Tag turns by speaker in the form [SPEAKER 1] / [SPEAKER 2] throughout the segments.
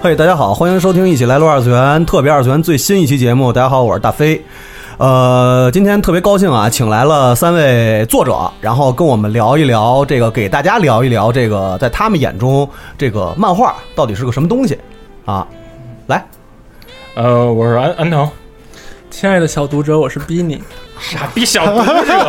[SPEAKER 1] 嘿、大家好，欢迎收听《一起来撸二次元》特别二次元最新一期节目。大家好，我是大飞。呃，今天特别高兴啊，请来了三位作者，然后跟我们聊一聊这个，给大家聊一聊这个，在他们眼中，这个漫画到底是个什么东西啊？来，
[SPEAKER 2] 呃，我是安安藤，
[SPEAKER 3] 亲爱的小读者，我是逼你，
[SPEAKER 4] 傻逼小读 者。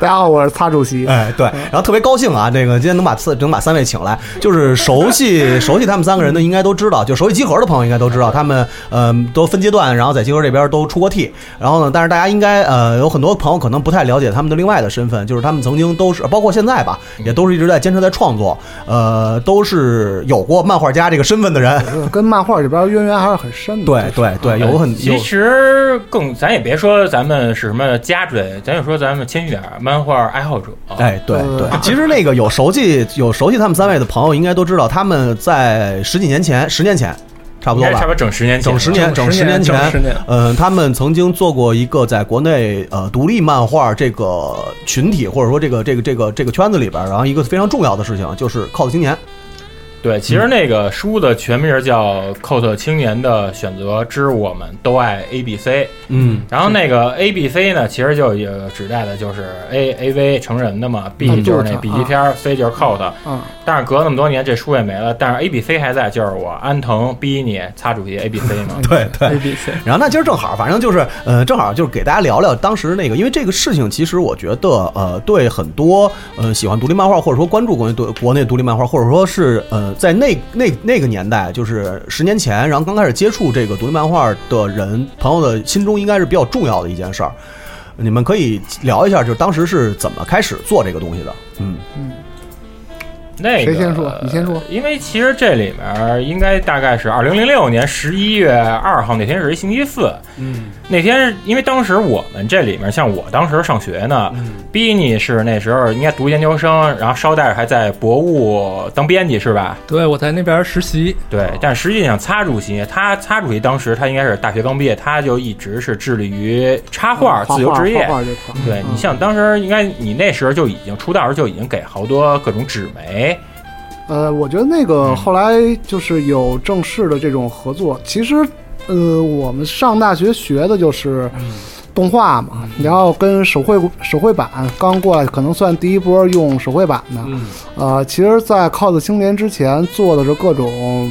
[SPEAKER 1] 大家好，我是擦主席。哎，对，然后特别高兴啊，这个今天能把四能把三位请来，就是熟悉熟悉他们三个人的应该都知道，就熟悉集合的朋友应该都知道，他们呃都分阶段，然后在集合这边都出过 T，然后呢，但是大家应该呃有很多朋友可能不太了解他们的另外的身份，就是他们曾经都是包括现在吧，也都是一直在坚持在创作，呃，都是有过漫画家这个身份的人。
[SPEAKER 5] 跟漫画里边渊源还是很深的。
[SPEAKER 1] 对对对，有哎很有
[SPEAKER 2] 其实更，咱也别说咱们是什么家追，咱就说咱们谦虚点儿，漫画爱好者。啊
[SPEAKER 1] 哎，对对，其实那个有熟悉有熟悉他们三位的朋友，应该都知道他们在十几年前，十年前。差不多
[SPEAKER 2] 应该
[SPEAKER 1] 吧，
[SPEAKER 2] 差不多整十年前
[SPEAKER 1] 整十年，
[SPEAKER 2] 整
[SPEAKER 1] 整
[SPEAKER 2] 十
[SPEAKER 1] 十
[SPEAKER 2] 年
[SPEAKER 1] 年前
[SPEAKER 2] 整十年，
[SPEAKER 1] 嗯、他们曾经做过一个在国内呃独立漫画这个群体或者说这个这个这个这个圈子里边儿，然后一个非常重要的事情就是《靠 o 青年》。
[SPEAKER 2] 对，其实那个书的全名叫《cos 青年的选择之我们都爱 A B C》。
[SPEAKER 1] 嗯，
[SPEAKER 2] 然后那个 A B C 呢，其实就也指代的就是 A A V 成人的嘛
[SPEAKER 3] 那
[SPEAKER 2] ，B 啊就是那
[SPEAKER 3] 就是
[SPEAKER 2] 笔记片、儿 c 就是 cos。
[SPEAKER 3] 嗯，
[SPEAKER 2] 但是隔那么多年，这书也没了，但是 A B C 还在，就是我安藤逼你擦主席 A B C 嘛。
[SPEAKER 1] 对对。然后那今儿正好，反正就是呃，正好就是给大家聊聊当时那个，因为这个事情其实我觉得呃，对很多呃喜欢独立漫画或者说关注国内独国内独立漫画，或者说是呃在那那那个年代，就是十年前，然后刚开始接触这个独立漫画的人朋友的心中，应该是比较重要的一件事儿。你们可以聊一下，就是当时是怎么开始做这个东西的？嗯，
[SPEAKER 2] 那个
[SPEAKER 1] 谁先说
[SPEAKER 5] 你先说。
[SPEAKER 2] 因为其实这里面应该大概是二零零六年十一月二号那天是一星期四，
[SPEAKER 4] 嗯，
[SPEAKER 2] 那天是因为当时我们这里面像我当时上学呢，逼你是那时候应该读研究生，然后捎带着还在博物当编辑是吧？
[SPEAKER 3] 对我在那边实习。
[SPEAKER 2] 对，但实际上擦主席他擦主席当时他应该是大学刚毕业，他就一直是致力于插画自由职业。
[SPEAKER 5] 哦画画这块儿，
[SPEAKER 2] 对你像当时应该你那时候就已经出道时候就已经给好多各种纸媒，
[SPEAKER 5] 呃，我觉得那个后来就是有正式的这种合作。其实，呃，我们上大学学的就是动画嘛，然后跟手绘手绘板刚过来，可能算第一波用手绘板的。呃，其实，在 cos 青年之前做的是各种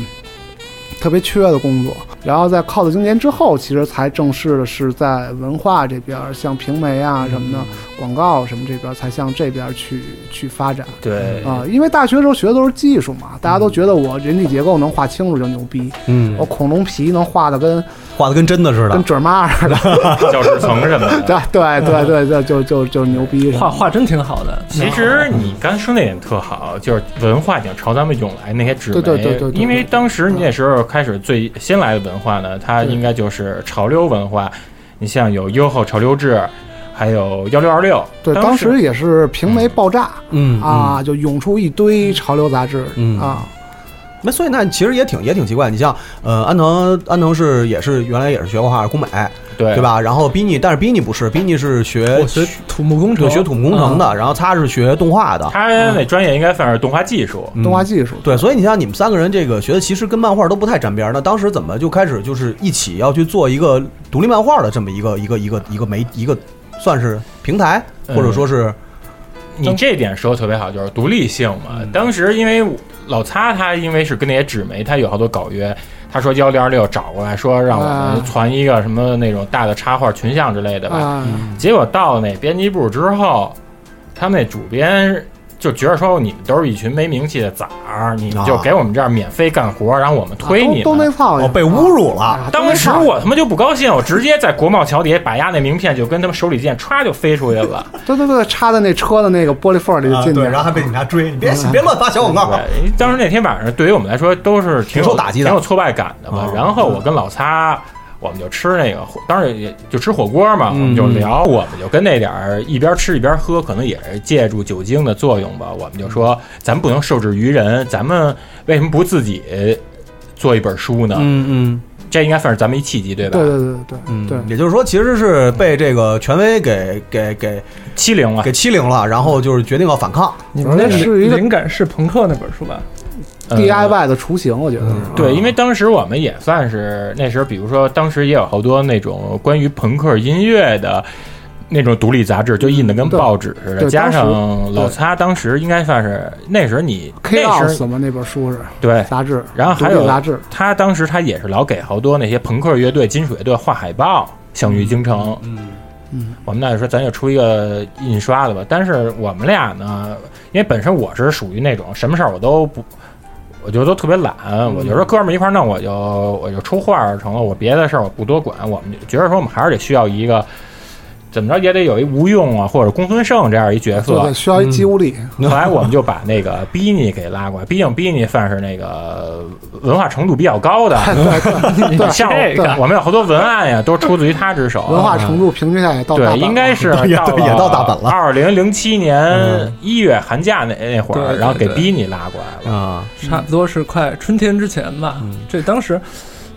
[SPEAKER 5] 特别缺的工作，然后在 cos 青年之后，其实才正式的是在文化这边，像平媒啊什么的，广告什么这边才向这边去去发展。
[SPEAKER 2] 对
[SPEAKER 5] 啊、因为大学时候学的都是技术嘛，大家都觉得我人体结构能画清楚就牛逼，
[SPEAKER 1] 嗯
[SPEAKER 5] 我恐龙皮能画的跟
[SPEAKER 1] 画的跟真的似的，
[SPEAKER 5] 跟准妈似的，
[SPEAKER 2] 教师层什么的。
[SPEAKER 5] 对 对对对对，就就就牛逼，
[SPEAKER 3] 画画真挺好的。啊
[SPEAKER 2] 其实你刚才说那点特好，就是文化已经朝咱们涌来，那些纸媒，
[SPEAKER 3] 对对对对对嗯
[SPEAKER 2] 因为当时你那时候开始最先来的文化呢，它应该就是潮流文化。你像有优厚潮流志，还有幺六二六，
[SPEAKER 5] 对，当
[SPEAKER 2] 当
[SPEAKER 5] 时也是平媒爆炸，
[SPEAKER 1] 嗯
[SPEAKER 5] 啊，就涌出一堆潮流杂志，
[SPEAKER 1] 嗯
[SPEAKER 5] 啊，
[SPEAKER 1] 那所以那其实也挺也挺奇怪。你像呃，安藤安藤是也是原来也是学过画工美，
[SPEAKER 2] 对
[SPEAKER 1] 对吧？然后 Bini，但是 Bini 不是，Bini 是学学
[SPEAKER 3] 土木工
[SPEAKER 1] 程，学土木工程的，然后他是学动画的，
[SPEAKER 2] 他
[SPEAKER 3] 嗯
[SPEAKER 2] 那专业应该算是动画技术，
[SPEAKER 1] 嗯
[SPEAKER 5] 动画技术。
[SPEAKER 1] 对，所以你像你们三个人这个学的，其实跟漫画都不太沾边儿。那当时怎么就开始就是一起要去做一个独立漫画的这么一个一个一个一个媒一个算是平台，
[SPEAKER 2] 嗯
[SPEAKER 1] 或者说是
[SPEAKER 2] 你这点说的特别好，就是独立性嘛。
[SPEAKER 3] 嗯
[SPEAKER 2] 当时因为老擦他，因为是跟那些纸媒，他有好多稿约，他说幺零二六找过来说让我们
[SPEAKER 3] 啊
[SPEAKER 2] 传一个什么那种大的插画群像之类的吧。
[SPEAKER 3] 啊
[SPEAKER 1] 嗯
[SPEAKER 2] 结果到那编辑部之后，他们那主编就觉得说你们都是一群没名气的崽儿，你们就
[SPEAKER 1] 啊
[SPEAKER 2] 给我们这儿免费干活，然后我们推你们。
[SPEAKER 5] 啊都都那套呀，
[SPEAKER 1] 哦被侮辱了。
[SPEAKER 5] 啊
[SPEAKER 2] 当时我他妈就不高兴，我直接在国贸桥底下把压那名片就跟他们手里剑歘就飞出去了。
[SPEAKER 5] 对对对，插在那车的那个玻璃缝里就
[SPEAKER 1] 啊
[SPEAKER 5] 进去了，
[SPEAKER 1] 警察追，你别
[SPEAKER 5] 别乱
[SPEAKER 1] 发小广告
[SPEAKER 2] 对，当时那天晚上对于我们来说都是挺
[SPEAKER 1] 啊挺
[SPEAKER 2] 有
[SPEAKER 1] 受打击的哦
[SPEAKER 2] 挺有挫败感的吧。然后我跟老擦。我们就吃那个，当然也就吃火锅
[SPEAKER 1] 嗯
[SPEAKER 2] 嘛，我们就聊，我们就跟那点儿一边吃一边喝，可能也是借助酒精的作用吧。我们就说，咱们不能受制于人，咱们为什么不自己做一本书呢？
[SPEAKER 1] 嗯嗯，
[SPEAKER 2] 这应该算是咱们一契机，对吧？
[SPEAKER 5] 对对对对
[SPEAKER 1] 嗯
[SPEAKER 5] 对，
[SPEAKER 1] 也就是说其实是被这个权威给给给
[SPEAKER 2] 欺凌了，
[SPEAKER 1] 给欺凌了，然后就是决定要反抗。
[SPEAKER 3] 你们那
[SPEAKER 5] 是一个
[SPEAKER 3] 灵感是朋克那本书吧？
[SPEAKER 2] 嗯
[SPEAKER 5] DIY 的雏形，我觉得
[SPEAKER 1] 嗯
[SPEAKER 5] 是啊
[SPEAKER 2] 对，因为当时我们也算是那时候，比如说当时也有好多那种关于朋克音乐的那种独立杂志，就印的跟报纸似
[SPEAKER 5] 嗯
[SPEAKER 2] 的。
[SPEAKER 5] 对
[SPEAKER 2] 加
[SPEAKER 5] 当时
[SPEAKER 2] 上老
[SPEAKER 5] 对
[SPEAKER 2] 擦，当时应该算是那时候你那时
[SPEAKER 5] Chaos
[SPEAKER 2] 候
[SPEAKER 5] 嘛那本书是
[SPEAKER 2] 对
[SPEAKER 5] 杂志，
[SPEAKER 2] 然后还有
[SPEAKER 5] 独立杂志，
[SPEAKER 2] 他当时他也是老给好多那些朋克乐队、金属乐队画海报，《享
[SPEAKER 5] 嗯
[SPEAKER 2] 誉京城》。我们那就说咱就出一个印刷的吧。但是我们俩呢，因为本身我是属于那种什么事儿我都不，我就都特别懒，我就说哥们儿一块儿弄，我就我就出画儿成了，我别的事儿我不多管。我们就觉得说我们还是得需要一个。怎么着也得有一吴用啊，或者公孙胜这样一角色，
[SPEAKER 5] 对对，需要一肌无力。
[SPEAKER 2] 后来我们就把那个 b i n 给拉过来，毕竟 b i n 算是那个文化程度比较 高的，像
[SPEAKER 5] 这个
[SPEAKER 2] 我们有好多文案呀，都出自于他之手。
[SPEAKER 5] 文化程度平均下也到大阪
[SPEAKER 2] 对，
[SPEAKER 5] 了
[SPEAKER 2] 应该是
[SPEAKER 1] 了。
[SPEAKER 2] 二零零七年
[SPEAKER 5] 嗯
[SPEAKER 2] 一月寒假那那会儿，然后给 b i n 拉过来了。
[SPEAKER 1] 啊，
[SPEAKER 3] 差不多是快春天之前吧。这当时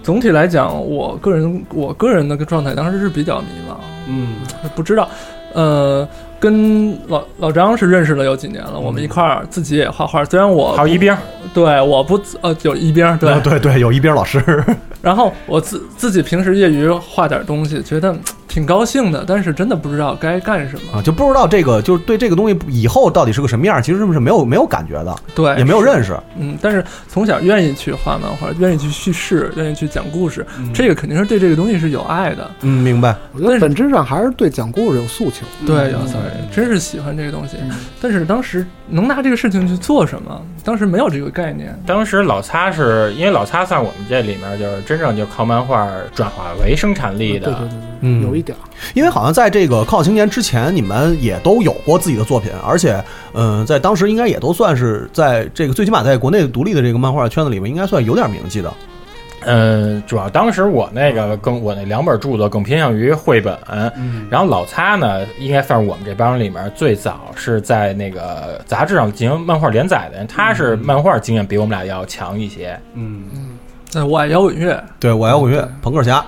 [SPEAKER 3] 总体来讲，我个人我个人的状态当时是比较迷茫，
[SPEAKER 6] 嗯，
[SPEAKER 3] 不知道，呃。跟老老张是认识了有几年了，我们一块儿自己也画画。虽然我
[SPEAKER 2] 还有一冰，
[SPEAKER 3] 对，我不呃有一冰，对
[SPEAKER 1] 啊 对对，有一边老师，
[SPEAKER 3] 然后我自自己平时业余画点东西，觉得嗯挺高兴的，但是真的不知道该干什么。
[SPEAKER 1] 啊，就不知道这个，就是对这个东西不以后到底是个什么样，其实是不是没有没有感觉的，
[SPEAKER 3] 对
[SPEAKER 1] 也没有认识。
[SPEAKER 3] 嗯，但是从小愿意去画漫画，愿意去叙事，愿意去讲故事，这个肯定是对这个东西是有爱的。
[SPEAKER 1] 嗯，明白。
[SPEAKER 5] 我觉得本质上还是对讲故事有诉求。
[SPEAKER 3] 对，有 sorry，真是喜欢这个东西。但是当时能拿这个事情去做什么？当时没有这个概念。
[SPEAKER 2] 当时老擦是因为老擦算我们这里面就是真正就靠漫画转化为生产力的，
[SPEAKER 1] 嗯，有
[SPEAKER 5] 一点，
[SPEAKER 1] 因为好像在这个《靠青年》之前，你们也都有过自己的作品，而且，嗯、在当时应该也都算是在这个最起码在国内独立的这个漫画圈子里面，应该算有点名气的。
[SPEAKER 2] 嗯，主要当时我那个更我那两本著作更偏向于绘本，嗯然后老擦呢，应该算是我们这帮里面最早是在那个杂志上进行漫画连载的人，他
[SPEAKER 5] 嗯
[SPEAKER 2] 是漫画经验比我们俩要强一些。
[SPEAKER 6] 嗯，
[SPEAKER 3] 那呃我爱摇滚乐，
[SPEAKER 1] 对我摇滚乐、朋克侠，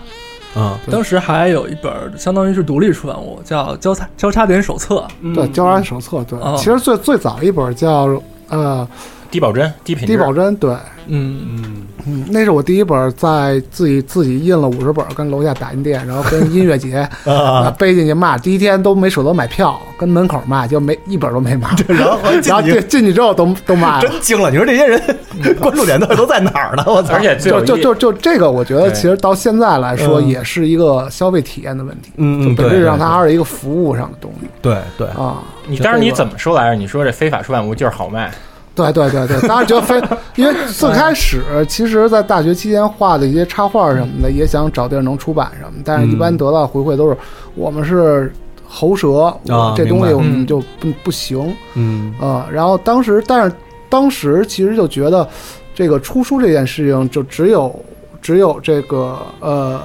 [SPEAKER 1] 嗯，
[SPEAKER 3] 当时还有一本儿相当于是独立出版物，叫《交叉交叉点手册》。
[SPEAKER 2] 嗯
[SPEAKER 5] 对，《交叉手册》对
[SPEAKER 3] 哦，
[SPEAKER 5] 其实最最早一本叫呃
[SPEAKER 2] 低保真、低品质、
[SPEAKER 5] 低保真，对，
[SPEAKER 3] 嗯
[SPEAKER 5] 嗯，那是我第一本在自己自己印了五十本，跟楼下打印店，然后跟音乐节
[SPEAKER 1] 啊
[SPEAKER 5] 呃背进去骂，第一天都没舍得买票，跟门口骂，就没一本都没骂。然
[SPEAKER 1] 后
[SPEAKER 5] 然后进进去嗯之后都都骂了，
[SPEAKER 1] 惊了！你说这些人 关注点到底都在哪儿呢？我操！
[SPEAKER 2] 而且最有
[SPEAKER 5] 就
[SPEAKER 2] 意
[SPEAKER 5] 就就就这个，我觉得
[SPEAKER 2] 对
[SPEAKER 5] 其实到现在来说
[SPEAKER 1] 嗯
[SPEAKER 5] 也是一个消费体验的问题，
[SPEAKER 1] 嗯嗯
[SPEAKER 5] 就本
[SPEAKER 1] 对
[SPEAKER 5] 质
[SPEAKER 1] 对
[SPEAKER 5] 上它
[SPEAKER 1] 对
[SPEAKER 5] 还是一个服务上的东西
[SPEAKER 1] 对对
[SPEAKER 5] 啊。
[SPEAKER 2] 你当时
[SPEAKER 5] 这
[SPEAKER 2] 你
[SPEAKER 5] 个
[SPEAKER 2] 怎么说来着？你说这非法出版物就是好卖，
[SPEAKER 5] 对对对对，当然觉得非，因为 最
[SPEAKER 1] 哎
[SPEAKER 5] 开始其实，在大学期间画的一些插画什么的，也想找地儿能出版什么，但是一般
[SPEAKER 1] 嗯
[SPEAKER 5] 得到的回馈都是我们是喉舌，
[SPEAKER 1] 啊
[SPEAKER 5] 我这东西我们就不不行
[SPEAKER 1] 嗯
[SPEAKER 5] 啊、然后当时，但是当时其实就觉得这个出书这件事情，就只有只有这
[SPEAKER 3] 嗯
[SPEAKER 5] 个呃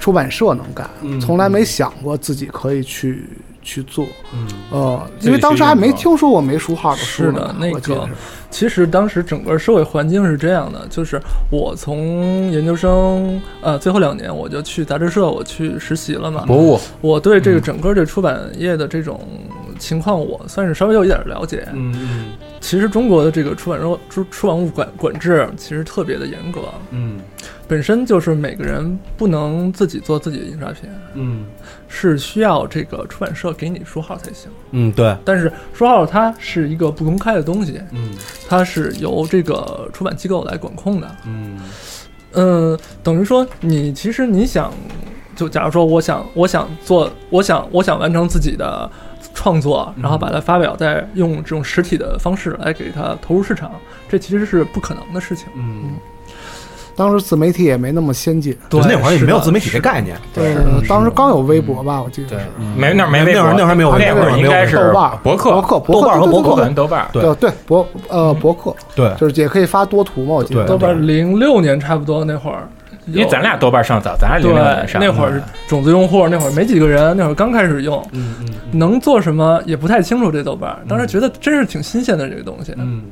[SPEAKER 5] 出版社能干，从来没想过自己可以去。去做。
[SPEAKER 7] 嗯，
[SPEAKER 5] 呃，因为当时还没听说过梅书号的书
[SPEAKER 3] 是
[SPEAKER 5] 呢
[SPEAKER 3] 的，，那
[SPEAKER 5] 我记得
[SPEAKER 3] 个
[SPEAKER 5] 是
[SPEAKER 3] 其实当时整个社会环境是这样的，就是我从研究生呃最后两年我就去杂志社，我去实习了嘛。
[SPEAKER 7] 哦
[SPEAKER 2] 博物
[SPEAKER 3] 我对这个整个这出版业的这种情况，我算是稍微有一点了解。
[SPEAKER 7] 嗯，
[SPEAKER 3] 其实中国的这个出版社出出版物管管制其实特别的严格，
[SPEAKER 7] 嗯
[SPEAKER 3] 本身就是每个人不能自己做自己的印刷品，
[SPEAKER 7] 嗯，
[SPEAKER 3] 是需要这个出版社给你书号才行。
[SPEAKER 1] 嗯，对，
[SPEAKER 3] 但是书号它是一个不公开的东西，
[SPEAKER 7] 嗯，
[SPEAKER 3] 它是由这个出版机构来管控的，
[SPEAKER 7] 嗯，
[SPEAKER 3] 嗯，等于说你其实你想，就假如说我想我想做我想我想完成自己的创作，然后把它发表在用这种实体的方式来给它投入市场，这其实是不可能的事情，
[SPEAKER 7] 嗯，
[SPEAKER 5] 当时自媒体也没那么先进，
[SPEAKER 3] 对
[SPEAKER 1] 那会儿也没有
[SPEAKER 3] 是的
[SPEAKER 1] 自媒体这概念，
[SPEAKER 5] 对
[SPEAKER 1] 嗯是的，嗯
[SPEAKER 5] 当时刚有微博吧，我记得是。
[SPEAKER 2] 没那没微
[SPEAKER 1] 那
[SPEAKER 2] 博
[SPEAKER 1] 会儿那会儿没有微博，
[SPEAKER 2] 那会儿应该是
[SPEAKER 1] 没有微博
[SPEAKER 2] 博客
[SPEAKER 5] 博客
[SPEAKER 1] 豆瓣和博
[SPEAKER 5] 博
[SPEAKER 1] 客
[SPEAKER 5] 客
[SPEAKER 2] 豆瓣
[SPEAKER 1] 对嗯
[SPEAKER 5] 对对博呃博客
[SPEAKER 1] 对
[SPEAKER 5] 就是也可以发多图嘛，我记得
[SPEAKER 3] 豆瓣零六年差不多那会儿有，
[SPEAKER 2] 因为咱俩豆瓣上早，咱俩零
[SPEAKER 3] 对
[SPEAKER 2] 六年上的
[SPEAKER 3] 那会儿是种子用户，那会儿没几个人，那会儿刚开始
[SPEAKER 2] 嗯
[SPEAKER 3] 用，能做什么也不太清楚。这豆瓣儿当时觉得真是挺新鲜的这个东西，
[SPEAKER 7] 嗯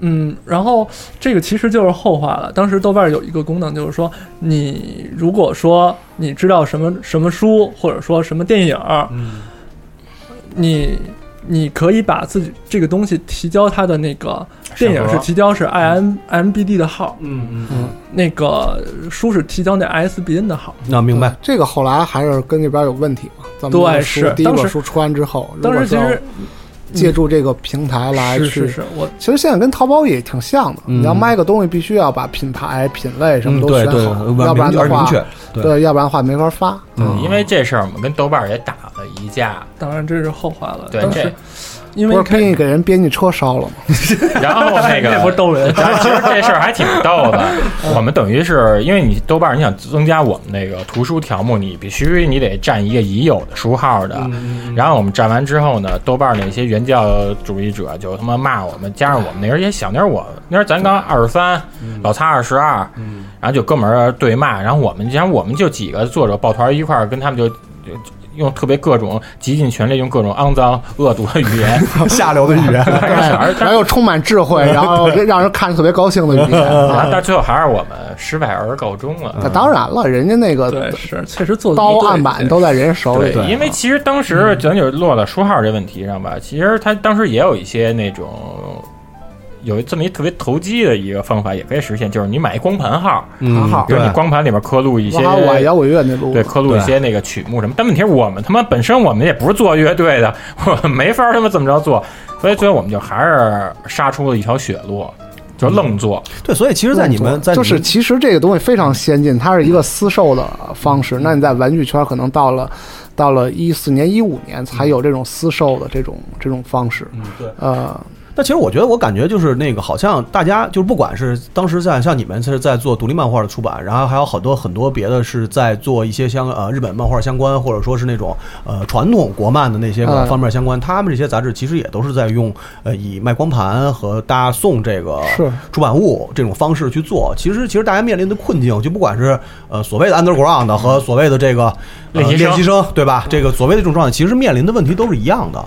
[SPEAKER 3] 嗯然后这个其实就是后话了。当时豆瓣儿有一个功能，就是说你如果说你知道什么什么书，或者说什么电影儿，
[SPEAKER 7] 嗯
[SPEAKER 3] 你你可以把自己这个东西提交它的那个电影
[SPEAKER 7] 审核
[SPEAKER 3] 是提交是 I M M B D 的号，
[SPEAKER 7] 嗯
[SPEAKER 5] 嗯，
[SPEAKER 3] 那个书是提交那 I S B N 的号。
[SPEAKER 1] 那明白。
[SPEAKER 5] 这个后来还是跟那边有问题嘛，咱们
[SPEAKER 3] 对
[SPEAKER 5] 那个书
[SPEAKER 3] 是
[SPEAKER 5] 第一
[SPEAKER 3] 当
[SPEAKER 5] 本
[SPEAKER 3] 时
[SPEAKER 5] 书出完之后，如
[SPEAKER 3] 当
[SPEAKER 5] 果
[SPEAKER 3] 时其
[SPEAKER 5] 是要
[SPEAKER 3] 实嗯
[SPEAKER 5] 借助这个平台来去，
[SPEAKER 3] 是是是我
[SPEAKER 5] 其实现在跟淘宝也挺像的，
[SPEAKER 1] 嗯
[SPEAKER 5] 你要卖个东西，必须要把品牌、品类什么都
[SPEAKER 1] 嗯对
[SPEAKER 5] 选好，
[SPEAKER 1] 对完
[SPEAKER 5] 要不然
[SPEAKER 1] 明
[SPEAKER 5] 的话
[SPEAKER 1] 而明 确，对
[SPEAKER 5] 要不然的话没法发。
[SPEAKER 2] 嗯，因为这事儿我们跟豆瓣儿也打了一架，
[SPEAKER 3] 当然这是后话了，
[SPEAKER 2] 对
[SPEAKER 3] 当
[SPEAKER 2] 这
[SPEAKER 3] 时因为
[SPEAKER 5] 不是编辑给人编辑车烧了吗？
[SPEAKER 2] 然后那个
[SPEAKER 3] 那不是逗人
[SPEAKER 2] 然后其实这事儿还挺逗的。我们等于是因为你豆瓣，儿，你想增加我们那个图书条目，你必须你得占一个已有的书号的。
[SPEAKER 7] 嗯
[SPEAKER 2] 然后我们占完之后呢，豆瓣儿那些原教主义者就他妈骂我们，加上我们那时候也小，那时候我那时候咱刚二十三，老擦二十二，然后就跟我们对骂，然后我们，然后我们就几个作者抱团一块儿跟他们就。就就用特别各种极尽全力，用各种肮脏恶毒的语言，
[SPEAKER 1] 下流的语言
[SPEAKER 5] 然后又充满智慧，然后让人看着特别高兴的语言
[SPEAKER 2] 然
[SPEAKER 5] 啊
[SPEAKER 2] 后。到最后还是我们失败而告终了。
[SPEAKER 5] 那当然了，人家那个
[SPEAKER 3] 对是确实做得
[SPEAKER 5] 刀
[SPEAKER 3] 不对
[SPEAKER 5] 案板都在人手里，
[SPEAKER 2] 因为其实当时咱就落到书号这问题上吧，其实他当时也有一些那种有这么一特别投机的一个方法，也可以实现，就是你买一光盘号，
[SPEAKER 1] 嗯
[SPEAKER 2] 比如
[SPEAKER 1] 对
[SPEAKER 2] 你光盘里面刻录一些
[SPEAKER 5] 我还我还摇滚乐那路
[SPEAKER 2] 对，刻录一些那个曲目什么。但问题是我们他妈本身我们也不是做乐队的， 我们没法儿他妈怎么着做，所以最后我们就还是杀出了一条血路，就愣做。
[SPEAKER 1] 对，所以其实，在 你们在
[SPEAKER 5] 嗯
[SPEAKER 1] 你
[SPEAKER 5] 就
[SPEAKER 1] 们
[SPEAKER 5] 是其实这个东西非常先进，它是一个私售的方式。那你在玩具圈可能到了到了一四年、一五年才有这种私售的这种这种方式。嗯，
[SPEAKER 7] 对，
[SPEAKER 5] 呃，
[SPEAKER 1] 那其实我觉得，我感觉就是那个，好像大家就是不管是当时在像你们是在做独立漫画的出版，然后还有好多很多别的是在做一些相呃日本漫画相关，或者说是那种呃传统国漫的那些个
[SPEAKER 5] 嗯
[SPEAKER 1] 方面相关，他们这些杂志其实也都是在用呃以卖光盘和大家送这个
[SPEAKER 5] 是
[SPEAKER 1] 出版物这种方式去做。其实其实大家面临的困境，就不管是呃所谓的 underground 和所谓的这个、呃、
[SPEAKER 2] 练习生
[SPEAKER 1] 练习生对吧？这个所谓的这种状态，其实面临的问题都是一样的。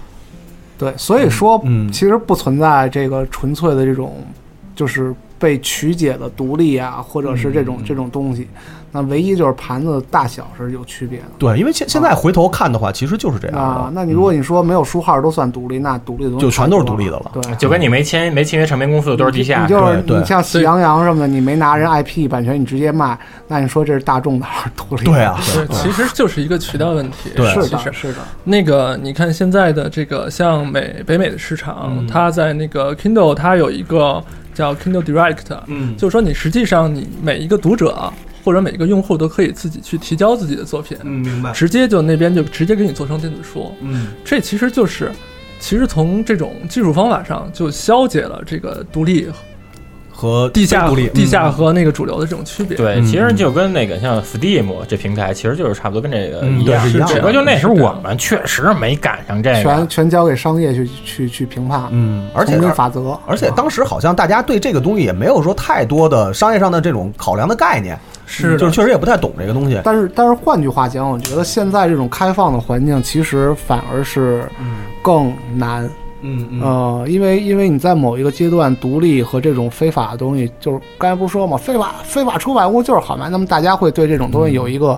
[SPEAKER 5] 对，所
[SPEAKER 1] 嗯
[SPEAKER 5] 以说，其实不存在这个纯粹的这种，就是被曲解的独立啊，或者是这
[SPEAKER 1] 嗯
[SPEAKER 5] 种、这种东西。那唯一就是盘子大小是有区别的。
[SPEAKER 1] 对，因为现现在回头看的话，其实就是这样的
[SPEAKER 5] 啊，。那你如果你说没有书号都算独立，那独立的东西
[SPEAKER 1] 嗯就全都是
[SPEAKER 5] 太多
[SPEAKER 1] 独立的了
[SPEAKER 5] 对，
[SPEAKER 2] 就跟你没签没签约唱片公司的都是地下
[SPEAKER 5] 你就是
[SPEAKER 1] 对对
[SPEAKER 5] 你像喜羊羊什么的，你没拿人 IP 版权，你直接卖，那你说这是大众的还是独立的？
[SPEAKER 1] 对啊
[SPEAKER 3] 是其实就是一个渠道问题，
[SPEAKER 1] 对
[SPEAKER 5] 是
[SPEAKER 3] 其实
[SPEAKER 5] 的，是的，
[SPEAKER 3] 那个，你看现在的这个，像美北美的市场，它在那个 Kindle，它有一个叫 Kindle Direct，
[SPEAKER 7] 嗯
[SPEAKER 3] 就是说你实际上你每一个读者或者每一个用户都可以自己去提交自己的作品，
[SPEAKER 7] 嗯，明白。
[SPEAKER 3] 直接就那边就直接给你做成电子书。
[SPEAKER 7] 嗯
[SPEAKER 3] 这其实就是，其实从这种技术方法上就消解了这个独立、
[SPEAKER 1] 和
[SPEAKER 3] 地下、
[SPEAKER 1] 非独立、
[SPEAKER 3] 地下和那个主流的这种区别。
[SPEAKER 2] 对，
[SPEAKER 1] 嗯
[SPEAKER 2] 其实就跟那个像 Steam 这平台，其实就是差不多跟这个
[SPEAKER 1] 嗯
[SPEAKER 2] 一
[SPEAKER 1] 对
[SPEAKER 2] 样，
[SPEAKER 1] 是一样的
[SPEAKER 2] 只不过就那时候我们确实没赶上这个，
[SPEAKER 5] 全全交给商业去去去评判，
[SPEAKER 1] 嗯，而且
[SPEAKER 5] 丛林法则，啊
[SPEAKER 1] 而且当时好像大家对这个东西也没有说太多的商业上的这种考量的概念，
[SPEAKER 3] 是的
[SPEAKER 1] 就是确实也不太懂这个东西。
[SPEAKER 5] 但是但是换句话讲，我觉得现在这种开放的环境其实反而是
[SPEAKER 1] 嗯
[SPEAKER 5] 更难。
[SPEAKER 7] 嗯
[SPEAKER 5] 呃，因为因为你在某一个阶段，独立和这种非法的东西，就是刚才不是说嘛，非法非法出版物就是好卖，那么大家会对这种东西有一个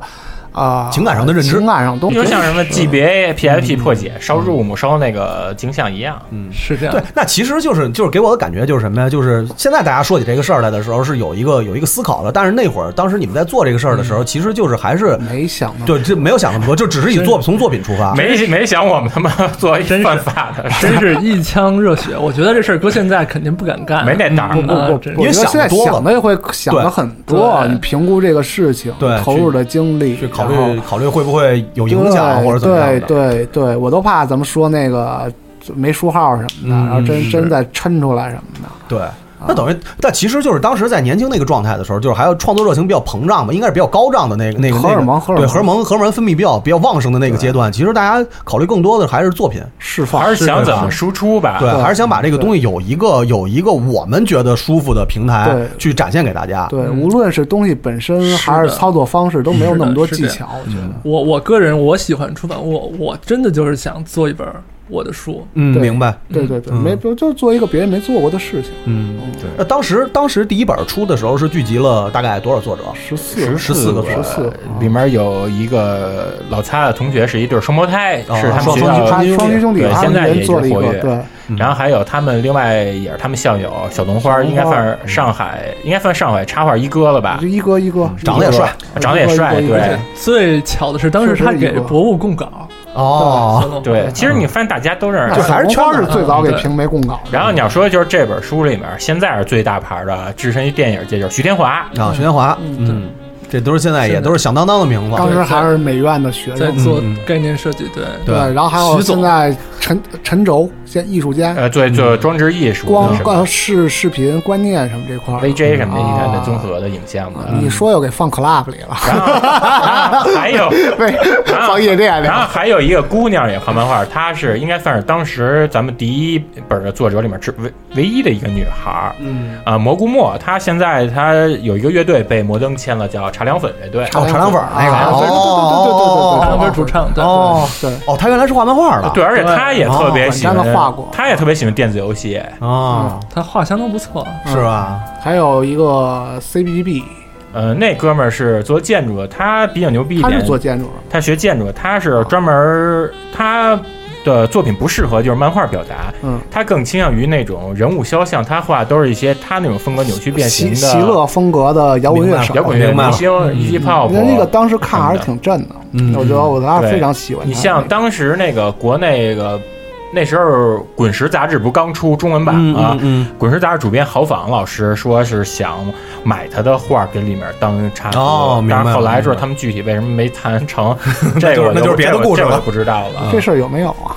[SPEAKER 5] 啊、
[SPEAKER 1] 嗯情感上的认知
[SPEAKER 5] 情感上的东西
[SPEAKER 2] 就像什么 GBA、PFP 破解、烧 ROM、烧那个镜像一样，
[SPEAKER 1] 嗯，
[SPEAKER 3] 是这
[SPEAKER 1] 对，那其实就是就是给我的感觉就是什么呀？就是现在大家说起这个事儿来的时候是有一个有一个思考的，但是那会儿当时你们在做这个事儿的时候，其实就是还是
[SPEAKER 5] 没想
[SPEAKER 1] 对，这没有想那么多，就只是以作从作品出发，
[SPEAKER 2] 没没想我们他妈做一犯法的事
[SPEAKER 3] 真是一腔热血。我觉得这事儿搁现在肯定不敢干，
[SPEAKER 2] 没那胆儿
[SPEAKER 3] 嗯啊
[SPEAKER 1] 呃
[SPEAKER 2] 不不
[SPEAKER 3] 真是
[SPEAKER 5] 我觉得现在想的也会想的很多，
[SPEAKER 3] 对
[SPEAKER 5] 你评估这个事情，
[SPEAKER 1] 对
[SPEAKER 5] 投入的精力，去
[SPEAKER 1] 考虑考虑会不会有影响或者怎么样
[SPEAKER 5] 对
[SPEAKER 1] 的。
[SPEAKER 5] 对对，我都怕咱们说那个没书号什么的，
[SPEAKER 1] 嗯
[SPEAKER 5] 然后真
[SPEAKER 1] 是
[SPEAKER 5] 真再抻出来什么的。
[SPEAKER 1] 对，那等于，但其实就是当时在年轻那个状态的时候，就是还有创作热情比较膨胀吧，应该是比较高涨的那个那个
[SPEAKER 5] 荷尔蒙
[SPEAKER 1] 那个
[SPEAKER 5] 荷尔蒙
[SPEAKER 1] 对荷尔蒙荷尔蒙分泌比较比较旺盛的那个阶段，其实大家考虑更多的还是作品
[SPEAKER 5] 释
[SPEAKER 2] 还是想怎么输出
[SPEAKER 5] 啊
[SPEAKER 2] 吧？
[SPEAKER 1] 对，还是想把这个东西有一个有一个我们觉得舒服的平台
[SPEAKER 5] 对
[SPEAKER 1] 去展现给大家。
[SPEAKER 5] 对，无论是东西本身还是操作方式，都没有那么多技巧。
[SPEAKER 1] 嗯
[SPEAKER 5] 我觉得
[SPEAKER 3] 我我个人我喜欢出版物，我真的就是想做一本我的书。
[SPEAKER 1] 嗯，明白。
[SPEAKER 5] 对对对，
[SPEAKER 1] 嗯
[SPEAKER 5] 没不就做一个别人没做过的事情。
[SPEAKER 1] 嗯，对。那当时当时第一本出的时候是聚集了大概多少作者？
[SPEAKER 5] 十四啊
[SPEAKER 1] 十四个嗯作者。
[SPEAKER 2] 里面有一个老擦的同学是一对双胞胎，
[SPEAKER 1] 哦
[SPEAKER 2] 是他们
[SPEAKER 1] 双
[SPEAKER 2] 学校
[SPEAKER 1] 双
[SPEAKER 2] 的嗯
[SPEAKER 1] 双
[SPEAKER 5] 双兄弟
[SPEAKER 2] 对，
[SPEAKER 5] 他
[SPEAKER 2] 现
[SPEAKER 5] 们
[SPEAKER 2] 在也一直
[SPEAKER 5] 做了一
[SPEAKER 2] 活
[SPEAKER 5] 个
[SPEAKER 2] 跃。
[SPEAKER 5] 对，
[SPEAKER 2] 然后还有他们另外也是他们校友嗯小龙花，应该算是上海，应该算上海插画一哥了吧？
[SPEAKER 5] 就一哥一
[SPEAKER 1] 嗯
[SPEAKER 5] 哥，
[SPEAKER 2] 长得也帅长得也帅
[SPEAKER 5] 一哥一哥
[SPEAKER 2] 对
[SPEAKER 3] 最巧的是当时他给博物供稿，
[SPEAKER 1] 哦
[SPEAKER 2] 对，其实你发现大家都是
[SPEAKER 5] 那小红花是最早给平媒供稿的。
[SPEAKER 2] 然后你要说就是这本书里面现在是最大牌的，置身于电影界就是徐天华
[SPEAKER 1] 啊，徐天华，嗯，这都是现在也都是响当当的名字。
[SPEAKER 5] 当时还是美院的学
[SPEAKER 3] 在
[SPEAKER 5] 生，
[SPEAKER 2] 嗯
[SPEAKER 3] 做
[SPEAKER 1] 嗯
[SPEAKER 3] 概念设计，对
[SPEAKER 1] 哦
[SPEAKER 5] 对，然后还有现在陈陈轴，现在艺术
[SPEAKER 1] 哎
[SPEAKER 5] 家，
[SPEAKER 2] 呃，对，做装置艺术
[SPEAKER 5] 嗯光
[SPEAKER 1] 嗯
[SPEAKER 2] 什么
[SPEAKER 5] 光视视频观念什么这块儿
[SPEAKER 2] VJ 什么的，你看的
[SPEAKER 5] 啊
[SPEAKER 2] 综合的影像嘛。
[SPEAKER 5] 你说又给放 club 里了，
[SPEAKER 2] 还有
[SPEAKER 1] 嗯
[SPEAKER 5] 对，
[SPEAKER 2] 啊
[SPEAKER 5] 放夜店里
[SPEAKER 2] 然。后还有一个姑娘也画漫画，她是应该算是当时咱们第一本的作者里面只唯唯一的一个女孩儿。
[SPEAKER 7] 嗯
[SPEAKER 2] 啊，蘑菇墨，她现在她有一个乐队被摩登签了，叫茶凉粉乐队。
[SPEAKER 1] 哦，茶凉粉儿那个，
[SPEAKER 5] 啊
[SPEAKER 2] 茶凉粉儿
[SPEAKER 1] 哦
[SPEAKER 3] 他们是主唱，对
[SPEAKER 1] 哦，
[SPEAKER 5] 对，
[SPEAKER 1] 哦，他原来是画漫画的，
[SPEAKER 2] 对，而且她也特别喜欢
[SPEAKER 5] 哦晚上她画过，
[SPEAKER 2] 她也特别喜欢电子游戏
[SPEAKER 1] 啊，
[SPEAKER 3] 他画相当不错，
[SPEAKER 5] 嗯
[SPEAKER 1] 是吧？
[SPEAKER 5] 还有一个 CBGB，
[SPEAKER 2] 呃，那哥们儿是做建筑的，他比较牛逼一
[SPEAKER 5] 他
[SPEAKER 2] 点，
[SPEAKER 5] 是做建筑的，
[SPEAKER 2] 他学建筑，他是专门儿他的作品不适合就是漫画表达，
[SPEAKER 5] 嗯，
[SPEAKER 2] 他更倾向于那种人物肖像，他画都是一些他那种风格扭曲变形
[SPEAKER 5] 席
[SPEAKER 2] 的呃
[SPEAKER 5] 席勒风格的摇滚乐手，
[SPEAKER 2] 摇滚乐明星以及 pop。
[SPEAKER 5] 人嗯那个当时看还是挺震的，
[SPEAKER 1] 嗯
[SPEAKER 5] 我觉得我当时非常喜欢他。
[SPEAKER 2] 你像当时那个国内个。那时候《滚石》杂志不刚出中文版啊吗？
[SPEAKER 1] 嗯嗯
[SPEAKER 2] 滚石》杂志主编郝仿老师说是想买他的画给里面当插图，
[SPEAKER 1] 哦明白
[SPEAKER 2] 但是后来
[SPEAKER 1] 明白
[SPEAKER 2] 就是他们具体为什么没谈 成，这个我
[SPEAKER 1] 那就是
[SPEAKER 2] 不
[SPEAKER 1] 别的
[SPEAKER 2] 这个
[SPEAKER 1] 故事
[SPEAKER 2] 这个我
[SPEAKER 1] 了
[SPEAKER 2] 就不知道了。
[SPEAKER 5] 这事儿有没有啊？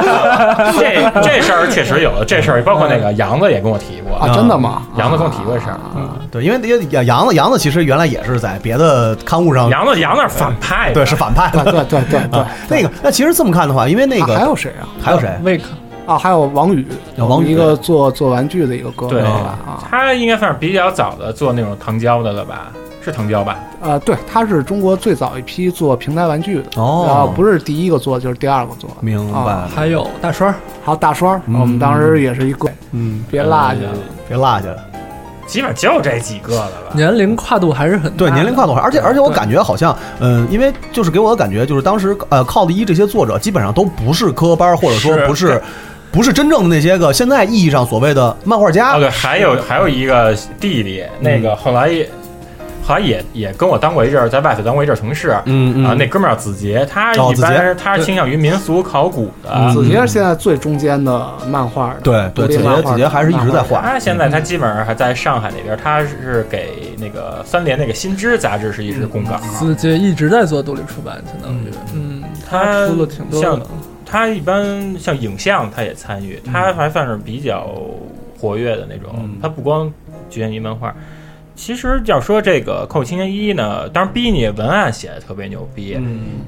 [SPEAKER 2] 这这事儿确实有，这事儿包括那个杨子也跟我提过
[SPEAKER 1] 啊真的吗？
[SPEAKER 2] 嗯杨子跟我提过事儿，
[SPEAKER 5] 啊
[SPEAKER 1] 对，因为杨杨子杨子其实原来也是在别的刊物上，
[SPEAKER 2] 杨子杨子是反派的
[SPEAKER 1] 对，是反派的，
[SPEAKER 5] 对对对 对。
[SPEAKER 1] 那个，那其实这么看的话，因为 那个
[SPEAKER 5] 啊还有谁啊？
[SPEAKER 1] 还有谁？
[SPEAKER 3] Wake
[SPEAKER 5] 啊，还有王宇，
[SPEAKER 1] 有王宇
[SPEAKER 5] 一个做做玩具的一个哥们
[SPEAKER 2] 对
[SPEAKER 5] 儿吧？啊，
[SPEAKER 2] 他应该算是比较早的做那种糖胶的了吧？是糖胶吧？
[SPEAKER 5] 呃，对，他是中国最早一批做平台玩具的，
[SPEAKER 1] 哦
[SPEAKER 5] 然后不是第一个做，就是第二个做的。
[SPEAKER 1] 明白
[SPEAKER 5] 啊
[SPEAKER 3] 还有大栓，
[SPEAKER 5] 还有大栓，我们当时也是一个，
[SPEAKER 1] 嗯，
[SPEAKER 5] 别落下了，
[SPEAKER 1] 别落下了。
[SPEAKER 2] 基本就这几个了吧？
[SPEAKER 3] 年龄跨度还是很大
[SPEAKER 1] 对年龄跨度还，而且而且我感觉好像，嗯，因为就是给我的感觉就是当时呃靠的一这些作者基本上都不是科班，或者说
[SPEAKER 2] 是
[SPEAKER 1] 不是不是真正的那些个现在意义上所谓的漫画家。
[SPEAKER 2] 哦，对，还有还有一个弟弟，那
[SPEAKER 1] 嗯
[SPEAKER 2] 个后来也后来也也跟我当过一阵儿，在外头当过一阵儿同事，
[SPEAKER 1] 嗯嗯
[SPEAKER 2] 啊，那哥们儿叫子杰，他
[SPEAKER 1] 哦
[SPEAKER 2] 一
[SPEAKER 1] 子
[SPEAKER 2] 般
[SPEAKER 1] 杰
[SPEAKER 2] 是他是倾向于民俗考古的，
[SPEAKER 5] 嗯子杰是现在最中间的漫画的，
[SPEAKER 1] 嗯对对
[SPEAKER 5] 独立
[SPEAKER 1] 子杰
[SPEAKER 5] 漫画
[SPEAKER 1] 子杰还是一直在画
[SPEAKER 2] 他现在他基本上还在上海那边，他是给那个三联那个《新知》杂志是一直供啊稿。
[SPEAKER 3] 子杰一直在做独立出版，相当于，嗯，
[SPEAKER 2] 他
[SPEAKER 3] 出了挺多
[SPEAKER 2] 像
[SPEAKER 3] 的，
[SPEAKER 2] 他一般像影像，他也参与，他还算是比较活跃的那种。他不光局限于漫画。其实要说这个《扣青年一》呢，当然 b i n 文案写的特别牛逼。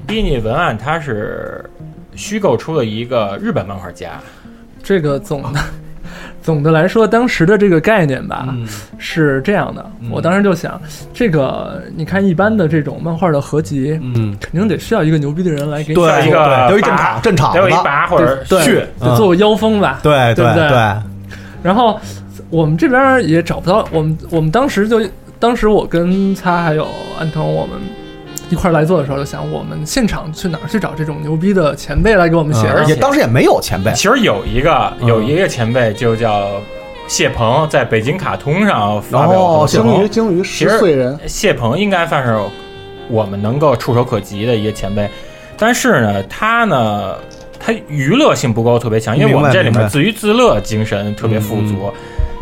[SPEAKER 2] b
[SPEAKER 7] 嗯
[SPEAKER 2] i n 文案他是虚构出了一个日本漫画家，
[SPEAKER 3] 这个总的。总的来说，当时的这个概念吧，
[SPEAKER 1] 嗯
[SPEAKER 3] 是这样的。我当时就想，这个你看一般的这种漫画的合集，
[SPEAKER 7] 嗯，
[SPEAKER 3] 肯定得需要一个牛逼的人来给你
[SPEAKER 1] 对
[SPEAKER 3] 做
[SPEAKER 1] 一个对得有一正场正场的
[SPEAKER 3] 得有
[SPEAKER 1] 吧
[SPEAKER 3] 对
[SPEAKER 1] 去
[SPEAKER 3] 得做个妖风吧，
[SPEAKER 1] 对
[SPEAKER 3] 对不
[SPEAKER 1] 对对
[SPEAKER 3] 然后我们这边也找不到，我们我们当时就当时我跟擦还有安藤我们。一块儿来做的时候，就想我们现场去哪儿去找这种牛逼的前辈来给我们写呢？
[SPEAKER 2] 也当时
[SPEAKER 1] 嗯也没有前辈
[SPEAKER 2] 其实有一个有一个前辈就叫谢鹏，在北京卡通上发表过。
[SPEAKER 5] 哦鲸鱼鲸鱼
[SPEAKER 2] 其
[SPEAKER 5] 十
[SPEAKER 2] 实
[SPEAKER 5] 岁人，
[SPEAKER 2] 谢鹏应该算是我们能够触手可及的一个前辈，但是呢，他呢，他娱乐性不够特别强，因为我们这里
[SPEAKER 1] 明
[SPEAKER 2] 面
[SPEAKER 1] 白
[SPEAKER 2] 自娱自乐精神特别富足，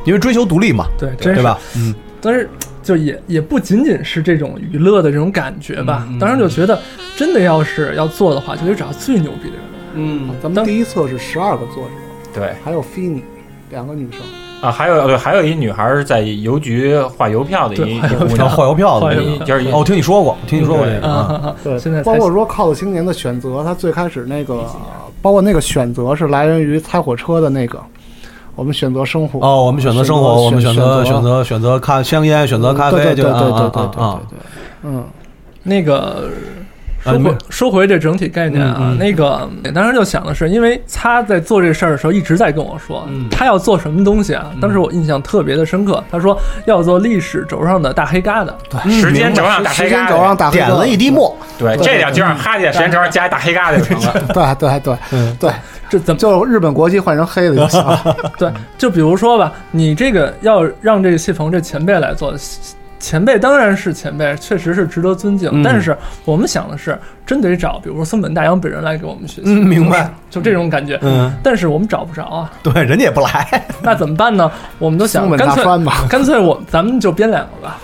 [SPEAKER 1] 因为追求独立嘛，
[SPEAKER 3] 对，真
[SPEAKER 1] 对
[SPEAKER 3] 是
[SPEAKER 1] 吧？嗯，
[SPEAKER 3] 但是就也也不仅仅是这种娱乐的这种感觉吧。
[SPEAKER 1] 嗯
[SPEAKER 3] 当时就觉得，真的要是要做的话，就得找最牛逼的人。
[SPEAKER 5] 嗯，咱们第一册是十二个作者，
[SPEAKER 2] 对
[SPEAKER 5] 还有菲尼，两个女生。
[SPEAKER 2] 啊，还有对，还有一女孩是在邮局画邮票的一
[SPEAKER 1] 对
[SPEAKER 2] 一个姑
[SPEAKER 1] 画
[SPEAKER 2] 娘，
[SPEAKER 1] 邮票的
[SPEAKER 2] 一就是一
[SPEAKER 1] 哦我听你说过我听你说过这个啊
[SPEAKER 3] 啊，对，现在
[SPEAKER 5] 包
[SPEAKER 3] 才
[SPEAKER 5] 括说《靠的青年》的选择，他最开始那个，包括那个选择是来源于猜火车的那个，我们选择生活。
[SPEAKER 1] 哦，我们选择生活，我们选择选择选择看香烟，选择咖啡，
[SPEAKER 5] 嗯对对
[SPEAKER 1] 就是
[SPEAKER 5] 对
[SPEAKER 1] 啊
[SPEAKER 5] 对
[SPEAKER 1] 啊
[SPEAKER 5] 对
[SPEAKER 1] 啊
[SPEAKER 5] 对对，嗯，
[SPEAKER 3] 那个
[SPEAKER 1] 啊
[SPEAKER 3] 说
[SPEAKER 1] 你
[SPEAKER 3] 回、
[SPEAKER 1] 们
[SPEAKER 3] 说回这整体概念啊，
[SPEAKER 1] 嗯嗯
[SPEAKER 3] 那个当时就想的是，因为他在做这事儿的时候一直在跟我说、
[SPEAKER 1] 嗯
[SPEAKER 3] 他要做什么东西啊，当时我印象特别的深刻，他说要做历史轴上的大黑疙瘩，
[SPEAKER 2] 嗯时 间轴上大黑疙瘩时间轴上大黑疙瘩点了一滴墨对这点就让哈姐时间轴上加一大黑疙瘩就成了。
[SPEAKER 5] 对对对，
[SPEAKER 1] 嗯
[SPEAKER 5] 对，
[SPEAKER 3] 这怎么
[SPEAKER 5] 就日本国旗换成黑的就行了。
[SPEAKER 1] 嗯
[SPEAKER 3] 对，就比如说吧，你这个要让这个谢鹏这前辈来做，前辈当然是前辈，确实是值得尊敬。
[SPEAKER 1] 嗯
[SPEAKER 3] 但是我们想的是，真得找，比如说松本大洋本人来给我们学习。
[SPEAKER 1] 嗯明白
[SPEAKER 3] 就是，就这种感觉。
[SPEAKER 1] 嗯
[SPEAKER 3] 但是我们找不着啊，
[SPEAKER 1] 对，人家也不来，
[SPEAKER 3] 那怎么办呢？我们都想
[SPEAKER 5] 松，本
[SPEAKER 3] 干
[SPEAKER 5] 大
[SPEAKER 3] 脆
[SPEAKER 5] 川吧
[SPEAKER 3] 干脆我咱们就编两个吧。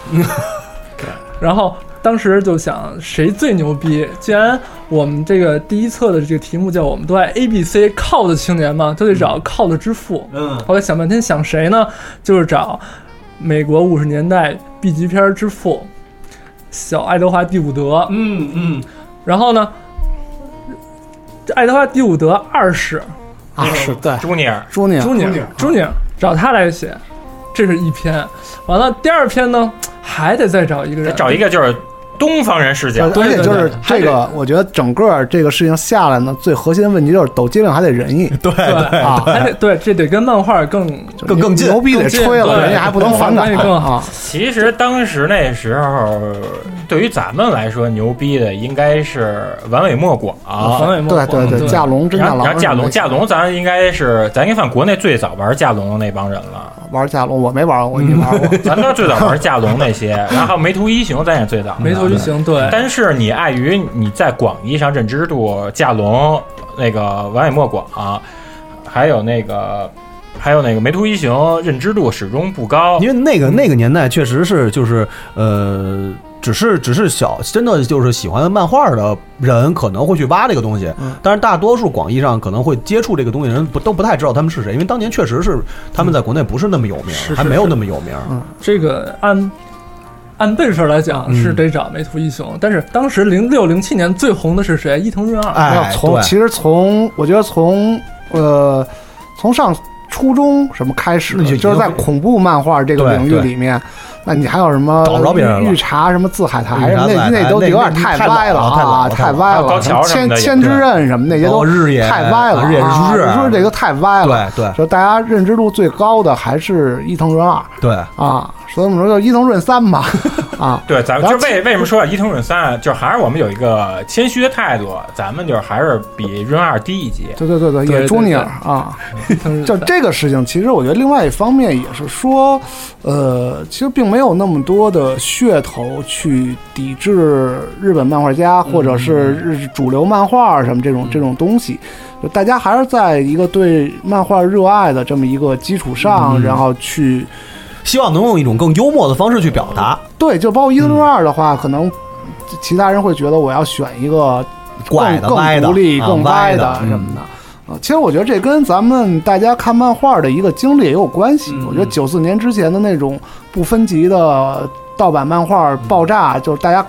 [SPEAKER 3] 然后当时就想谁最牛逼？既然我们这个第一册的这个题目叫“我们都爱 A B C 靠的青年”嘛，就得找靠的之父。
[SPEAKER 1] 嗯
[SPEAKER 3] 后来想半天想谁呢？就是找美国五十年代 B 级片之父小爱德华蒂伍德。
[SPEAKER 7] 嗯嗯。
[SPEAKER 3] 然后呢，爱德华蒂伍德二世。
[SPEAKER 5] 啊，是对，
[SPEAKER 2] 朱尼尔，
[SPEAKER 5] 朱尼尔，
[SPEAKER 3] 朱尼尔，朱尼尔，找他来写，这是一篇。完了，第二篇呢，还得再找一个人，
[SPEAKER 2] 找一个就是东方人视角，
[SPEAKER 5] 呃而且就是这个，我觉得整个这个事情下来呢，最核心的问题就是抖机灵还得仁义。
[SPEAKER 1] 对
[SPEAKER 3] 对
[SPEAKER 5] 啊，
[SPEAKER 3] 还得对，这得跟漫画更
[SPEAKER 5] 更更近牛逼得吹了
[SPEAKER 3] 对
[SPEAKER 5] 人家还不能反感啊
[SPEAKER 3] 关系更好。
[SPEAKER 2] 其实当时那时候，对于咱们来说，牛逼的应该是丸尾莫广，
[SPEAKER 5] 丸尾莫广啊对对对架龙真
[SPEAKER 2] 然
[SPEAKER 5] 架
[SPEAKER 2] 后
[SPEAKER 5] 龙
[SPEAKER 2] 然后架
[SPEAKER 5] 什么
[SPEAKER 2] 龙，
[SPEAKER 5] 的
[SPEAKER 2] 架龙，咱应该是咱应该算国内最早玩架龙的那帮人 了。
[SPEAKER 5] 玩架龙我没玩过，我没玩过。
[SPEAKER 2] 咱都最早玩架龙那些，然后梅图一雄咱也最早，
[SPEAKER 3] 梅图一雄对
[SPEAKER 2] 但是你碍于你在广义上认知度，架龙那个丸尾莫广、还有那个还有那个梅图一雄认知度始终不高，
[SPEAKER 1] 哦因为那个那个年代确实是就是呃，只是只是小真的就是喜欢漫画的人可能会去挖这个东西，但是大多数广义上可能会接触这个东西的人不都不太知道他们是谁，因为当年确实是他们在国内嗯不是嗯那么有名，还没有那么有名。
[SPEAKER 3] 这个按按辈分来讲
[SPEAKER 1] 嗯
[SPEAKER 3] 是得找梅图一雄，但是当时零六零七年最红的是谁？伊藤润二。
[SPEAKER 1] 哎
[SPEAKER 5] 要从其实从我觉得从呃从上初中什么开始，就是在恐怖漫画这个领域
[SPEAKER 1] 对对
[SPEAKER 5] 里面，那你还有什么
[SPEAKER 1] 找不着别人了
[SPEAKER 5] 御茶什么自海
[SPEAKER 1] 御
[SPEAKER 5] 苔
[SPEAKER 1] 茶
[SPEAKER 5] 什么
[SPEAKER 1] 自海
[SPEAKER 5] 那
[SPEAKER 1] 苔
[SPEAKER 5] 那都
[SPEAKER 1] 那
[SPEAKER 5] 有点
[SPEAKER 1] 那
[SPEAKER 5] 太
[SPEAKER 1] 太老
[SPEAKER 5] 歪
[SPEAKER 1] 了太老
[SPEAKER 5] 啊，
[SPEAKER 1] 了
[SPEAKER 5] 太歪
[SPEAKER 1] 还有
[SPEAKER 5] 了。
[SPEAKER 1] 高桥什么
[SPEAKER 5] 千
[SPEAKER 1] 的也
[SPEAKER 5] 千之
[SPEAKER 1] 对
[SPEAKER 5] 刃什么那些都
[SPEAKER 1] 哦日野
[SPEAKER 5] 太歪了啊，
[SPEAKER 1] 日野日出日
[SPEAKER 5] 日出这个太歪了。
[SPEAKER 1] 对对
[SPEAKER 5] 就大家认知度最高的还是伊藤润二
[SPEAKER 1] 对
[SPEAKER 5] 啊，所以我们说就伊藤润三嘛啊，
[SPEAKER 2] 对，咱们
[SPEAKER 5] 然
[SPEAKER 2] 就
[SPEAKER 5] 后
[SPEAKER 2] 为为什么说啊伊藤润三，就是还是我们有一个谦虚的态度，咱们就是还是比润二低一级。
[SPEAKER 5] 对对对对，也朱尼尔啊， 就这个事情，其实我觉得另外一方面也是说，呃，其实并没有那么多的噱头去抵制日本漫画
[SPEAKER 1] 嗯
[SPEAKER 5] 家或者是日主流漫画什么这种这种东西，就大家还是在一个对漫画热爱的这么一个基础上，
[SPEAKER 1] 嗯
[SPEAKER 5] 然后去
[SPEAKER 1] 希望能用一种更幽默的方式去表达，
[SPEAKER 5] 对，就包括一零六二的话，可能其他人会觉得我要选一个更
[SPEAKER 1] 怪的歪
[SPEAKER 5] 更
[SPEAKER 1] 的
[SPEAKER 5] 独立、
[SPEAKER 1] 啊
[SPEAKER 5] 更
[SPEAKER 1] 歪
[SPEAKER 5] 歪
[SPEAKER 1] 的
[SPEAKER 5] 的
[SPEAKER 1] 嗯
[SPEAKER 5] 什么的。啊，其实我觉得这跟咱们大家看漫画的一个经历也有关系。
[SPEAKER 1] 嗯
[SPEAKER 5] 我觉得九四年之前的那种
[SPEAKER 1] 嗯
[SPEAKER 5] 不分级的盗版漫画爆炸，就是大家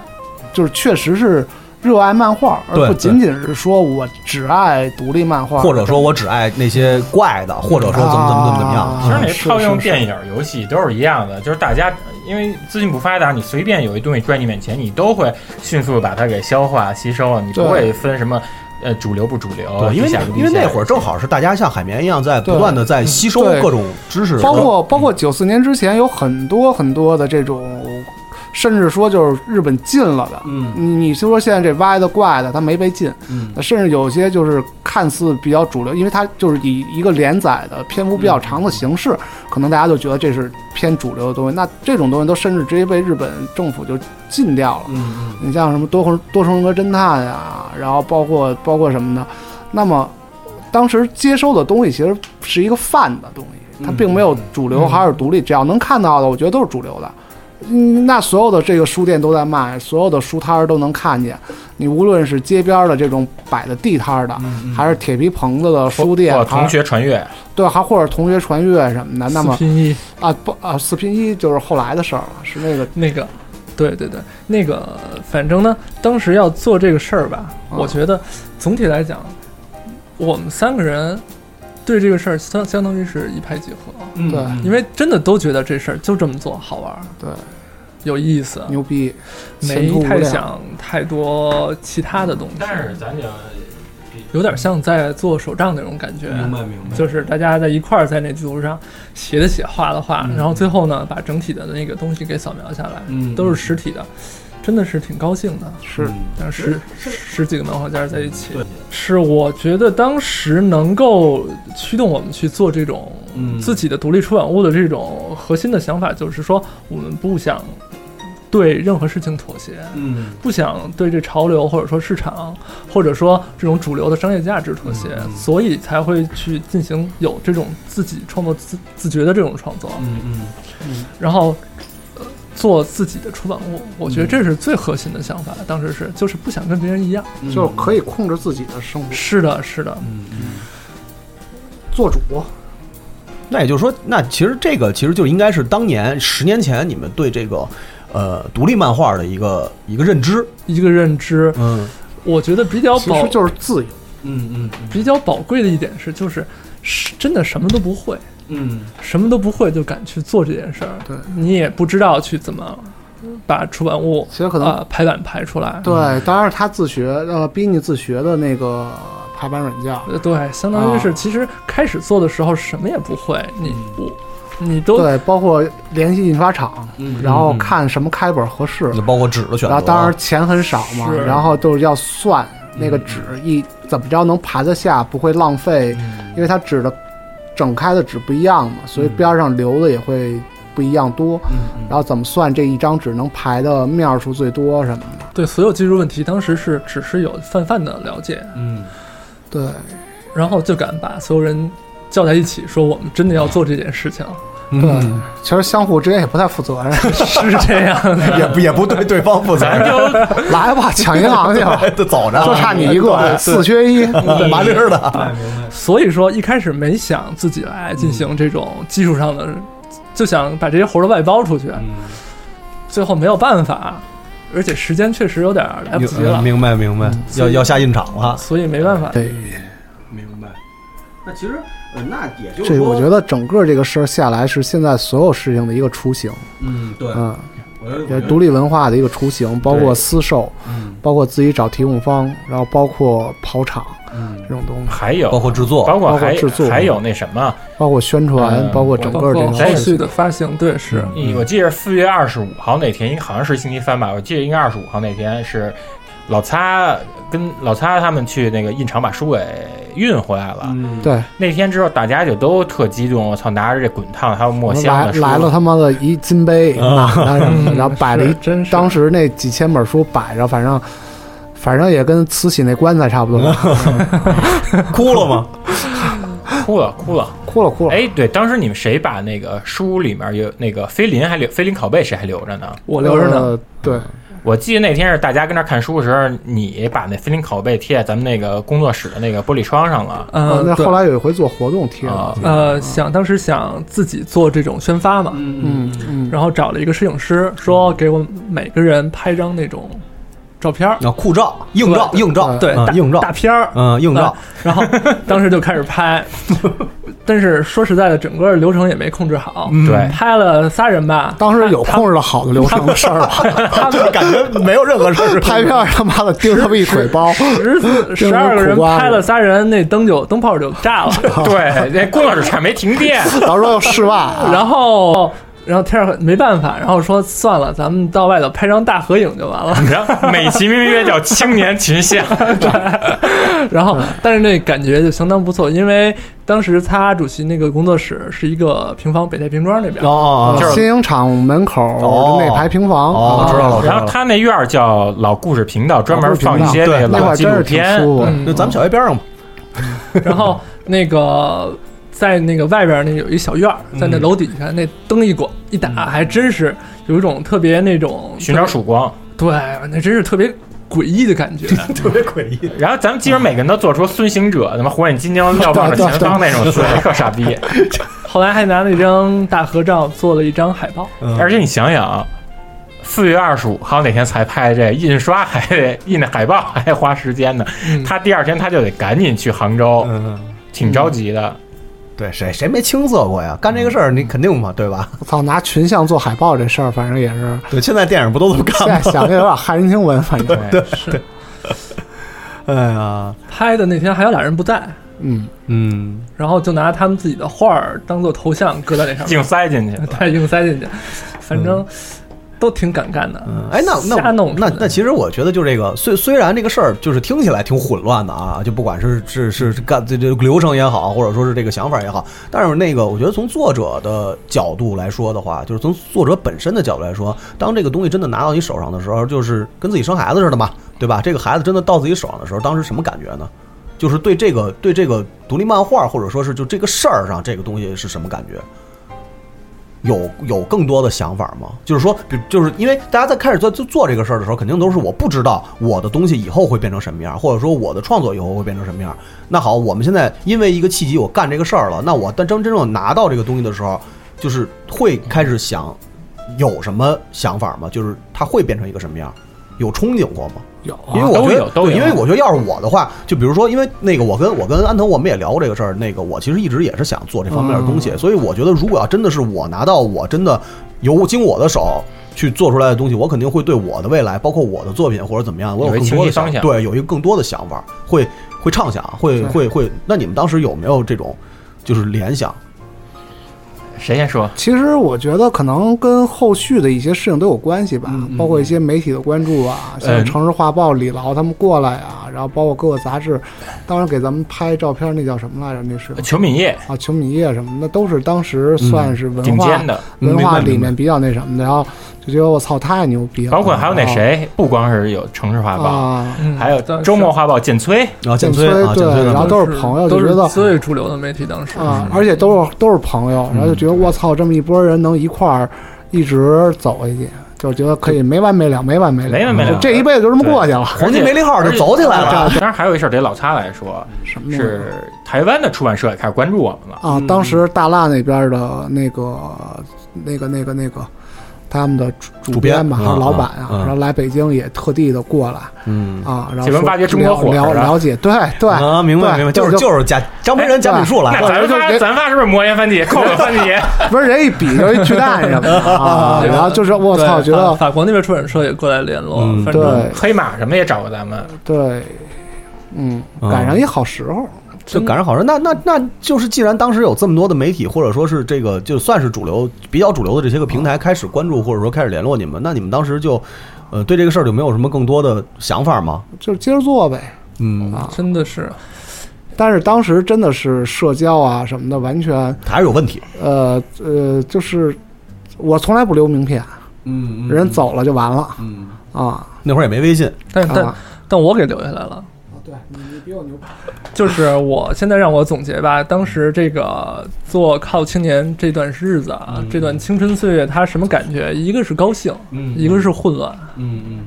[SPEAKER 5] 就是确实是热爱漫画，而
[SPEAKER 1] 对
[SPEAKER 5] 不仅仅是说我只爱独立漫画，
[SPEAKER 1] 或者说我只爱那些怪的，或者说怎么怎么怎么怎么
[SPEAKER 5] 啊
[SPEAKER 1] 样。
[SPEAKER 2] 其实那套用电影、游戏都是一样的，就是大家因为资讯不发达，你随便有一东西拽你面前，你都会迅速把它给消化吸收了，你不
[SPEAKER 1] 对
[SPEAKER 2] 会分什么呃主流不主流。
[SPEAKER 1] 对，因为
[SPEAKER 2] 地下
[SPEAKER 1] 那
[SPEAKER 2] 不地
[SPEAKER 1] 因为
[SPEAKER 2] 下
[SPEAKER 1] 那会儿正好是大家像海绵一样在
[SPEAKER 5] 对嗯
[SPEAKER 1] 不断的在吸收
[SPEAKER 5] 对
[SPEAKER 1] 各种知识，
[SPEAKER 5] 包括包括
[SPEAKER 1] 嗯
[SPEAKER 5] 九四年之前有很多很多的这种，甚至说就是日本禁了的。
[SPEAKER 7] 嗯，
[SPEAKER 5] 你就说现在这歪的怪的，它没被禁。
[SPEAKER 7] 嗯，
[SPEAKER 5] 甚至有些就是看似比较主流，因为它就是以一个连载的篇幅比较长的形式，可能大家就觉得这是偏主流的东西。那这种东西都甚至直接被日本政府就禁掉了。
[SPEAKER 7] 嗯
[SPEAKER 5] 你像什么多重多重人格侦探呀，然后包括包括什么的，那么当时接收的东西其实是一个泛的东西，它并没
[SPEAKER 2] 嗯
[SPEAKER 5] 有主流还是独立，只要能看到的，我觉得都是主流的。嗯，那所有的这个书店都在卖，所有的书摊儿都能看见。你无论是街边儿的这种摆的地摊儿的，还是铁皮棚子的书店，
[SPEAKER 2] 嗯
[SPEAKER 5] 还
[SPEAKER 2] 或哦同
[SPEAKER 5] 是
[SPEAKER 2] 学传阅，
[SPEAKER 5] 对，还或者同学传阅什么的，那么
[SPEAKER 3] 四拼一
[SPEAKER 5] 啊不啊四拼一就是后来的事儿了，是那个
[SPEAKER 3] 那个，对对对，那个，反正呢，当时要做这个事儿吧，
[SPEAKER 5] 啊
[SPEAKER 3] 我觉得总体来讲，我们三个人对这个事儿相相当于是一拍即合，
[SPEAKER 5] 嗯对
[SPEAKER 3] 因为真的都觉得这事儿就这么做好玩儿，
[SPEAKER 5] 对，
[SPEAKER 3] 有意思，
[SPEAKER 5] 牛逼，前
[SPEAKER 3] 没
[SPEAKER 5] 途无
[SPEAKER 3] 太
[SPEAKER 5] 量
[SPEAKER 3] 想太多其他的东西，
[SPEAKER 2] 但是咱俩
[SPEAKER 3] 有点像在做手账那种感觉，
[SPEAKER 2] 明白明白
[SPEAKER 3] 就是大家在一块儿在那地图上写的写，画的画，
[SPEAKER 5] 嗯
[SPEAKER 3] 然后最后呢把整体的那个东西给扫描下来，
[SPEAKER 7] 嗯
[SPEAKER 3] 都是实体的，真的是挺高兴的，
[SPEAKER 5] 是，
[SPEAKER 3] 但是十十几个漫画家在一起，是我觉得当时能够驱动我们去做这种
[SPEAKER 7] 嗯
[SPEAKER 3] 自己的独立出版物的这种核心的想法，就是说我们不想对任何事情妥协，
[SPEAKER 7] 嗯，
[SPEAKER 3] 不想对这潮流或者说市场或者说这种主流的商业价值妥协，所以才会去进行有这种自己创作自自觉的这种创作，
[SPEAKER 7] 嗯嗯
[SPEAKER 3] 嗯，然后。呃做自己的出版物，我
[SPEAKER 5] 嗯
[SPEAKER 3] 觉得这是最核心的想法。当时是，就是不想跟别人一样，
[SPEAKER 2] 嗯
[SPEAKER 5] 就是可以控制自己的生活，
[SPEAKER 3] 是的，是的，
[SPEAKER 5] 做主。
[SPEAKER 1] 那也就是说，那其实这个其实就应该是当年十年前你们对这个呃独立漫画的一个一个认知，
[SPEAKER 3] 一个认知。
[SPEAKER 1] 嗯，
[SPEAKER 3] 我觉得比较
[SPEAKER 5] 其
[SPEAKER 3] 宝
[SPEAKER 5] 实就是自由。
[SPEAKER 7] 嗯嗯
[SPEAKER 3] 比较宝贵的一点是，就是是真的什么都不会，
[SPEAKER 7] 嗯，
[SPEAKER 3] 什么都不会就敢去做这件事儿，
[SPEAKER 5] 对
[SPEAKER 3] 你也不知道去怎么把出版物
[SPEAKER 5] 其实可能
[SPEAKER 3] 啊排版排出来，
[SPEAKER 5] 对，当然是他自学，呃，逼你自学的那个排版软件。
[SPEAKER 3] 呃对，相当于
[SPEAKER 5] 啊
[SPEAKER 3] 是其实开始做的时候什么也不会，你我你都
[SPEAKER 5] 嗯对，包括联系印刷厂，
[SPEAKER 3] 嗯
[SPEAKER 5] 然后
[SPEAKER 3] 嗯
[SPEAKER 5] 看什么开本合适，
[SPEAKER 1] 包括纸的选
[SPEAKER 5] 然
[SPEAKER 1] 择，
[SPEAKER 5] 后当然钱很少嘛，
[SPEAKER 1] 是
[SPEAKER 5] 然后就是要算那
[SPEAKER 3] 嗯
[SPEAKER 5] 个纸一怎么着能排得下，不会浪费，因为它纸的整开的纸不一样嘛，所以
[SPEAKER 3] 嗯
[SPEAKER 5] 边上留的也会不一样多。然后怎么算这一张纸能排的面儿数最多什么的？
[SPEAKER 3] 对所有技术问题，当时是只是有泛泛的了解，
[SPEAKER 7] 嗯，
[SPEAKER 5] 对，
[SPEAKER 3] 然后就敢把所有人叫在一起，说我们真的要做这件 事情，
[SPEAKER 5] 对，其实相互之间也不太负责任，
[SPEAKER 3] 是这样
[SPEAKER 5] 哎
[SPEAKER 3] 的
[SPEAKER 1] 也不也不对对方负 责任，
[SPEAKER 5] 来吧，抢银 行去吧，
[SPEAKER 1] 哎就走着，
[SPEAKER 5] 就差你一
[SPEAKER 1] 啊对
[SPEAKER 5] 个，四缺一，
[SPEAKER 1] 麻利儿 的。
[SPEAKER 3] 所以说一开始没想自己来进行这种技术上的，就想把这些活儿都外包出去。
[SPEAKER 5] 嗯
[SPEAKER 3] 最后没有办法，而且时间确实有点儿来不及
[SPEAKER 5] 呃
[SPEAKER 3] 了，
[SPEAKER 1] 明白明白，要要下印场了。
[SPEAKER 3] 所以没办法。
[SPEAKER 5] 对，
[SPEAKER 1] 明白。那其实呃，那也就
[SPEAKER 5] 这我觉得整个这个事儿下来是现在所有事情的一个雏形，
[SPEAKER 7] 嗯，对
[SPEAKER 5] 嗯
[SPEAKER 7] 我觉得，
[SPEAKER 5] 也是独立文化的一个雏形，包括
[SPEAKER 7] 对
[SPEAKER 5] 私售，包括自己找提供方，然后包括跑场
[SPEAKER 7] 嗯
[SPEAKER 5] 这种东西，
[SPEAKER 2] 还有
[SPEAKER 1] 包括制作
[SPEAKER 2] 包括
[SPEAKER 5] 包括
[SPEAKER 2] 还
[SPEAKER 5] 制作
[SPEAKER 2] 还有那什么，
[SPEAKER 5] 包括宣传，
[SPEAKER 2] 嗯
[SPEAKER 5] 包括整个这
[SPEAKER 2] 包
[SPEAKER 5] 个
[SPEAKER 2] 括
[SPEAKER 5] 事
[SPEAKER 2] 后
[SPEAKER 5] 情
[SPEAKER 2] 续
[SPEAKER 3] 的发行，对，是
[SPEAKER 2] 嗯，我记得四月二十五号那天，好像是星期三吧，我记得应该二十五号那天是老擦跟老擦他们去那个印厂把书给运回来了。
[SPEAKER 7] 哎
[SPEAKER 5] 对，
[SPEAKER 2] 那天之后大家就都特激动，我操，拿着这滚烫还有墨香
[SPEAKER 5] 来
[SPEAKER 2] 的书
[SPEAKER 5] 来了他妈的一金杯，
[SPEAKER 2] 啊
[SPEAKER 5] 满的什么的，
[SPEAKER 2] 嗯
[SPEAKER 5] 然后摆了一，当时那几千本书摆着，反正反正也跟慈禧那棺材差不多，
[SPEAKER 1] 哭了 吗？
[SPEAKER 2] 哭了，哭了，
[SPEAKER 5] 哭了，哭
[SPEAKER 2] 了。哎，对，当时你们谁把那个书里面有那个菲林还留菲林拷贝谁还留着呢？
[SPEAKER 3] 我留着呢
[SPEAKER 5] 呃。对，
[SPEAKER 2] 我记得那天是大家跟那儿看书的时候，你把那菲林拷贝贴在咱们那个工作室的那个玻璃窗上了。
[SPEAKER 5] 啊那后来有一回做活动贴了，
[SPEAKER 3] 呃，想当时想自己做这种宣发嘛，
[SPEAKER 5] 嗯嗯
[SPEAKER 3] 然后找了一个摄影师，说给我每个人拍张那种照片儿
[SPEAKER 1] 啊，酷照、硬照、
[SPEAKER 3] 对
[SPEAKER 1] 硬照，
[SPEAKER 3] 对，
[SPEAKER 1] 嗯
[SPEAKER 3] 大
[SPEAKER 1] 硬照
[SPEAKER 3] 大片儿，
[SPEAKER 1] 嗯，硬照
[SPEAKER 3] 啊。 然后当时就开始拍，但是说实在的，整个流程也没控制好。
[SPEAKER 5] 嗯 对
[SPEAKER 3] 拍了仨人吧，
[SPEAKER 5] 当时有控制的好的流程的事儿了，
[SPEAKER 3] 他们
[SPEAKER 1] 感觉没有任何事儿。
[SPEAKER 5] 拍片儿他妈的盯他们一腿包，
[SPEAKER 3] 十四 十二个人拍了仨人，那灯就灯泡就 炸了。
[SPEAKER 4] 对，那郭老师差没停 电
[SPEAKER 5] 然后说要室外啊
[SPEAKER 3] 然后然后天儿很没办法，然后说算了，咱们到外头拍张大合影就 完了。
[SPEAKER 4] 然后美其名曰叫青年群像，
[SPEAKER 3] 然
[SPEAKER 1] 嗯
[SPEAKER 3] 后，但是那感觉就相当不错，因为当时他主席那个工作室是一个平房，北太平庄那边。
[SPEAKER 1] 哦
[SPEAKER 3] 就是
[SPEAKER 5] 啊新影厂门口那排平房，啊
[SPEAKER 2] 然后他那院儿叫老故事频道，专门放一些
[SPEAKER 5] 对
[SPEAKER 2] 个
[SPEAKER 5] 那会
[SPEAKER 2] 老
[SPEAKER 5] 儿
[SPEAKER 2] 纪
[SPEAKER 5] 真
[SPEAKER 2] 录
[SPEAKER 5] 是挺
[SPEAKER 2] 片
[SPEAKER 5] 舒。服的
[SPEAKER 3] 嗯
[SPEAKER 1] 就咱们小学边上嘛，
[SPEAKER 3] 然后那个在那个外边那有一小院儿，在
[SPEAKER 2] 嗯
[SPEAKER 3] 那楼底下那灯一管一打，还真是有一种特别那种
[SPEAKER 2] 寻找曙光。
[SPEAKER 3] 对，那真是特别诡异的感觉，
[SPEAKER 1] 特别诡异。
[SPEAKER 2] 然后咱们基本每个人都做出孙行者、他妈火眼金睛、瞭望着前方那种 思维，特傻逼。
[SPEAKER 3] 后来还拿那张大合照做了一张海报，
[SPEAKER 2] 而且你想想啊，四月二十五号那天才拍这，印刷还得印海报，还得花时间呢。
[SPEAKER 5] 嗯
[SPEAKER 2] 他第二天他就得赶紧去杭州，
[SPEAKER 1] 嗯
[SPEAKER 2] 挺着急的。
[SPEAKER 1] 对，谁谁没青涩过呀？干这个事儿你肯定嘛，对吧？
[SPEAKER 5] 我操，拿群像做海报这事儿，反正也是，
[SPEAKER 1] 对，现在电影不都这么
[SPEAKER 5] 现在
[SPEAKER 1] 干吗？
[SPEAKER 5] 想的有点骇人听闻，反正
[SPEAKER 2] 对
[SPEAKER 3] 是。
[SPEAKER 1] 哎呀，
[SPEAKER 3] 拍的那天还有俩人不在，
[SPEAKER 5] 嗯
[SPEAKER 1] 嗯，
[SPEAKER 3] 然后就拿他们自己的画儿当做头像搁在那
[SPEAKER 5] 嗯
[SPEAKER 3] 上面，
[SPEAKER 2] 硬塞进
[SPEAKER 5] 哎
[SPEAKER 2] 去
[SPEAKER 3] 对，硬塞进去，反正都挺敢干的。
[SPEAKER 5] 嗯
[SPEAKER 1] 哎，那那
[SPEAKER 3] 嗯瞎弄
[SPEAKER 1] 那那其实我觉得就这个，虽虽然这个事儿就是听起来挺混乱的啊，就不管是是是是干这这流程也好，或者说是这个想法也好，但是那个我觉得从作者的角度来说的话，就是从作者本身的角度来说，当这个东西真的拿到你手上的时候，就是跟自己生孩子似的嘛，对吧？这个孩子真的到自己手上的时候，当时什么感觉呢？就是对这个对这个独立漫画或者说是就这个事儿上这个东西是什么感觉？有有更多的想法吗？就是说，比就是因为大家在开始做做做这个事儿的时候，肯定都是我不知道我的东西以后会变成什么样，或者说我的创作以后会变成什么样。那好，我们现在因为一个契机，我干这个事儿了。那我但真真正拿到这个东西的时候，就是会开始想有什么想法吗？就是它会变成一个什么样？有憧憬过吗？
[SPEAKER 3] 有
[SPEAKER 1] 因为我觉
[SPEAKER 2] 都
[SPEAKER 1] 得，
[SPEAKER 2] 有都有
[SPEAKER 1] 对因为我觉得要是我的话，就比如说，因为那个我跟我跟安藤我们也聊过这个事儿，那个我其实一直也是想做这方面的东西，嗯所以我觉得如果要真的是我拿到我真的由经我的手。去做出来的东西，我肯定会对我的未来，包括我的作品或者怎么样，我有
[SPEAKER 2] 有一
[SPEAKER 1] 更多
[SPEAKER 2] 清
[SPEAKER 1] 的
[SPEAKER 2] 晰方向
[SPEAKER 1] 对，有一个更多的想法，会会畅想，会
[SPEAKER 5] 对
[SPEAKER 1] 会会。那你们当时有没有这种就是联想？
[SPEAKER 2] 谁先说？
[SPEAKER 5] 其实我觉得可能跟后续的一些事情都有关系吧，包括一些媒体的关注啊，像《
[SPEAKER 2] 嗯
[SPEAKER 5] 城市画报》李劳他们过来啊，然后包括各个杂志，当时给咱们拍照片那叫什么来着？那是
[SPEAKER 2] 球米业
[SPEAKER 5] 啊，球迷业什么的，都是当时算是文
[SPEAKER 2] 嗯顶
[SPEAKER 5] 化、
[SPEAKER 2] 尖的
[SPEAKER 5] 文化里面比较那什么的，然后就觉得我操太牛逼了，
[SPEAKER 2] 包括还有那
[SPEAKER 5] 然后
[SPEAKER 2] 谁，不光是有城市画报，
[SPEAKER 5] 啊。
[SPEAKER 3] 嗯
[SPEAKER 2] 还有周末画报剑崔，
[SPEAKER 1] 然后
[SPEAKER 5] 剑崔
[SPEAKER 2] 啊，
[SPEAKER 5] 对，然后都
[SPEAKER 3] 都
[SPEAKER 5] 是
[SPEAKER 3] 是
[SPEAKER 5] 朋友，
[SPEAKER 3] 都
[SPEAKER 5] 就是觉得
[SPEAKER 3] 最主流的媒体当时
[SPEAKER 2] 嗯
[SPEAKER 3] 嗯
[SPEAKER 5] 啊，而且都是都是朋友，然后就觉得我操，这么一波人能一块儿一直走下去，就觉得可以没完没了，没完没了，
[SPEAKER 2] 没完没了
[SPEAKER 5] 就这一辈子就这么过去了。
[SPEAKER 2] 而且
[SPEAKER 5] 啊
[SPEAKER 2] 当然还有一事儿得老擦来说，
[SPEAKER 5] 呀
[SPEAKER 2] 是嗯台湾的出版社也开始关注我们了。
[SPEAKER 5] 啊，当时大辣那边的那个那个那个那个他们的主
[SPEAKER 1] 主
[SPEAKER 5] 主
[SPEAKER 1] 编
[SPEAKER 5] 编嘛，还
[SPEAKER 1] 嗯
[SPEAKER 5] 是老板啊，
[SPEAKER 1] 嗯嗯
[SPEAKER 5] 然后来北京也特地的过来
[SPEAKER 1] 嗯
[SPEAKER 5] 啊，然后
[SPEAKER 2] 喜
[SPEAKER 5] 说
[SPEAKER 2] 欢挖掘中国
[SPEAKER 5] 了
[SPEAKER 2] 火是吧
[SPEAKER 5] 了了解，对对
[SPEAKER 1] 啊，明白
[SPEAKER 5] 对
[SPEAKER 1] 明白，就是
[SPEAKER 5] 就
[SPEAKER 1] 就是贾张培仁贾敏树来
[SPEAKER 2] 那
[SPEAKER 1] 了，
[SPEAKER 2] 咱
[SPEAKER 5] 就
[SPEAKER 2] 发
[SPEAKER 5] 是
[SPEAKER 2] 咱发是不是魔岩番茄、扣了番茄？
[SPEAKER 5] 不是人一比就一巨蛋什么的啊，然后就是我操，
[SPEAKER 3] 对
[SPEAKER 5] 觉得
[SPEAKER 3] 法法国那边出版社也过来联络，反正
[SPEAKER 5] 哦对
[SPEAKER 2] 黑马什么也找过咱们，
[SPEAKER 5] 对，嗯，赶上一好时候。
[SPEAKER 1] 就赶上好事，那那那就是，既然当时有这么多的媒体，或者说是这个，就算是主流、比较主流的这些个平台开始关注，或者说开始联络你们，那你们当时就，呃，对这个事儿就没有什么更多的想法吗？
[SPEAKER 5] 就是接着做呗。
[SPEAKER 1] 嗯，
[SPEAKER 5] 啊
[SPEAKER 3] 真的是，
[SPEAKER 5] 但是当时真的是社交啊什么的，完全
[SPEAKER 1] 还是有问题。
[SPEAKER 5] 呃呃，就是我从来不留名片，
[SPEAKER 1] 嗯
[SPEAKER 5] 人走了就完了。
[SPEAKER 1] 嗯
[SPEAKER 5] 啊，
[SPEAKER 1] 那会儿也没微信，
[SPEAKER 3] 但但
[SPEAKER 5] 啊
[SPEAKER 3] 但我给留下来了。 就是我现在让我总结吧，当时这个做靠青年这段日子啊，这段青春岁月，他什么感觉？一个是高兴，
[SPEAKER 7] 嗯
[SPEAKER 3] 一个是混乱，
[SPEAKER 7] 嗯嗯，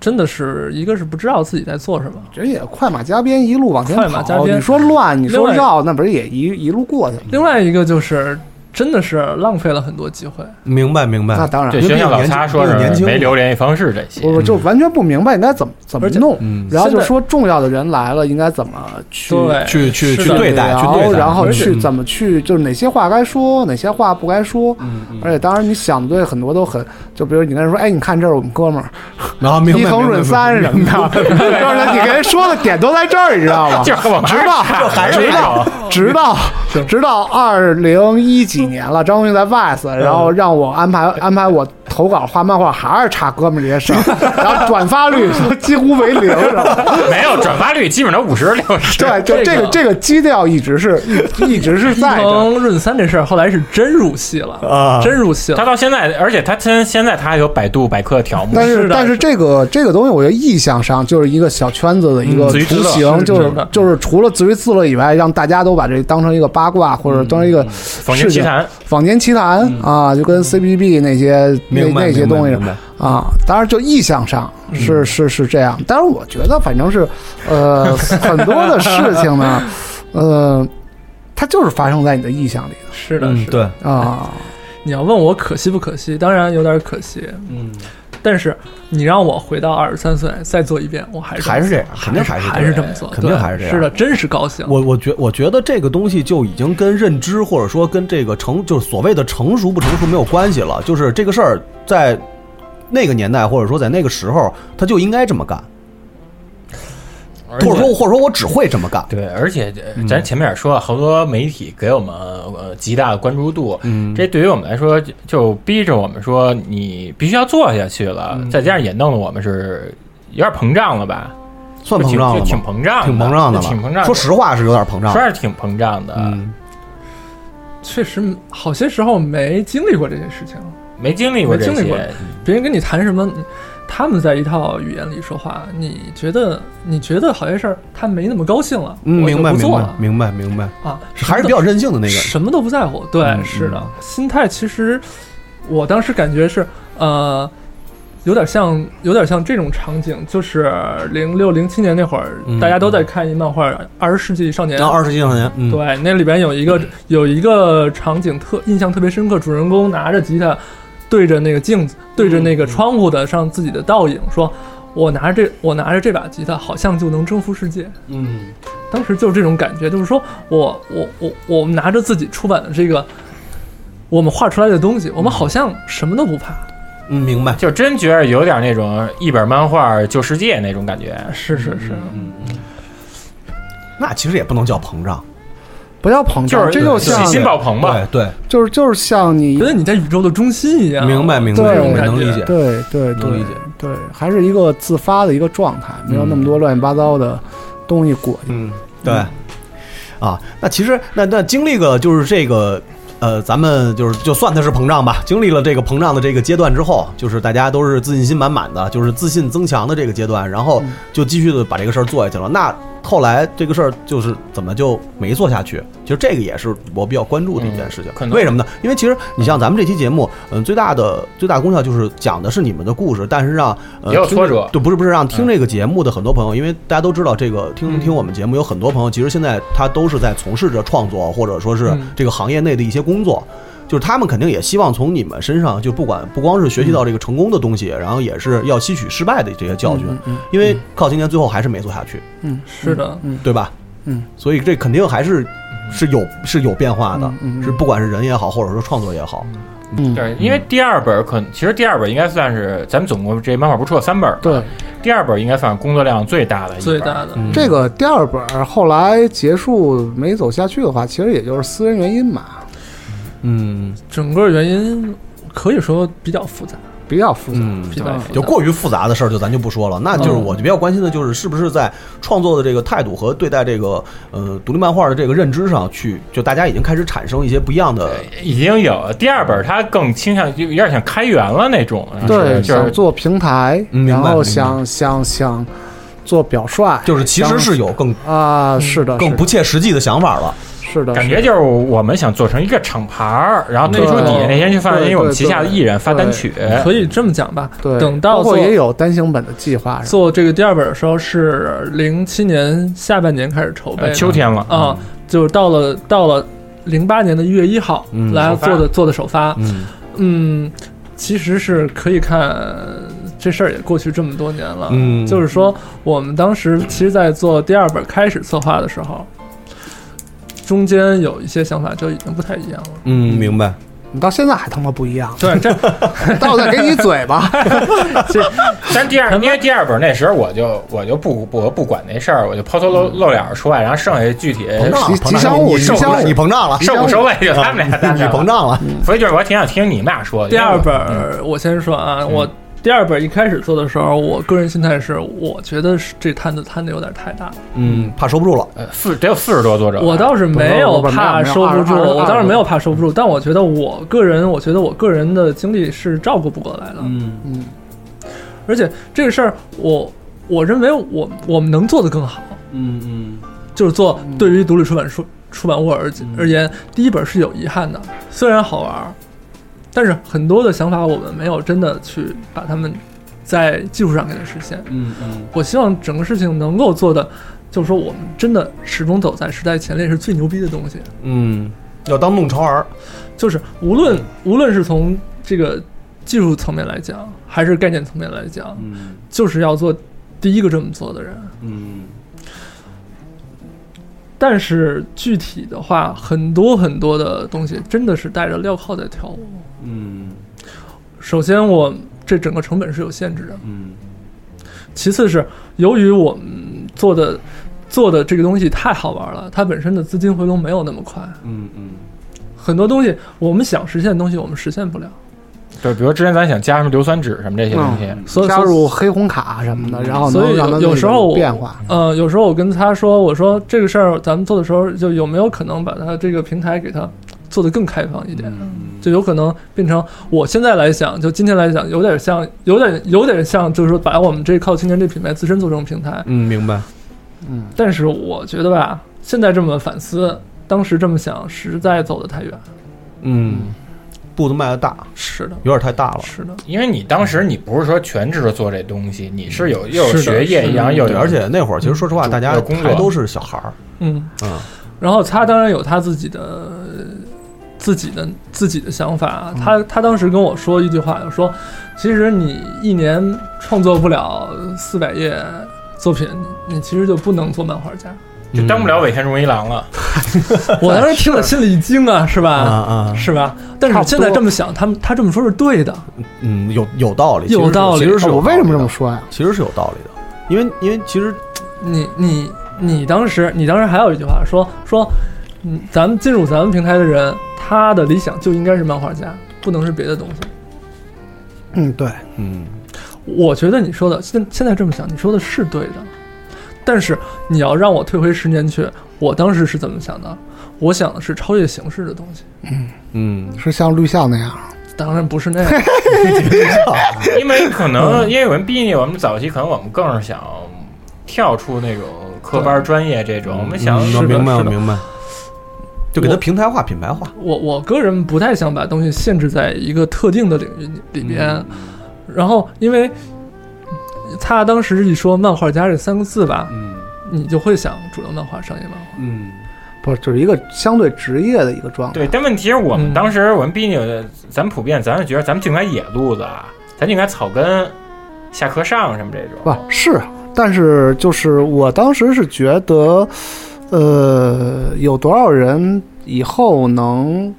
[SPEAKER 3] 真的是一个是不知道自己在做什么。
[SPEAKER 5] 这也快马加鞭一路往前
[SPEAKER 3] 快马加
[SPEAKER 5] 跑。
[SPEAKER 3] 鞭
[SPEAKER 5] 你说乱，你
[SPEAKER 3] 另
[SPEAKER 5] 说
[SPEAKER 3] 外
[SPEAKER 5] 绕，那不是也一一路过去了？
[SPEAKER 3] 另外一个就是真的是浪费了很多机会。
[SPEAKER 1] 明白明白。
[SPEAKER 5] 那当然
[SPEAKER 2] 对，
[SPEAKER 5] 因为
[SPEAKER 2] 学校
[SPEAKER 5] 有
[SPEAKER 2] 老
[SPEAKER 5] 年
[SPEAKER 2] 擦
[SPEAKER 5] 纪
[SPEAKER 2] 说
[SPEAKER 5] 有年
[SPEAKER 2] 是
[SPEAKER 5] 轻
[SPEAKER 2] 没
[SPEAKER 5] 嘛
[SPEAKER 2] 留联系方式这些，
[SPEAKER 5] 我我就完全不明白应该怎么怎么弄，然后就
[SPEAKER 3] 现在
[SPEAKER 5] 说重要的人来了应该怎么去
[SPEAKER 3] 对去去
[SPEAKER 5] 去
[SPEAKER 3] 去对待
[SPEAKER 5] 然
[SPEAKER 3] 去对
[SPEAKER 5] 后啊
[SPEAKER 3] 待
[SPEAKER 5] 然后
[SPEAKER 3] 而且
[SPEAKER 5] 去怎么去，就是哪些话该说，哪些话不该说。
[SPEAKER 1] 嗯
[SPEAKER 5] 而且当然你想的对，很多都很，就比如你跟人说，哎，你看这是我们哥们儿，
[SPEAKER 1] 然后明白
[SPEAKER 5] 一头
[SPEAKER 1] 明白
[SPEAKER 5] 润三什么的， 就是你跟人说的点都在这儿，你知道吗？
[SPEAKER 1] 就是往
[SPEAKER 5] 直
[SPEAKER 1] 那儿
[SPEAKER 5] 到
[SPEAKER 1] 看还是
[SPEAKER 5] 直
[SPEAKER 1] 那
[SPEAKER 5] 到
[SPEAKER 1] 种
[SPEAKER 5] 直到 直到二零一几年了，张红在 VICE，然后让我安排安排我投稿画漫画，还是查哥们儿这 些事儿，然后转发 率都几乎为零，是吧？
[SPEAKER 2] 没有转发率基本上五十六十。
[SPEAKER 5] 对，就这个哦这个基调一直是一一直是在的。
[SPEAKER 3] 润三这事儿后来是真入戏了
[SPEAKER 2] 啊
[SPEAKER 3] 真入戏了。
[SPEAKER 2] 他到现在，而且他现现在他还有百度百科条目，
[SPEAKER 5] 但是嗯但是这个这个东西，我觉得意向上就是一个小圈子的一个
[SPEAKER 2] 嗯自娱自
[SPEAKER 5] 雏
[SPEAKER 2] 乐
[SPEAKER 5] 形，
[SPEAKER 2] 是
[SPEAKER 5] 就是
[SPEAKER 2] 是的
[SPEAKER 5] 就是除了自娱自乐以外，让大家都把这当成一个八卦或者当成一个
[SPEAKER 2] 坊间
[SPEAKER 5] 事情
[SPEAKER 2] 奇谈，
[SPEAKER 5] 坊间奇谈啊，就跟 CBB 那些那
[SPEAKER 1] 嗯明白
[SPEAKER 5] 那些东西
[SPEAKER 1] 明白嗯明
[SPEAKER 5] 啊，当然就意向上是是是这样，但是我觉得反正是 呃很多的事情呢，呃，它就是发生在你的意向里的，
[SPEAKER 3] 是的，是的，
[SPEAKER 5] 啊。
[SPEAKER 1] 哎
[SPEAKER 3] 你要问我可惜不可惜，当然有点可惜，嗯，但是你让我回到二十三岁再做一遍，我还是
[SPEAKER 1] 还是这样肯定
[SPEAKER 3] 还
[SPEAKER 1] 还是
[SPEAKER 3] 还是
[SPEAKER 1] 这样
[SPEAKER 3] 这么做，
[SPEAKER 1] 肯定
[SPEAKER 3] 对
[SPEAKER 1] 还是这样
[SPEAKER 3] 是的，真是高兴。
[SPEAKER 1] 我我觉我觉得这个东西就已经跟认知或者说跟这个成就是所谓的成熟不成熟没有关系了，就是这个事儿在那个年代或者说在那个时候，他就应该这么干，
[SPEAKER 2] 而且
[SPEAKER 1] 或者说或者说我只会这么干。
[SPEAKER 2] 对，而且呃
[SPEAKER 1] 嗯
[SPEAKER 2] 咱前面也说了，好多媒体给我们呃极大的关注度，
[SPEAKER 1] 嗯
[SPEAKER 2] 这对于我们来说就就逼着我们说你必须要做下去了，
[SPEAKER 1] 嗯
[SPEAKER 2] 再加上也弄得我们是有点膨胀了吧？
[SPEAKER 1] 算膨胀了吗
[SPEAKER 2] 就挺挺膨胀的，
[SPEAKER 1] 挺膨胀的了
[SPEAKER 2] 挺膨胀。
[SPEAKER 1] 说实话是嗯有点膨胀的
[SPEAKER 2] 实在是挺膨胀的。
[SPEAKER 3] 确实好些时候没经历过这些事情，
[SPEAKER 2] 没经历过
[SPEAKER 3] 没
[SPEAKER 2] 这些
[SPEAKER 3] 经历过。别人跟你谈什么，你他们在一套语言里说话，你觉得你觉得好些事儿他没那么高兴了，
[SPEAKER 1] 嗯，
[SPEAKER 3] 我就
[SPEAKER 1] 明白
[SPEAKER 3] 不
[SPEAKER 1] 明
[SPEAKER 3] 做
[SPEAKER 1] 白
[SPEAKER 3] 了
[SPEAKER 1] 明白明白
[SPEAKER 3] 啊，
[SPEAKER 1] 还是比较任性的那个人。
[SPEAKER 3] 什么都不在乎。对，
[SPEAKER 1] 嗯
[SPEAKER 3] 是的
[SPEAKER 1] 嗯，
[SPEAKER 3] 心态其实我当时感觉是呃，有点像有点像这种场景，就是零六零七年那会儿，
[SPEAKER 1] 嗯
[SPEAKER 3] 大家都在看一漫画《二十世纪少年》。
[SPEAKER 1] 然后二十斤少年，嗯，
[SPEAKER 3] 对，那里边有一个有一个场景特印象特别深刻，主人公拿着吉他，对着那个镜子，对着
[SPEAKER 1] 嗯
[SPEAKER 3] 那个窗户的上自己的倒影，说：“我拿着这我拿着这把吉他，好像就能征服世界。”
[SPEAKER 7] 嗯，
[SPEAKER 3] 当时就是这种感觉，就是说我我我我们拿着自己出版的这个我们画出来的东西，我们好像什么都不怕。
[SPEAKER 1] 嗯，明白。
[SPEAKER 2] 就真觉得有点那种一本漫画救世界那种感觉。
[SPEAKER 3] 是是是，
[SPEAKER 1] 那其实也不能叫膨胀，
[SPEAKER 5] 不叫
[SPEAKER 1] 嗯
[SPEAKER 5] 膨胀，
[SPEAKER 2] 就是
[SPEAKER 5] 这就像
[SPEAKER 2] 喜新爆棚吧。
[SPEAKER 1] 对，
[SPEAKER 5] 就是就是像你
[SPEAKER 3] 觉得你在宇宙的中心一样，
[SPEAKER 1] 明白明白
[SPEAKER 5] 对，
[SPEAKER 1] 我能理解
[SPEAKER 5] 对对对，
[SPEAKER 1] 能理解
[SPEAKER 5] 对，还是一个自发的一个状态，没有那么多乱七八糟的东西裹进。
[SPEAKER 1] 嗯，对，啊，那其实那那经历个就是这个。呃，咱们就是就算它是膨胀吧，经历了这个膨胀的这个阶段之后，就是大家都是自信心满满的，就是自信增强的这个阶段，然
[SPEAKER 2] 嗯
[SPEAKER 1] 后就继续的把这个事儿做下去了。那后来这个事儿就是怎么就没做下去？其实这个也是我比较关注的一件事
[SPEAKER 2] 嗯
[SPEAKER 1] 情。为什么呢？因为其实你像咱们这期节目，嗯、最大的最大功效就是讲的是你们的故事，但是让、呃、
[SPEAKER 2] 也有
[SPEAKER 1] 听
[SPEAKER 2] 挫折
[SPEAKER 1] 对对，不是不是让听这个节目的很多朋友，因为大家都知道这个
[SPEAKER 5] 嗯
[SPEAKER 1] 听听我们节目有很多朋友，其实现在他都是在从事着创作或者说是
[SPEAKER 2] 嗯
[SPEAKER 1] 这个行业内的一些工作。就是他们肯定也希望从你们身上，就不管不光是学习到这个成功的东西，然后也是要吸取失败的这些教训，
[SPEAKER 5] 嗯嗯嗯
[SPEAKER 1] 因为靠青年最后还是没做下去，
[SPEAKER 5] 嗯，
[SPEAKER 3] 是的，
[SPEAKER 5] 嗯，
[SPEAKER 1] 对吧？
[SPEAKER 5] 嗯，
[SPEAKER 1] 所以这肯定还是是有是有变化的，
[SPEAKER 5] 嗯嗯
[SPEAKER 1] 是不管是人也好，或者说创作也好，
[SPEAKER 5] 嗯，
[SPEAKER 2] 对，因为第二本可其实第二本应该算是咱们总共这漫画不出有三本，
[SPEAKER 5] 对，
[SPEAKER 2] 第二本应该算工作量最大的一本，
[SPEAKER 3] 最大的
[SPEAKER 5] 这个第二本儿后来结束没走下去的话，其实也就是私人原因吧，
[SPEAKER 1] 嗯，
[SPEAKER 3] 整个原因可以说比较复杂，
[SPEAKER 5] 比较复
[SPEAKER 1] 杂，
[SPEAKER 3] 比较复杂
[SPEAKER 1] 就过于复杂的事儿就咱就不说了。那就是我比较关心的就是是不是在创作的这个态度和对待这个呃独立漫画的这个认知上去，就大家已经开始产生一些不一样的。
[SPEAKER 2] 已经有了第二本，它更倾向于有点像开源了那种，
[SPEAKER 5] 对，
[SPEAKER 2] 就
[SPEAKER 5] 想
[SPEAKER 2] 是
[SPEAKER 5] 做平台，
[SPEAKER 2] 嗯明
[SPEAKER 5] 然
[SPEAKER 2] 白
[SPEAKER 5] 后
[SPEAKER 2] 明白
[SPEAKER 5] 想想想做表率，
[SPEAKER 1] 就是其实是有更
[SPEAKER 5] 啊，
[SPEAKER 3] 嗯
[SPEAKER 5] 是的，
[SPEAKER 1] 更
[SPEAKER 5] 是的
[SPEAKER 1] 不切实际的想法了，
[SPEAKER 5] 是的，
[SPEAKER 2] 感觉就是我们想做成一个厂牌儿，然后推出底下那些人去发，因为我们旗下的艺人发单曲，
[SPEAKER 3] 可以这么讲吧？
[SPEAKER 5] 对，
[SPEAKER 3] 等到
[SPEAKER 5] 包括
[SPEAKER 3] 做
[SPEAKER 5] 也有单行本的计划，是吧
[SPEAKER 3] 做这个第二本的时候是零七年下半年开始筹备的，嗯啊
[SPEAKER 2] 呃秋天了
[SPEAKER 3] 啊，就是到了到了零八年的一月一号
[SPEAKER 8] 嗯
[SPEAKER 3] 来
[SPEAKER 8] 首发
[SPEAKER 3] 做的、做的首发，
[SPEAKER 8] 嗯
[SPEAKER 3] 嗯，其实是可以看，这事儿也过去这么多年了。
[SPEAKER 8] 嗯
[SPEAKER 3] 就是说，我们当时其实，在做第二本开始策划的时候，中间有一些想法就已经不太一样了。
[SPEAKER 1] 嗯，明白。
[SPEAKER 5] 你到现在还他妈不一样，
[SPEAKER 3] 对，这
[SPEAKER 5] 到再给你嘴 巴。
[SPEAKER 2] 但第二，因为第二本那时候我就我就不我不管那事儿，我就抛头
[SPEAKER 3] 嗯
[SPEAKER 2] 露露脸出来，然后剩下具体
[SPEAKER 1] 膨胀吉祥物
[SPEAKER 2] 受
[SPEAKER 1] 吉祥物
[SPEAKER 2] 不
[SPEAKER 1] 你膨胀了
[SPEAKER 2] 受不受委就他们俩
[SPEAKER 1] 啊 你你膨胀了。
[SPEAKER 2] 所以就是我挺想听你们俩说的。
[SPEAKER 3] 第二
[SPEAKER 2] 因为
[SPEAKER 3] 本
[SPEAKER 2] 我
[SPEAKER 3] 儿，我先说啊，我第二本儿一开始做的时候，我个人心态是，我觉得是这摊子摊的有点太大了。
[SPEAKER 1] 嗯，怕收不住了，
[SPEAKER 2] 呃四得有四十多作者吧。
[SPEAKER 3] 我倒是没有怕收不住，我倒是没有怕收不住，但我觉得我个人，我觉得我个人的精力是照顾不过来的。
[SPEAKER 6] 嗯
[SPEAKER 3] 嗯，而且这个事儿，我我认为我我们能做得更好，
[SPEAKER 6] 嗯嗯，
[SPEAKER 3] 就是做对于独立出版书出版物而而言，第一本是有遗憾的，虽然好玩儿，但是很多的想法我们没有真的去把它们在技术上给它实现。
[SPEAKER 6] 嗯嗯，
[SPEAKER 3] 我希望整个事情能够做的，就是说我们真的始终走在时代前列是最牛逼的东西。
[SPEAKER 1] 嗯，要当弄潮儿，
[SPEAKER 3] 就是无论无论是从这个技术层面来讲，还是概念层面来讲，就是要做第一个这么做的人。
[SPEAKER 6] 嗯，
[SPEAKER 3] 但是具体的话，很多很多的东西真的是带着镣铐在跳舞。
[SPEAKER 6] 嗯，
[SPEAKER 3] 首先我这整个成本是有限制的，
[SPEAKER 6] 嗯，
[SPEAKER 3] 其次是由于我们做的做的这个东西太好玩了，它本身的资金回笼没有那么快，
[SPEAKER 6] 嗯嗯，
[SPEAKER 3] 很多东西我们想实现的东西我们实现不了。
[SPEAKER 2] 对，比如之前咱想加什么硫酸纸什么这些东西，
[SPEAKER 3] 所以嗯
[SPEAKER 5] 加入黑红卡什么的，然后
[SPEAKER 3] 所
[SPEAKER 5] 能
[SPEAKER 3] 以
[SPEAKER 5] 让它
[SPEAKER 3] 有有时候我
[SPEAKER 5] 变化。，
[SPEAKER 3] 呃，有时候我跟他说，我说这个事儿咱们做的时候，就有没有可能把它这个平台给它做得更开放一点，就有可能变成我现在来想，就今天来讲，有点像，有点有点像，就是说把我们这靠青年这品牌自身做成平台。
[SPEAKER 1] 嗯，明白。
[SPEAKER 3] 但是我觉得吧，现在这么反思，当时这么想，实在走得太远。
[SPEAKER 1] 嗯，步子迈的大，
[SPEAKER 3] 是的，
[SPEAKER 1] 有点太大了，
[SPEAKER 3] 是的。
[SPEAKER 2] 因为你当时你不是说全职的做这东西，你是有又有
[SPEAKER 1] 是的
[SPEAKER 2] 学业一样，
[SPEAKER 1] 是的嗯
[SPEAKER 2] 又有
[SPEAKER 1] 对而且那会儿其实说实话
[SPEAKER 2] 有
[SPEAKER 1] 大家
[SPEAKER 2] 有工作
[SPEAKER 1] 还都是小孩儿
[SPEAKER 3] 嗯
[SPEAKER 1] 嗯，
[SPEAKER 3] 然后他当然有他自己的、自己的、自己的想法。啊他他当时跟我说一句话，就说：“其实你一年创作不了四百页作品，你你其实就不能做漫画家。
[SPEAKER 7] 嗯
[SPEAKER 2] 就当不了尾田荣一郎了。”
[SPEAKER 3] 我当时听了心里一惊啊，是吧？
[SPEAKER 1] 啊啊
[SPEAKER 3] 是吧？但是
[SPEAKER 1] 差不多
[SPEAKER 3] 现在这么想，他们他这么说是对的。
[SPEAKER 1] 嗯，有有道理，
[SPEAKER 3] 有道理
[SPEAKER 1] 其实
[SPEAKER 5] 啊
[SPEAKER 1] 是
[SPEAKER 3] 哦我为
[SPEAKER 1] 什么
[SPEAKER 5] 这么说呀？
[SPEAKER 1] 其实是有道理的，因为因为其实
[SPEAKER 3] 你你你当时你当时还有一句话说说，嗯，咱们进入咱们平台的人，他的理想就应该是漫画家，不能是别的东西。
[SPEAKER 5] 嗯，对，
[SPEAKER 1] 嗯，
[SPEAKER 3] 我觉得你说的现现在这么想，你说的是对的，但是你要让我退回十年去，我当时是怎么想的？我想的是超越形式的东西，
[SPEAKER 1] 嗯，
[SPEAKER 5] 是像绿校那样，
[SPEAKER 3] 当然不是那样。
[SPEAKER 2] 因为可能因为我们毕业，我们早期可能我们更是想跳出那种科班专业这种，我们想
[SPEAKER 1] 嗯我明白，我明白，就给它平台化、品牌化，
[SPEAKER 3] 我我个人不太想把东西限制在一个特定的领域里边，
[SPEAKER 7] 嗯
[SPEAKER 3] 然后因为他当时一说“漫画家”这三个字吧，你就会想主流漫画、商业漫画。
[SPEAKER 6] 嗯，
[SPEAKER 5] 不是，就是一个相对职业的一个状态。
[SPEAKER 2] 对，但问题是我们当时我们毕业，咱们普遍咱是觉得咱们就应该野路子，啊，咱就应该草根、下课上什么这种。
[SPEAKER 5] 不是，啊但是就是我当时是觉得，呃，有多少人以后能，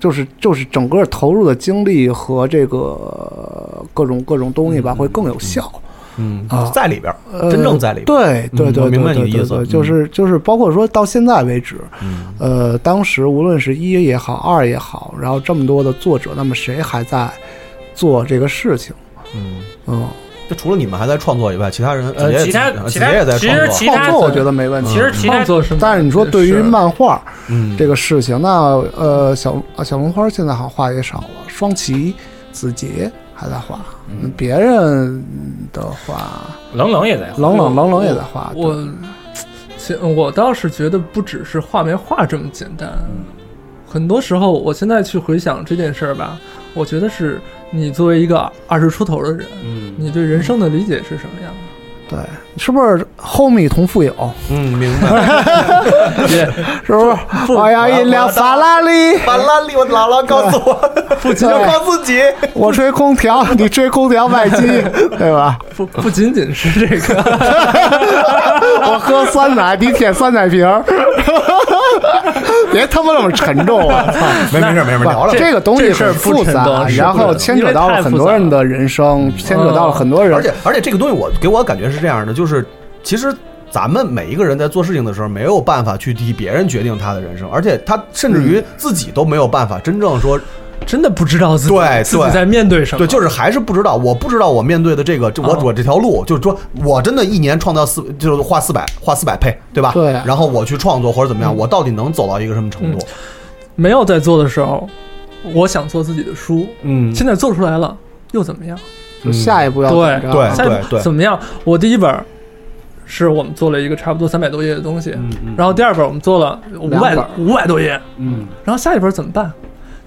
[SPEAKER 5] 就是就是整个投入的精力和这个各种各种东西吧，会更有效。
[SPEAKER 1] 嗯
[SPEAKER 5] 啊，
[SPEAKER 1] 在里边儿，
[SPEAKER 5] 呃，
[SPEAKER 1] 真正在里边
[SPEAKER 5] 对
[SPEAKER 1] 儿，
[SPEAKER 5] 对
[SPEAKER 1] 嗯
[SPEAKER 5] 对，
[SPEAKER 1] 我明白
[SPEAKER 5] 对
[SPEAKER 1] 你的
[SPEAKER 5] 对
[SPEAKER 1] 意思
[SPEAKER 5] 对，就是就是，包括说到现在为止，呃，当时无论是一也好，二也好，然后这么多的作者，那么谁还在做这个事情？
[SPEAKER 1] 嗯
[SPEAKER 5] 嗯，
[SPEAKER 1] 就除了你们还在创作以外，其他人
[SPEAKER 5] 呃
[SPEAKER 1] 也
[SPEAKER 5] 其他
[SPEAKER 1] 子
[SPEAKER 5] 其
[SPEAKER 1] 杰
[SPEAKER 5] 他
[SPEAKER 1] 也在
[SPEAKER 5] 其实
[SPEAKER 1] 创作，
[SPEAKER 5] 其他创作我觉得没问题其实其他创作
[SPEAKER 3] 是
[SPEAKER 5] 但是你说对于漫画
[SPEAKER 1] 嗯
[SPEAKER 5] 这个事情，那呃，小啊小龙花现在好像画也少了，双旗、子杰还在画，嗯别人的话，
[SPEAKER 2] 冷冷也在画
[SPEAKER 5] 冷冷冷冷也在画，
[SPEAKER 3] 我其我倒是觉得不只是画没画这么简单，很多时候我现在去回想这件事儿吧，我
[SPEAKER 5] 嗯
[SPEAKER 3] 觉得是你作为一个二十出头的人，你对人生的理解是什么样的？
[SPEAKER 5] 对，是不是 homie 同富有？
[SPEAKER 1] 嗯，明
[SPEAKER 5] 白。 是不是？我要一辆法拉利。
[SPEAKER 1] 法拉利，我姥姥告诉我，
[SPEAKER 3] 不
[SPEAKER 1] 仅要靠自己。
[SPEAKER 5] 我吹空调， 你吹空调外机，对吧？
[SPEAKER 3] 不不仅仅是这个，
[SPEAKER 5] 我喝酸奶，你舔酸奶瓶儿。 别他妈那么沉重啊！
[SPEAKER 1] 没没事没事聊聊
[SPEAKER 5] 这个东西
[SPEAKER 1] 这事儿
[SPEAKER 5] 很
[SPEAKER 1] 不
[SPEAKER 5] 复
[SPEAKER 1] 沉
[SPEAKER 5] 杂
[SPEAKER 1] 重，是
[SPEAKER 5] 然
[SPEAKER 1] 不沉
[SPEAKER 5] 后
[SPEAKER 1] 重
[SPEAKER 5] 牵扯到了很多人的人生，牵扯到了很多人。
[SPEAKER 1] 嗯而且而且这个东西我给我感觉是这样的，就是其实咱们每一个人在做事情的时候，没有办法去替别人决定他的人生，而且他甚至
[SPEAKER 5] 嗯
[SPEAKER 1] 于自己都没有办法真正说。
[SPEAKER 3] 真的不知道自己
[SPEAKER 1] 对
[SPEAKER 3] 自己
[SPEAKER 1] 对
[SPEAKER 3] 在面对什么
[SPEAKER 1] 对，就是还是不知道。我不知道我面对的这个，这
[SPEAKER 5] 嗯
[SPEAKER 1] 我我这条路，就是说我真的一年创造四，就是画四百画四百配，对吧？
[SPEAKER 3] 对
[SPEAKER 1] 然后我去创作或者怎么
[SPEAKER 5] 嗯
[SPEAKER 1] 样，我到底能走到一个什么程度？
[SPEAKER 3] 没有在做的时候，我想做自己的书，
[SPEAKER 1] 嗯
[SPEAKER 3] 现在做出来了又怎么样？
[SPEAKER 5] 就下一步要
[SPEAKER 3] 对
[SPEAKER 5] 怎么着
[SPEAKER 3] 下一步
[SPEAKER 5] 哎对对对
[SPEAKER 3] 怎么样？我第一本是我们做了一个差不多三百多页的东西，然后第二本我们做了五
[SPEAKER 5] 两
[SPEAKER 3] 百
[SPEAKER 5] 本
[SPEAKER 3] 五百多页，
[SPEAKER 7] 嗯，
[SPEAKER 3] 然后下一本怎么办？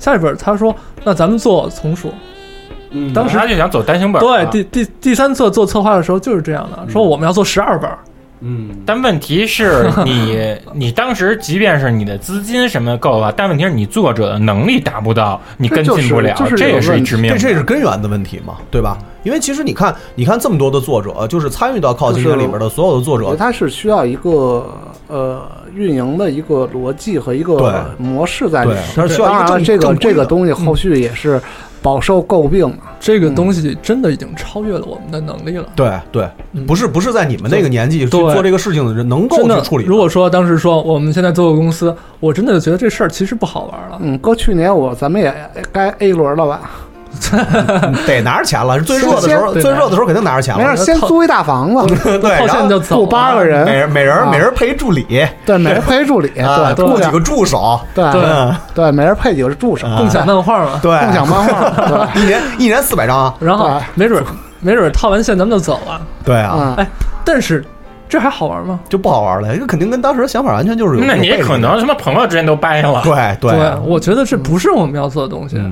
[SPEAKER 3] 下一本他说，那咱们做丛书。当时
[SPEAKER 2] 他就想走单行本
[SPEAKER 3] 对
[SPEAKER 2] 儿，，啊
[SPEAKER 3] 第第第三册做策划的时候就是这样的，说我们要做十二本儿，
[SPEAKER 7] 嗯，
[SPEAKER 2] 但问题 是你，你当时即便是你的资金什么够了，但问题是你作者的能力达不到，你跟进不了，这也是一致命。
[SPEAKER 1] 这这是根源的问题嘛，对吧？因为其实你看，你看这么多的作者，呃就是参与到《靠近
[SPEAKER 5] 就是
[SPEAKER 1] 这里边的所有的作
[SPEAKER 5] 我觉得
[SPEAKER 1] 者，
[SPEAKER 5] 它是需要一个呃运营的一个逻辑和一个
[SPEAKER 1] 对
[SPEAKER 5] 模式在里
[SPEAKER 1] 对
[SPEAKER 5] 面。
[SPEAKER 1] 它是需要一个嗯
[SPEAKER 5] 当然了，
[SPEAKER 1] 正
[SPEAKER 5] 这
[SPEAKER 1] 正
[SPEAKER 5] 个
[SPEAKER 1] 规
[SPEAKER 5] 这
[SPEAKER 1] 的
[SPEAKER 5] 个东西后续也是饱受诟病嘛。
[SPEAKER 3] 这个东西真的已经超越了我们的能力了。
[SPEAKER 1] 对对，
[SPEAKER 5] 嗯
[SPEAKER 1] 不是不是在你们那个年纪去
[SPEAKER 3] 对
[SPEAKER 1] 做这个事情的人能够
[SPEAKER 3] 真的
[SPEAKER 1] 去处理的。
[SPEAKER 3] 如果说当时说我们现在做个公司，我真的觉得这事儿其实不好玩了。
[SPEAKER 5] 嗯，搁去年我咱们也该 A 轮了吧？
[SPEAKER 1] 嗯得拿着钱了，最热的时候，
[SPEAKER 5] 先
[SPEAKER 1] 最热的时候肯定拿着钱了。，
[SPEAKER 5] 没事，先租一大房子
[SPEAKER 1] 对，然后
[SPEAKER 5] 住八个人，
[SPEAKER 1] 每人每人每人配一助理，
[SPEAKER 5] 对，每人配一助理，
[SPEAKER 1] 啊
[SPEAKER 5] 对，
[SPEAKER 1] 雇
[SPEAKER 5] 对
[SPEAKER 1] 几个助手，
[SPEAKER 5] 对
[SPEAKER 1] 嗯
[SPEAKER 5] 对，每人配几个助手，
[SPEAKER 1] 共享
[SPEAKER 3] 漫画嘛，
[SPEAKER 1] 对，
[SPEAKER 5] 共享漫 画，
[SPEAKER 1] 一年一年四百张，啊
[SPEAKER 3] 然后没准儿没准儿套完线咱们就走了。
[SPEAKER 1] 对
[SPEAKER 5] 嗯
[SPEAKER 1] 啊，
[SPEAKER 3] 哎，但是这还好玩吗？
[SPEAKER 1] 就不好玩了，这肯定跟当时的想法完全就是有。
[SPEAKER 3] 那你
[SPEAKER 1] 有背离
[SPEAKER 3] 可
[SPEAKER 2] 能他妈朋友之间都掰了
[SPEAKER 1] 对啊嗯
[SPEAKER 3] 我觉得这不是我们要做的东西。啊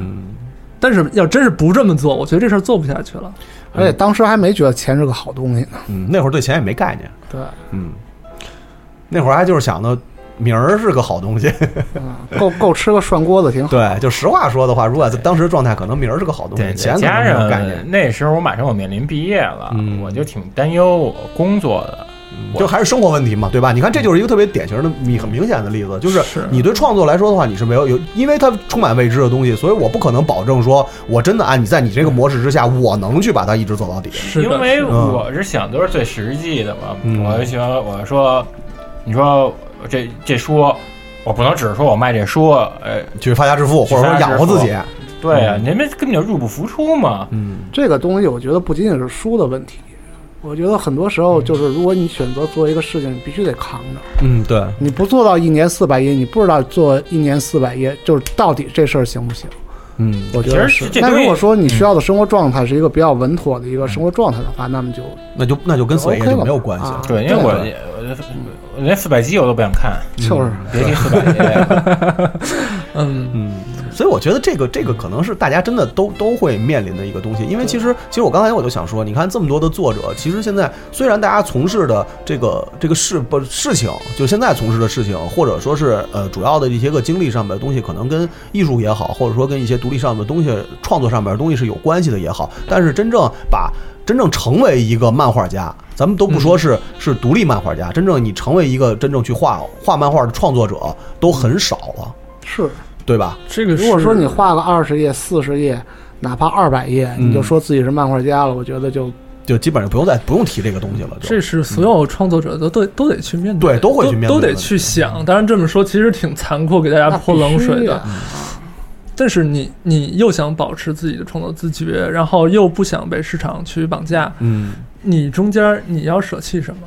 [SPEAKER 3] 但是要真是不这么做，我觉得这事儿做不下去了。
[SPEAKER 5] 而且当时还没觉得钱是个好东西呢。
[SPEAKER 1] 嗯，那会儿对钱也没概念，
[SPEAKER 5] 对，
[SPEAKER 1] 嗯，那会儿还就是想的名儿是个好东 西，
[SPEAKER 5] 够够吃个涮锅子挺好。
[SPEAKER 1] 对，就实话说的话，如果在当时的状态，可能名儿是个好东西，钱可能
[SPEAKER 2] 加
[SPEAKER 1] 没有
[SPEAKER 2] 上
[SPEAKER 1] 概念，嗯
[SPEAKER 2] 那时候我马上我面临毕业了，我就挺担忧我工作的，我
[SPEAKER 1] 就还是生活问题嘛，对吧？你看，这就是一个特别典型的、你很明显的例子，就是你对创作来说的话，你是没有有，因为它充满未知的东西，所以我不可能保证说我真的按你在你这个模式之下，我能去把它一直走到底。
[SPEAKER 2] 因为我是想都是最实际的嘛，
[SPEAKER 1] 嗯
[SPEAKER 2] 我就觉得我说，你说这这书，我不能只是说我卖这书，呃，
[SPEAKER 1] 去发家致富，
[SPEAKER 2] 去
[SPEAKER 1] 或者
[SPEAKER 2] 发
[SPEAKER 1] 说
[SPEAKER 2] 家
[SPEAKER 1] 养
[SPEAKER 2] 致
[SPEAKER 1] 活自
[SPEAKER 2] 富
[SPEAKER 1] 己。
[SPEAKER 2] 对啊，你们根本就入不敷出嘛。
[SPEAKER 1] 嗯，
[SPEAKER 5] 这个东西我觉得不仅仅是书的问题，我觉得很多时候就是，如果你选择做一个事情，你必须得扛着。
[SPEAKER 1] 嗯，对，
[SPEAKER 5] 你不做到一年四百页，你不知道做一年四百页就是到底这事儿行不行。
[SPEAKER 1] 嗯，
[SPEAKER 5] 我觉得是。那如果说你需要的生活状态是一个比较稳妥的一个生活状态的话，那么就
[SPEAKER 1] 那就那就跟
[SPEAKER 5] 所
[SPEAKER 1] 所
[SPEAKER 5] 以
[SPEAKER 1] 以
[SPEAKER 5] 就
[SPEAKER 1] 就
[SPEAKER 5] 没
[SPEAKER 1] 没
[SPEAKER 5] 有
[SPEAKER 1] 有
[SPEAKER 5] 关
[SPEAKER 1] 关
[SPEAKER 5] 系
[SPEAKER 1] 系
[SPEAKER 5] 了
[SPEAKER 2] 对，
[SPEAKER 1] 了。
[SPEAKER 2] 因为我我我连四百集我都不想看，
[SPEAKER 5] 就是
[SPEAKER 2] 别提四百集了。
[SPEAKER 3] 嗯
[SPEAKER 1] 嗯，所以我觉得这个这个可能是大家真的都都会面临的一个东西，因为其实其实我刚才我就想说，你看这么多的作者，其实现在虽然大家从事的这个这个事不事情，就现在从事的事情，或者说是呃主要的一些个经历上面的东西，可能跟艺术也好，或者说跟一些独立上面的东西、创作上面的东西是有关系的也好，但是真正把真正成为一个漫画家，咱们都不说是、是独立漫画家，真正你成为一个真正去画画漫画的创作者都很少了，
[SPEAKER 5] 是
[SPEAKER 1] 对吧？
[SPEAKER 3] 这个
[SPEAKER 5] 如果说你画个二十页、四十页，哪怕二百页，
[SPEAKER 1] 嗯
[SPEAKER 5] 你就说自己是漫画家了，我觉得就
[SPEAKER 1] 就基本上不用再不用提这个东西了。就
[SPEAKER 3] 这是所有创作者都都都得去面对，
[SPEAKER 1] 对都会去面对
[SPEAKER 3] 都
[SPEAKER 1] 的嗯
[SPEAKER 3] 得去想。当然这么说其实挺残酷，给大家泼冷水的。但是你你又想保持自己的创作自觉，然后又不想被市场去绑架，
[SPEAKER 1] 嗯，
[SPEAKER 3] 你中间你要舍弃什么？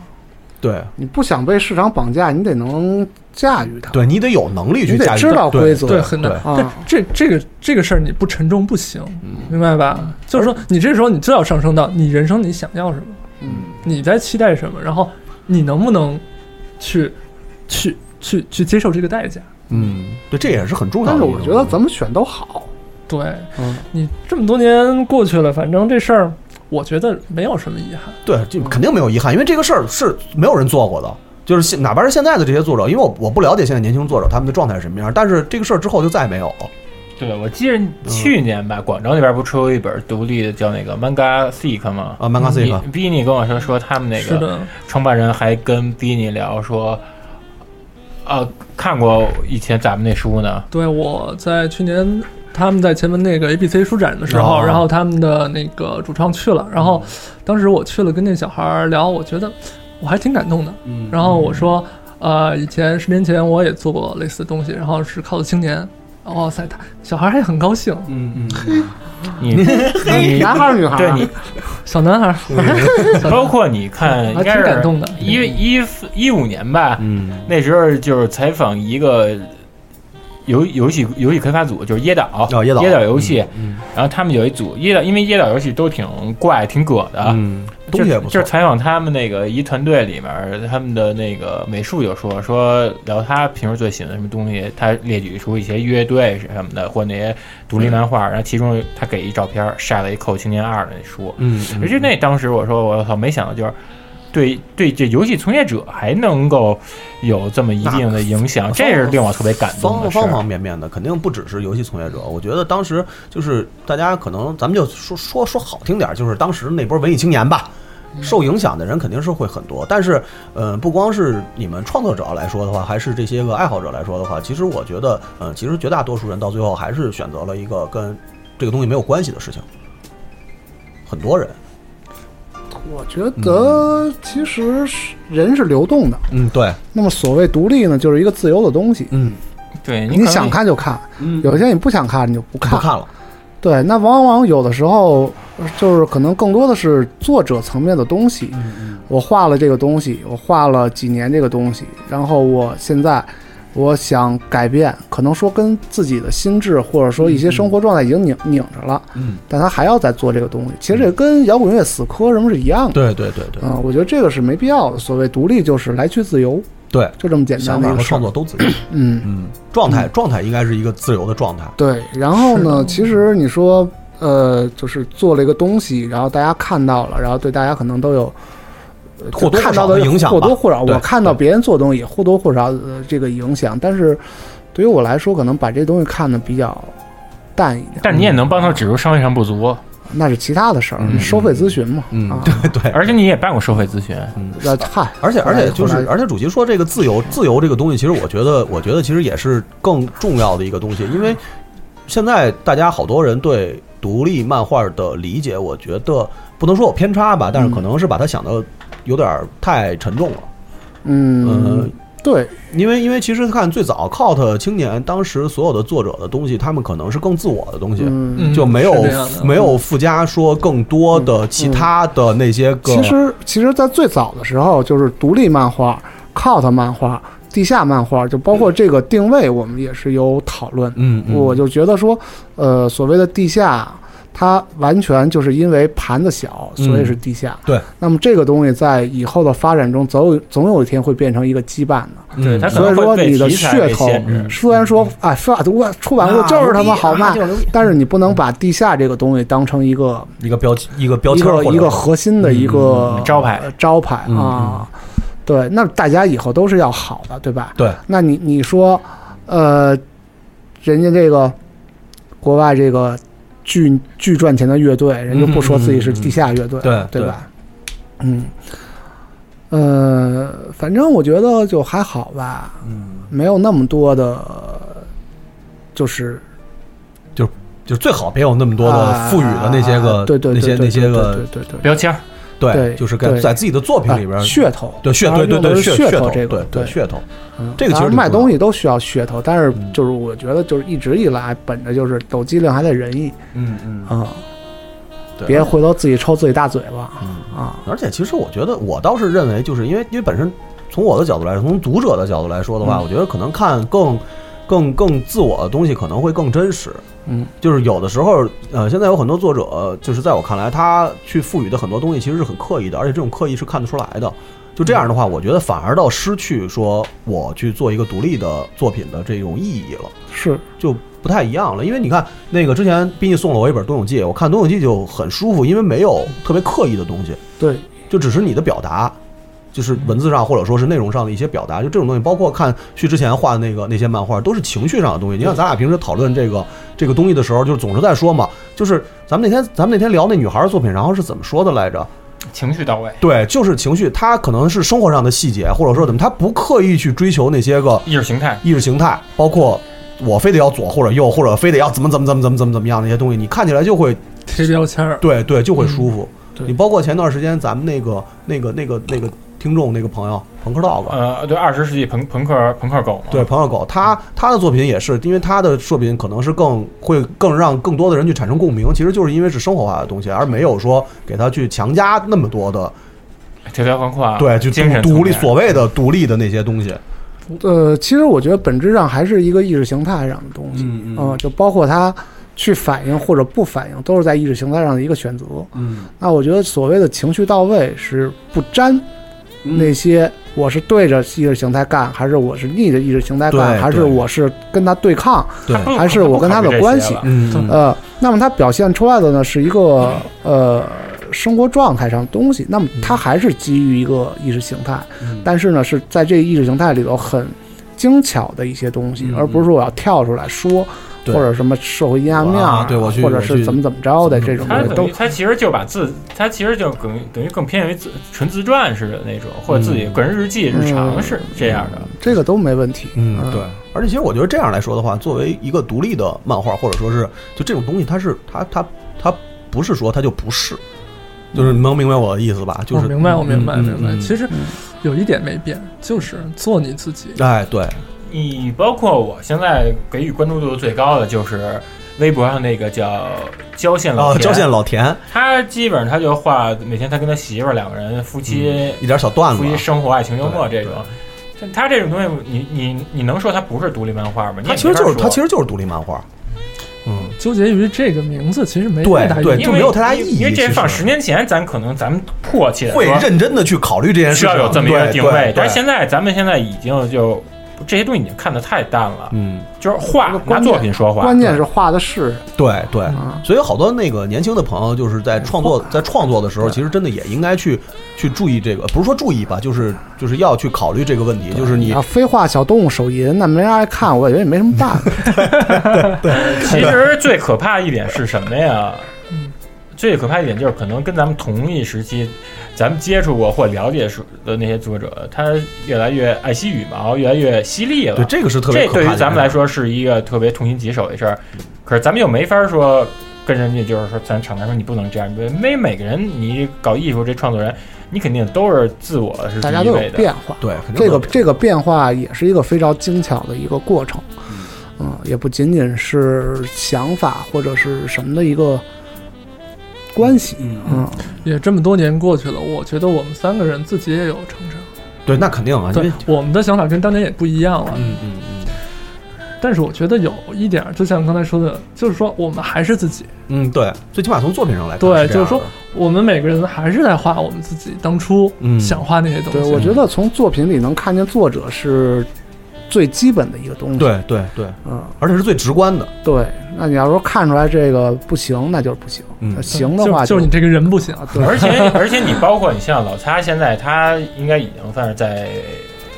[SPEAKER 1] 对
[SPEAKER 5] 你不想被市场绑架，你得能驾驭它。
[SPEAKER 1] 对你得有能力去
[SPEAKER 5] 你得
[SPEAKER 1] 驾驭
[SPEAKER 5] 知
[SPEAKER 1] 它
[SPEAKER 5] 道
[SPEAKER 1] 对
[SPEAKER 5] 规则，
[SPEAKER 3] 对，很难。但
[SPEAKER 5] 啊，
[SPEAKER 3] 这这个这个事儿你不沉重不行，
[SPEAKER 2] 嗯
[SPEAKER 3] 明白吧？就是说你这时候你就要上升到你人生你想要什么，
[SPEAKER 5] 嗯，
[SPEAKER 3] 你在期待什么，然后你能不能去去去去接受这个代价？
[SPEAKER 1] 嗯，对，这也是很重要
[SPEAKER 5] 但
[SPEAKER 1] 的一
[SPEAKER 5] 是
[SPEAKER 1] 个。
[SPEAKER 5] 我觉得怎么选都好。
[SPEAKER 3] 对，
[SPEAKER 5] 嗯，
[SPEAKER 3] 你这么多年过去了，反正这事儿我觉得没有什么遗憾。
[SPEAKER 1] 对，就肯定没有遗憾，因为这个事儿是没有人做过的，就是现哪怕是现在的这些作者，因为我我不了解现在年轻作者他们的状态是什么样，但是这个事儿之后就再也没有了。
[SPEAKER 2] 对，我记得去年吧，广州那边不出一本独立的叫那个 Manga Seek 吗？
[SPEAKER 1] 啊，Manga Seek
[SPEAKER 2] 你 b i n 跟我说说他们那
[SPEAKER 3] 是的
[SPEAKER 2] 个创办人还跟 b i n 聊说，啊，看过以前咱们那书呢，
[SPEAKER 3] 对，我在去年他们在前门那个 ABC 书展的时候，
[SPEAKER 2] 哦嗯
[SPEAKER 3] 然后他们的那个主创去了，然后当时我去了跟那小孩儿聊，我觉得我还挺感动的。然后我说，呃，以前十年前我也做过类似的东西，然后是靠的青年。哇塞，他小孩还很高兴。
[SPEAKER 6] 嗯嗯，
[SPEAKER 2] 你
[SPEAKER 3] 嘿
[SPEAKER 5] 嗯
[SPEAKER 2] 你
[SPEAKER 3] 男孩儿女孩儿
[SPEAKER 5] 啊
[SPEAKER 2] 对你
[SPEAKER 3] 小男孩儿，
[SPEAKER 2] 包括你看，应该是
[SPEAKER 3] 啊还挺感动的
[SPEAKER 2] 一一四一五年吧，
[SPEAKER 7] 嗯
[SPEAKER 2] 那时候就是采访一个游游戏游戏开发组，就是椰岛，
[SPEAKER 1] 哦椰岛
[SPEAKER 2] 游戏，然后他们有一组椰岛，因为椰岛游戏都挺怪、挺葛的，
[SPEAKER 1] 嗯，
[SPEAKER 2] 就
[SPEAKER 1] 东西也不错
[SPEAKER 2] 就是采访他们那个一团队里面，他们的那个美术有说说聊他平时最喜欢的什么东西，他列举出一些乐队什么的，或那些独立漫
[SPEAKER 1] 嗯
[SPEAKER 2] 画，然后其中他给一照片晒了一《扣青年二》的那书，
[SPEAKER 6] 嗯嗯
[SPEAKER 2] 而且那当时我说我操，没想到就是。对对，这游戏从业者还能够有这么一定的影响，这是令我特别感动的
[SPEAKER 1] 啊方
[SPEAKER 2] 事。
[SPEAKER 1] 方方面面的，肯定不只是游戏从业者。我觉得当时就是大家可能，咱们就说说说好听点儿，就是当时那波文艺青年吧，受影响的人肯定是会很多。但是，呃，不光是你们创作者来说的话，还是这些个爱好者来说的话，其实我觉得，呃，其实绝大多数人到最后还是选择了一个跟这个东西没有关系的事情。很多人，
[SPEAKER 5] 我觉得其实是人是流动的，
[SPEAKER 1] 嗯，对，
[SPEAKER 5] 那么所谓独立呢，就是一个自由的东西，
[SPEAKER 1] 嗯，
[SPEAKER 2] 对
[SPEAKER 5] 你想看就看，有些你不想看你就不看，
[SPEAKER 1] 看了，
[SPEAKER 5] 对，那往往有的时候就是可能更多的是作者层面的东西，
[SPEAKER 1] 嗯
[SPEAKER 5] 我画了这个东西，我画了几年这个东西，然后我现在。我想改变，可能说跟自己的心智或者说一些生活状态已经拧拧着了，
[SPEAKER 1] 嗯，
[SPEAKER 5] 但他还要再做这个东西。其实这跟摇滚乐死磕什么是一样的，
[SPEAKER 1] 对对对对
[SPEAKER 5] 啊、我觉得这个是没必要的。所谓独立就是来去自由，
[SPEAKER 1] 对，
[SPEAKER 5] 就这么简单
[SPEAKER 1] 想
[SPEAKER 5] 的
[SPEAKER 1] 法
[SPEAKER 5] 一
[SPEAKER 1] 和
[SPEAKER 5] 个事
[SPEAKER 1] 创
[SPEAKER 5] 儿。
[SPEAKER 1] 作 都自由。
[SPEAKER 5] 嗯
[SPEAKER 1] 嗯，状态状态应该是一个自由的状态。
[SPEAKER 5] 对，然后呢，其实你说，呃，就是做了一个东西，然后大家看到了，然后对大家可能都有。呃
[SPEAKER 1] 或多或
[SPEAKER 5] 看到
[SPEAKER 1] 少的
[SPEAKER 5] 有
[SPEAKER 1] 影响吧
[SPEAKER 5] 或多或少。
[SPEAKER 1] 对
[SPEAKER 5] 我看到别人做东西，或多或少呃这个影响，但是对于我来说，可能把这东西看得比较淡一点。
[SPEAKER 2] 但你也能帮他指出商业上不足，
[SPEAKER 5] 那是其他的事儿，收费咨询嘛。嗯，啊，
[SPEAKER 1] 对，
[SPEAKER 2] 而且你也办过收费咨询，
[SPEAKER 5] 那 嗨，
[SPEAKER 1] 而且而且就
[SPEAKER 5] 后
[SPEAKER 1] 是
[SPEAKER 5] 来，
[SPEAKER 1] 而且主席说这个自由，自由这个东西，其实我觉得，我觉得其实也是更重要的一个东西，因为现在大家好多人对独立漫画的理解，我觉得不能说有偏差吧，但是可能是把它想的有点儿太沉重了。呃
[SPEAKER 5] 嗯，对，
[SPEAKER 1] 因为因为其实看最早 cult 青年当时所有的作者的东西，他们可能是更自我的东西，
[SPEAKER 5] 嗯
[SPEAKER 1] 就没有
[SPEAKER 5] 是这样的
[SPEAKER 1] 没有附加说更多的其他的那些个。
[SPEAKER 5] 其实其实，在最早的时候，就是独立漫画、cult 漫画、地下漫画，就包括这个定位，我们也是有讨论。
[SPEAKER 1] 嗯嗯
[SPEAKER 5] 我就觉得说，呃，所谓的地下，它完全就是因为盘子小，所以是地下。
[SPEAKER 1] 对，
[SPEAKER 5] 那么这个东西在以后的发展中，总有总有一天会变成一个羁绊的。
[SPEAKER 2] 对他
[SPEAKER 5] 嗯
[SPEAKER 2] 可
[SPEAKER 5] 所
[SPEAKER 2] 能
[SPEAKER 5] 以说
[SPEAKER 2] 会被
[SPEAKER 5] 你的
[SPEAKER 2] 题材
[SPEAKER 5] 噱
[SPEAKER 2] 给
[SPEAKER 5] 头
[SPEAKER 2] 限制。，
[SPEAKER 5] 虽然说哎，非法读出版物啊就是
[SPEAKER 1] 啊
[SPEAKER 5] 他妈好卖，但是你不能把地下这个东西当成一个
[SPEAKER 1] 一个标一个标
[SPEAKER 5] 一
[SPEAKER 1] 签儿
[SPEAKER 5] 个
[SPEAKER 1] 或者
[SPEAKER 5] 一个核心的一个、
[SPEAKER 1] 嗯招牌
[SPEAKER 5] 招牌
[SPEAKER 1] 嗯
[SPEAKER 5] 啊。对，那大家以后都是要好的，对吧？
[SPEAKER 1] 对，
[SPEAKER 5] 那你你说，呃，人家这个国外这个巨巨赚钱的乐队，人就不说自己是地下乐队，
[SPEAKER 1] 嗯嗯嗯嗯对
[SPEAKER 5] 对吧？嗯，呃，反正我觉得就还好吧，嗯，没有那么多的，就是
[SPEAKER 1] 就是就是最好别有那么多的赋予的那些个、
[SPEAKER 5] 啊对对对
[SPEAKER 1] 那些
[SPEAKER 5] 对
[SPEAKER 1] 那些个
[SPEAKER 5] 对对对对
[SPEAKER 2] 标签儿。
[SPEAKER 1] 对，
[SPEAKER 5] 对
[SPEAKER 1] 就是在
[SPEAKER 5] 对
[SPEAKER 1] 在自己的作品里边、
[SPEAKER 5] 啊噱头
[SPEAKER 1] 对噱
[SPEAKER 5] 当
[SPEAKER 1] 对
[SPEAKER 5] 然
[SPEAKER 1] 对
[SPEAKER 5] 用的
[SPEAKER 1] 对
[SPEAKER 5] 是
[SPEAKER 1] 噱
[SPEAKER 5] 噱
[SPEAKER 1] 头
[SPEAKER 5] 头这个对
[SPEAKER 1] 对对
[SPEAKER 5] 嗯
[SPEAKER 1] 噱头，这个其
[SPEAKER 5] 当
[SPEAKER 1] 实
[SPEAKER 5] 然
[SPEAKER 1] 挺嗯
[SPEAKER 5] 卖
[SPEAKER 1] 重要
[SPEAKER 5] 东西都需要噱头，但是就是我觉得就是一直以来本着就是抖机灵还得仁义，
[SPEAKER 1] 嗯嗯
[SPEAKER 5] 啊，
[SPEAKER 1] 对嗯
[SPEAKER 5] 别回头自己抽自己大嘴巴啊。
[SPEAKER 1] 而且其实我觉得，我倒是认为，就是因为因为本身从我的角度来说，从读者的角度来说的话，
[SPEAKER 5] 嗯
[SPEAKER 1] 我觉得可能看更更更自我的东西可能会更真实。
[SPEAKER 5] 嗯，
[SPEAKER 1] 就是有的时候，呃，现在有很多作者，就是在我看来，他去赋予的很多东西其实是很刻意的，而且这种刻意是看得出来的。就这样的话，我觉得反而倒失去说我去做一个独立的作品的这种意义了，
[SPEAKER 5] 是
[SPEAKER 1] 就不太一样了。因为你看那个之前毕竟送了我一本《冬泳记》，我看《冬泳记》就很舒服，因为没有特别刻意的东西，
[SPEAKER 5] 对，
[SPEAKER 1] 就只是你的表达。就是文字上或者说是内容上的一些表达，就这种东西，包括看旭之前画的那个那些漫画，都是情绪上的东西。你看咱俩平时讨论这个这个东西的时候，就是总是在说嘛，就是咱们那天咱们那天聊那女孩的作品，然后是怎么说的来着？
[SPEAKER 2] 情绪到位，
[SPEAKER 1] 对，就是情绪，她可能是生活上的细节，或者说怎么，她不刻意去追求那些个
[SPEAKER 2] 意识形态，
[SPEAKER 1] 意识形态，包括我非得要左或者右，或者非得要怎么怎么怎么怎么怎么怎么样那些东西，你看起来就会
[SPEAKER 3] 贴标签儿，哦
[SPEAKER 1] 对对，就会舒服。你包括前段时间咱们那个那个那个那个听众那个朋友朋克 dog，
[SPEAKER 2] 呃，对，二十世纪朋朋克朋克狗嘛，
[SPEAKER 1] 对，朋友狗，他他的作品也是，因为他的作品可能是更会更让更多的人去产生共鸣，其实就是因为是生活化的东西，而没有说给他去强加那么多的
[SPEAKER 2] 条条框框，
[SPEAKER 1] 对，就
[SPEAKER 2] 啊精神
[SPEAKER 1] 独独立
[SPEAKER 2] 层面
[SPEAKER 1] 所谓的独立的那些东西。
[SPEAKER 5] 呃，其实我觉得本质上还是一个意识形态上的东西，嗯就包括它去反应或者不反应，都是在意识形态上的一个选择。
[SPEAKER 7] 嗯，
[SPEAKER 5] 那我觉得所谓的情绪到位是不沾那些我是对着意识形态干，还是我是逆着意识形态干，
[SPEAKER 1] 对
[SPEAKER 5] 还是
[SPEAKER 1] 对
[SPEAKER 5] 我是跟他对抗，
[SPEAKER 1] 对
[SPEAKER 5] 还是我跟他的关系
[SPEAKER 1] 他不考虑这些了嗯
[SPEAKER 5] 呃，那么它表现出来的呢是一个呃生活状态上的东西，那么
[SPEAKER 1] 嗯
[SPEAKER 5] 它还是基于一个意识形态，但是呢是在这个意识形态里头很精巧的一些东西，而不是说我要跳出来说。或
[SPEAKER 1] 嗯对
[SPEAKER 5] 者什么社会阴暗面
[SPEAKER 1] 啊
[SPEAKER 5] 啊，
[SPEAKER 1] 对我去
[SPEAKER 5] 或者
[SPEAKER 1] 我去
[SPEAKER 5] 是怎么怎么着的这种
[SPEAKER 2] 他
[SPEAKER 5] 东西
[SPEAKER 2] 等
[SPEAKER 5] 都
[SPEAKER 2] 于他其实就把自他其实就等于等于更偏向于自纯自传式的那种，或者自
[SPEAKER 5] 嗯
[SPEAKER 2] 己个人日记、日常是这样的。
[SPEAKER 5] 这个都没问题。
[SPEAKER 1] 嗯，对。而且其实我觉得这样来说的话，作为一个独立的漫画，或者说是就这种东西，它是它它它不是说它就不是，就是能明白我的意思吧？就是
[SPEAKER 3] 我哦明白，我明白，
[SPEAKER 1] 嗯
[SPEAKER 3] 明白。
[SPEAKER 1] 嗯
[SPEAKER 3] 其实有一点没变，就是做你自己。
[SPEAKER 1] 哎，对，
[SPEAKER 2] 你包括我现在给予关注度最高的就是微博上那个叫郊县老
[SPEAKER 1] 哦，
[SPEAKER 2] 田
[SPEAKER 1] 郊县老田，
[SPEAKER 2] 他基本上他就画每天他跟他媳妇儿两个人夫妻、
[SPEAKER 1] 一点小段子
[SPEAKER 2] 夫妻生活爱情幽默这种。但他这种东西，你你你能说他不是独立漫画吗？
[SPEAKER 1] 它其实就是它其实
[SPEAKER 2] 是
[SPEAKER 1] 就是独立漫画。嗯，
[SPEAKER 3] 纠结于这个名字，其实没
[SPEAKER 1] 对
[SPEAKER 3] 太大意义
[SPEAKER 1] 对就没有太大意义
[SPEAKER 2] 因为这
[SPEAKER 1] 其实
[SPEAKER 2] 放十年前，咱可能咱们迫切地
[SPEAKER 1] 会
[SPEAKER 2] 说
[SPEAKER 1] 认真的去考虑这件事
[SPEAKER 2] 需
[SPEAKER 1] 情，
[SPEAKER 2] 要有这么一个
[SPEAKER 1] 对
[SPEAKER 2] 定
[SPEAKER 1] 对
[SPEAKER 2] 位
[SPEAKER 1] 对，
[SPEAKER 2] 但是现在咱们现在已经就这些东西已经看得太淡了，
[SPEAKER 1] 嗯，
[SPEAKER 2] 就是画拿
[SPEAKER 1] 关键
[SPEAKER 2] 作品说话，
[SPEAKER 5] 关键是画的是
[SPEAKER 1] 对对，
[SPEAKER 2] 嗯
[SPEAKER 1] 所以好多那个年轻的朋友，就是在创作在创作的时候，其实真的也应该去去注意这个，不是说注意吧，就是就是要去考虑这个问题，就是你
[SPEAKER 5] 要啊非画小动物手淫，那没人爱看，我也觉得也没什么办法。
[SPEAKER 2] 其实最可怕一点是什么呀？最可怕一点就是，可能跟咱们同一时期，咱们接触过或了解的那些作者，他越来越爱惜羽毛，越来越犀利了。
[SPEAKER 1] 对这个是特别
[SPEAKER 2] 这
[SPEAKER 1] 可怕
[SPEAKER 2] 对
[SPEAKER 1] 的
[SPEAKER 2] 于咱们来说是一个特别痛心疾首的事儿。可是咱们又没法说跟人家就是说，咱厂家说你不能这样，因为每个人你搞艺术这创作人，你肯定都是自我是第
[SPEAKER 5] 大家
[SPEAKER 2] 一
[SPEAKER 5] 都有
[SPEAKER 2] 位的
[SPEAKER 5] 变化，
[SPEAKER 1] 对
[SPEAKER 5] 这个这个变化也是一个非常精巧的一个过程，嗯，也不仅仅是想法或者是什么的一个关系，嗯，
[SPEAKER 3] 也这么多年过去了，我觉得我们三个人自己也有成长。
[SPEAKER 1] 对，那肯定啊，因
[SPEAKER 3] 对
[SPEAKER 1] 为，
[SPEAKER 3] 我们的想法跟当年也不一样了。
[SPEAKER 1] 嗯嗯嗯。
[SPEAKER 3] 但是我觉得有一点儿，就像刚才说的，就是说我们还是自己。
[SPEAKER 1] 嗯对，最起码从作品上来看，
[SPEAKER 3] 对，
[SPEAKER 1] 这
[SPEAKER 3] 就
[SPEAKER 1] 样
[SPEAKER 3] 是说
[SPEAKER 1] 的，
[SPEAKER 3] 我们每个人还是在画我们自己当初
[SPEAKER 1] 嗯
[SPEAKER 3] 想画那些东西。
[SPEAKER 5] 对，我觉得从作品里能看见作者是最基本的一个东西，
[SPEAKER 1] 对对对，
[SPEAKER 5] 嗯，
[SPEAKER 1] 而且是最直观的，
[SPEAKER 5] 对，那你要说看出来这个不行，那就是不行，那行的话
[SPEAKER 3] 就是你这个人不行，
[SPEAKER 5] 对
[SPEAKER 2] 而且而且你包括你像老擦，现在他应该已经算是在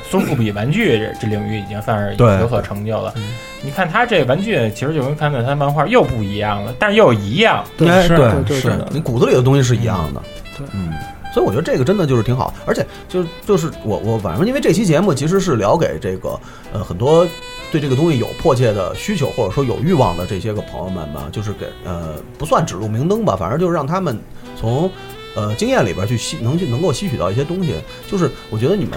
[SPEAKER 2] 苏富比玩具这这领域已经算是
[SPEAKER 1] 对
[SPEAKER 2] 有所成就了。
[SPEAKER 5] 嗯
[SPEAKER 2] 你看他这玩具，其实就跟看到他漫画又不一样了，但是又一样。
[SPEAKER 1] 哎对是，你骨子里的东西是一样的，
[SPEAKER 5] 对，
[SPEAKER 1] 嗯，所以我觉得这个真的就是挺好，而且就是就是我我反正因为这期节目其实是聊给这个呃很多对这个东西有迫切的需求或者说有欲望的这些个朋友们吧，就是给呃不算指路明灯吧，反正就是让他们从呃经验里边去吸能去能够吸取到一些东西，就是我觉得你们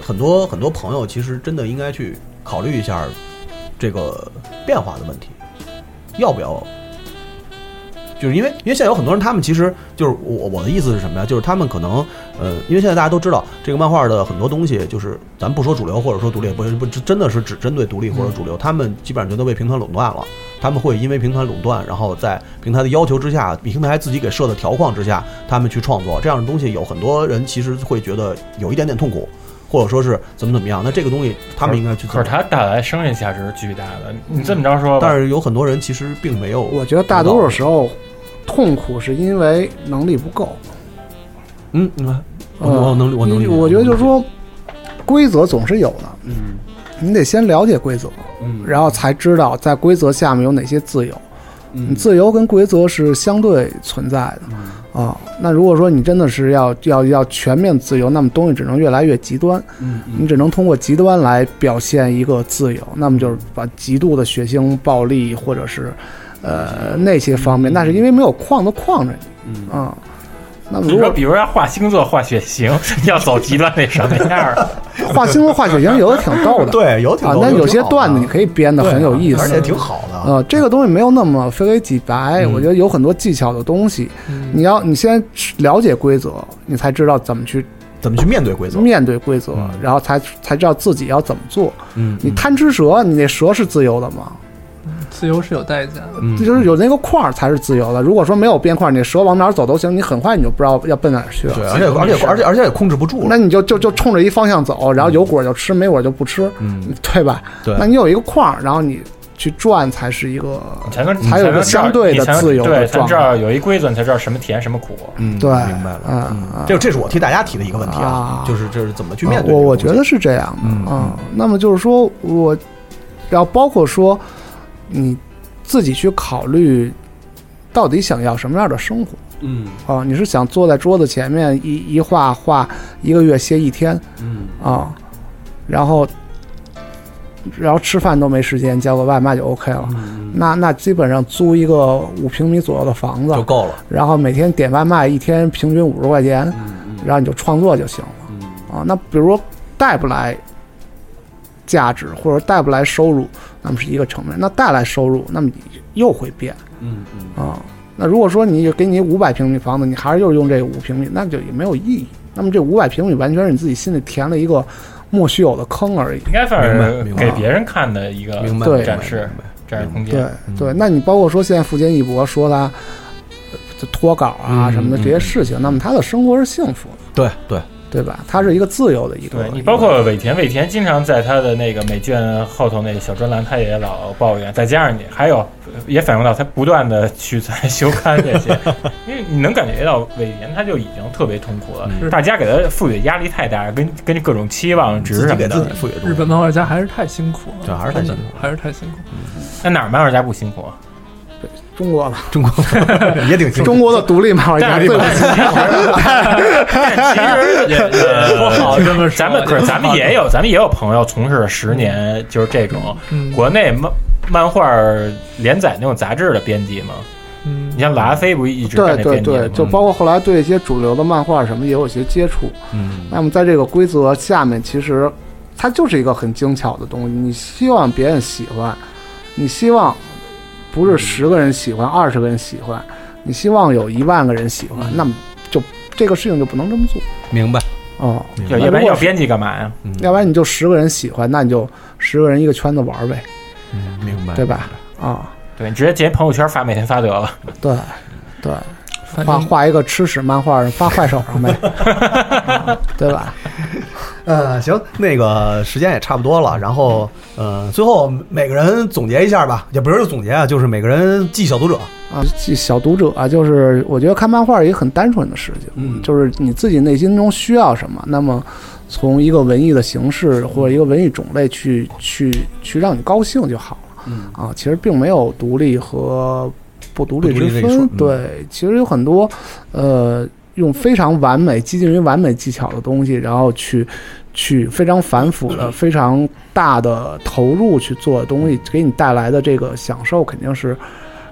[SPEAKER 1] 很多很多朋友其实真的应该去考虑一下这个变化的问题，要不要就是因为因为现在有很多人，他们其实就是我我的意思是什么呀？就是他们可能呃，因为现在大家都知道这个漫画的很多东西，就是咱不说主流或者说独立，不是不真的是只针对独立或者主流，他们基本上就都被平台垄断了。他们会因为平台垄断，然后在平台的要求之下，平台自己给设的条框之下，他们去创作这样的东西，有很多人其实会觉得有一点点痛苦，或者说是怎么怎么样。那这个东西他们应该去做。
[SPEAKER 2] 可是它带来商业价值巨大的，你这么着说吧，
[SPEAKER 1] 但是有很多人其实并没有。
[SPEAKER 5] 我觉得大多数时候痛苦是因为能力不够。
[SPEAKER 1] 嗯，我我能我能理解。
[SPEAKER 5] 呃我觉得就是说，规则总是有的。嗯，你得先了解规则，
[SPEAKER 7] 嗯
[SPEAKER 5] 然后才知道在规则下面有哪些自由。嗯，自由跟规则是相对存在的。啊、那如果说你真的是要要要全面自由，那么东西只能越来越极端。
[SPEAKER 7] 嗯
[SPEAKER 5] 你只能通过极端来表现一个自由，那么就是把极度的血腥、暴力或者是呃那些方面，那是因为没有框子框着你。嗯啊、那么
[SPEAKER 2] 你
[SPEAKER 5] 如
[SPEAKER 2] 说
[SPEAKER 5] 果
[SPEAKER 2] 比如要画星座、画血型， 要走极端那什么样 儿？
[SPEAKER 5] 画星座、画血型有的挺逗的，
[SPEAKER 1] 对，有挺
[SPEAKER 5] 啊
[SPEAKER 1] 逗，的
[SPEAKER 5] 那
[SPEAKER 1] 有
[SPEAKER 5] 有
[SPEAKER 1] 挺
[SPEAKER 5] 些
[SPEAKER 1] 好的
[SPEAKER 5] 段子你可以编的
[SPEAKER 1] 对啊
[SPEAKER 5] 很有意思，
[SPEAKER 1] 而且挺好的
[SPEAKER 5] 呃，这个东西没有那么非黑即白，我觉得有很多技巧的东西，你要你先了解规则，你才知道怎么去
[SPEAKER 1] 怎么去面对规则，
[SPEAKER 5] 面对规则，然后才才知道自己要怎么做。
[SPEAKER 1] 嗯
[SPEAKER 5] 你贪吃蛇，你那蛇是自由的吗？
[SPEAKER 3] 自由是有代价的。
[SPEAKER 1] 嗯
[SPEAKER 5] 这就是有那个框儿才是自由的。如果说没有边框儿，你蛇往哪儿走都行，你很快你就不知道要奔哪儿去了。
[SPEAKER 1] 对，而且而且而且而且也控制不住了。
[SPEAKER 5] 那你就就就冲着一方向走，然后有果就吃，没果就不吃，
[SPEAKER 1] 嗯，
[SPEAKER 5] 对吧？
[SPEAKER 1] 对
[SPEAKER 5] 那你有一个框儿，然后你去转才是一个，
[SPEAKER 2] 才能
[SPEAKER 5] 才有一个
[SPEAKER 2] 能知道
[SPEAKER 5] 相对
[SPEAKER 2] 你
[SPEAKER 5] 的
[SPEAKER 2] 才能
[SPEAKER 5] 自由的
[SPEAKER 2] 对，才
[SPEAKER 5] 状
[SPEAKER 2] 知
[SPEAKER 5] 态。
[SPEAKER 2] 道有一规则，你才知道什么甜什么苦。
[SPEAKER 1] 嗯，
[SPEAKER 5] 对，
[SPEAKER 1] 明白了。
[SPEAKER 5] 嗯，
[SPEAKER 1] 这这是我替大家提的一个问题啊
[SPEAKER 5] 啊，
[SPEAKER 1] 就是这是怎么去面对
[SPEAKER 5] 我
[SPEAKER 1] 这个
[SPEAKER 5] 我
[SPEAKER 1] 东西
[SPEAKER 5] 觉得是这样的，嗯那么就是说我，然后包括说你自己去考虑，到底想要什么样的生活。
[SPEAKER 7] 嗯
[SPEAKER 5] 啊，你是想坐在桌子前面一一画画一个月歇一天
[SPEAKER 7] 嗯
[SPEAKER 5] 啊，然后然后吃饭都没时间，叫个外卖就 OK
[SPEAKER 1] 嗯
[SPEAKER 5] 了。那那基本上租一个五平米左右的房子
[SPEAKER 1] 就够了。
[SPEAKER 5] 然后每天点外卖，一天平均五十块钱，然后你就创作就行了啊。那比如说带不来价值或者带不来收入，那么是一个成本。那带来收入，那么你又会变。
[SPEAKER 7] 嗯
[SPEAKER 5] 啊、那如果说你给你五百平米房子，你还是就是用这五平米，那就也没有意义。那么这五百平米完全是你自己心里填了一个莫须有的坑而已。
[SPEAKER 2] 应该算是给别
[SPEAKER 5] 啊
[SPEAKER 2] 人看的一个
[SPEAKER 5] 明白对
[SPEAKER 2] 展示展示空间。
[SPEAKER 5] 对对，那你包括说现在富坚义博说他呃就脱稿啊
[SPEAKER 2] 嗯
[SPEAKER 5] 什么的
[SPEAKER 2] 嗯
[SPEAKER 5] 这些事情，那么他的生活是幸福的，
[SPEAKER 1] 对对
[SPEAKER 5] 对吧？他是一个自由的一个
[SPEAKER 2] 对你包括尾田，尾田经常在他的那个美卷后头那个小专栏，他也老抱怨。再加上你还有也反映到他不断的去在 修刊这 些，因为你能感觉到尾田他就已经特别痛苦了，
[SPEAKER 3] 嗯
[SPEAKER 2] 大家给他赋予的压力太大，跟跟各种期望值什么的。
[SPEAKER 3] 日本漫画家还是太辛苦了，
[SPEAKER 2] 对还是太辛苦
[SPEAKER 3] 真的，还是太辛苦。
[SPEAKER 2] 那哪儿漫画家不辛苦啊？
[SPEAKER 5] 中国吧，
[SPEAKER 1] 中国也挺
[SPEAKER 5] 中国的独立漫画 家最啊不辛苦
[SPEAKER 2] 但其实也呃
[SPEAKER 3] 不好这么说
[SPEAKER 2] 咱们可是咱们也有，咱们也有朋友从事了十年，就是这种
[SPEAKER 3] 嗯
[SPEAKER 2] 国内漫漫画连载那种杂志的编辑嘛。
[SPEAKER 3] 嗯，
[SPEAKER 2] 你像拉菲不一直
[SPEAKER 5] 对
[SPEAKER 2] 干这
[SPEAKER 5] 对
[SPEAKER 2] 编辑
[SPEAKER 1] 嗯
[SPEAKER 5] 对，就
[SPEAKER 2] 吗嗯
[SPEAKER 5] 包括后来对一些主流的漫画什么也有一些接触。
[SPEAKER 1] 嗯，
[SPEAKER 5] 那么在这个规则下面，其实它就是一个很精巧的东西。你希望别人喜欢，你希望不是十个人喜欢，
[SPEAKER 1] 嗯
[SPEAKER 5] 二十个人喜欢，你希望有一万个人喜欢，那么就这个事情就不能这么做。
[SPEAKER 1] 嗯明白
[SPEAKER 5] 哦，
[SPEAKER 2] 要
[SPEAKER 5] 那
[SPEAKER 2] 要不然
[SPEAKER 5] 如果
[SPEAKER 2] 要
[SPEAKER 5] 是
[SPEAKER 2] 编辑干嘛呀？
[SPEAKER 5] 要不然你就十个人喜欢，那你就十个人一个圈子玩儿呗，
[SPEAKER 1] 明白
[SPEAKER 5] 对？吧？啊，
[SPEAKER 2] 对你直接截朋友圈发，每天发得了。
[SPEAKER 5] 对，对，画画一个吃屎漫画，发坏手上呗，对吧？
[SPEAKER 1] 呃，行，那个时间也差不多了，然后呃，最后每个人总结一下吧，也不是总结啊，就是每个人记小读者，
[SPEAKER 5] 啊，记小读者啊，就是我觉得看漫画是一个很单纯的事情，
[SPEAKER 1] 嗯
[SPEAKER 5] 就是你自己内心中需要什么，那么从一个文艺的形式或者一个文艺种类去去去让你高兴就好了，
[SPEAKER 7] 嗯
[SPEAKER 5] 啊，其实并没有独立和不独立
[SPEAKER 1] 不
[SPEAKER 5] 之
[SPEAKER 1] 独立这一
[SPEAKER 5] 分，
[SPEAKER 1] 说嗯
[SPEAKER 5] 对，其实有很多呃用非常完美、接近于完美技巧的东西，然后去。去非常繁复的、非常大的投入去做的东西，给你带来的这个享受肯定是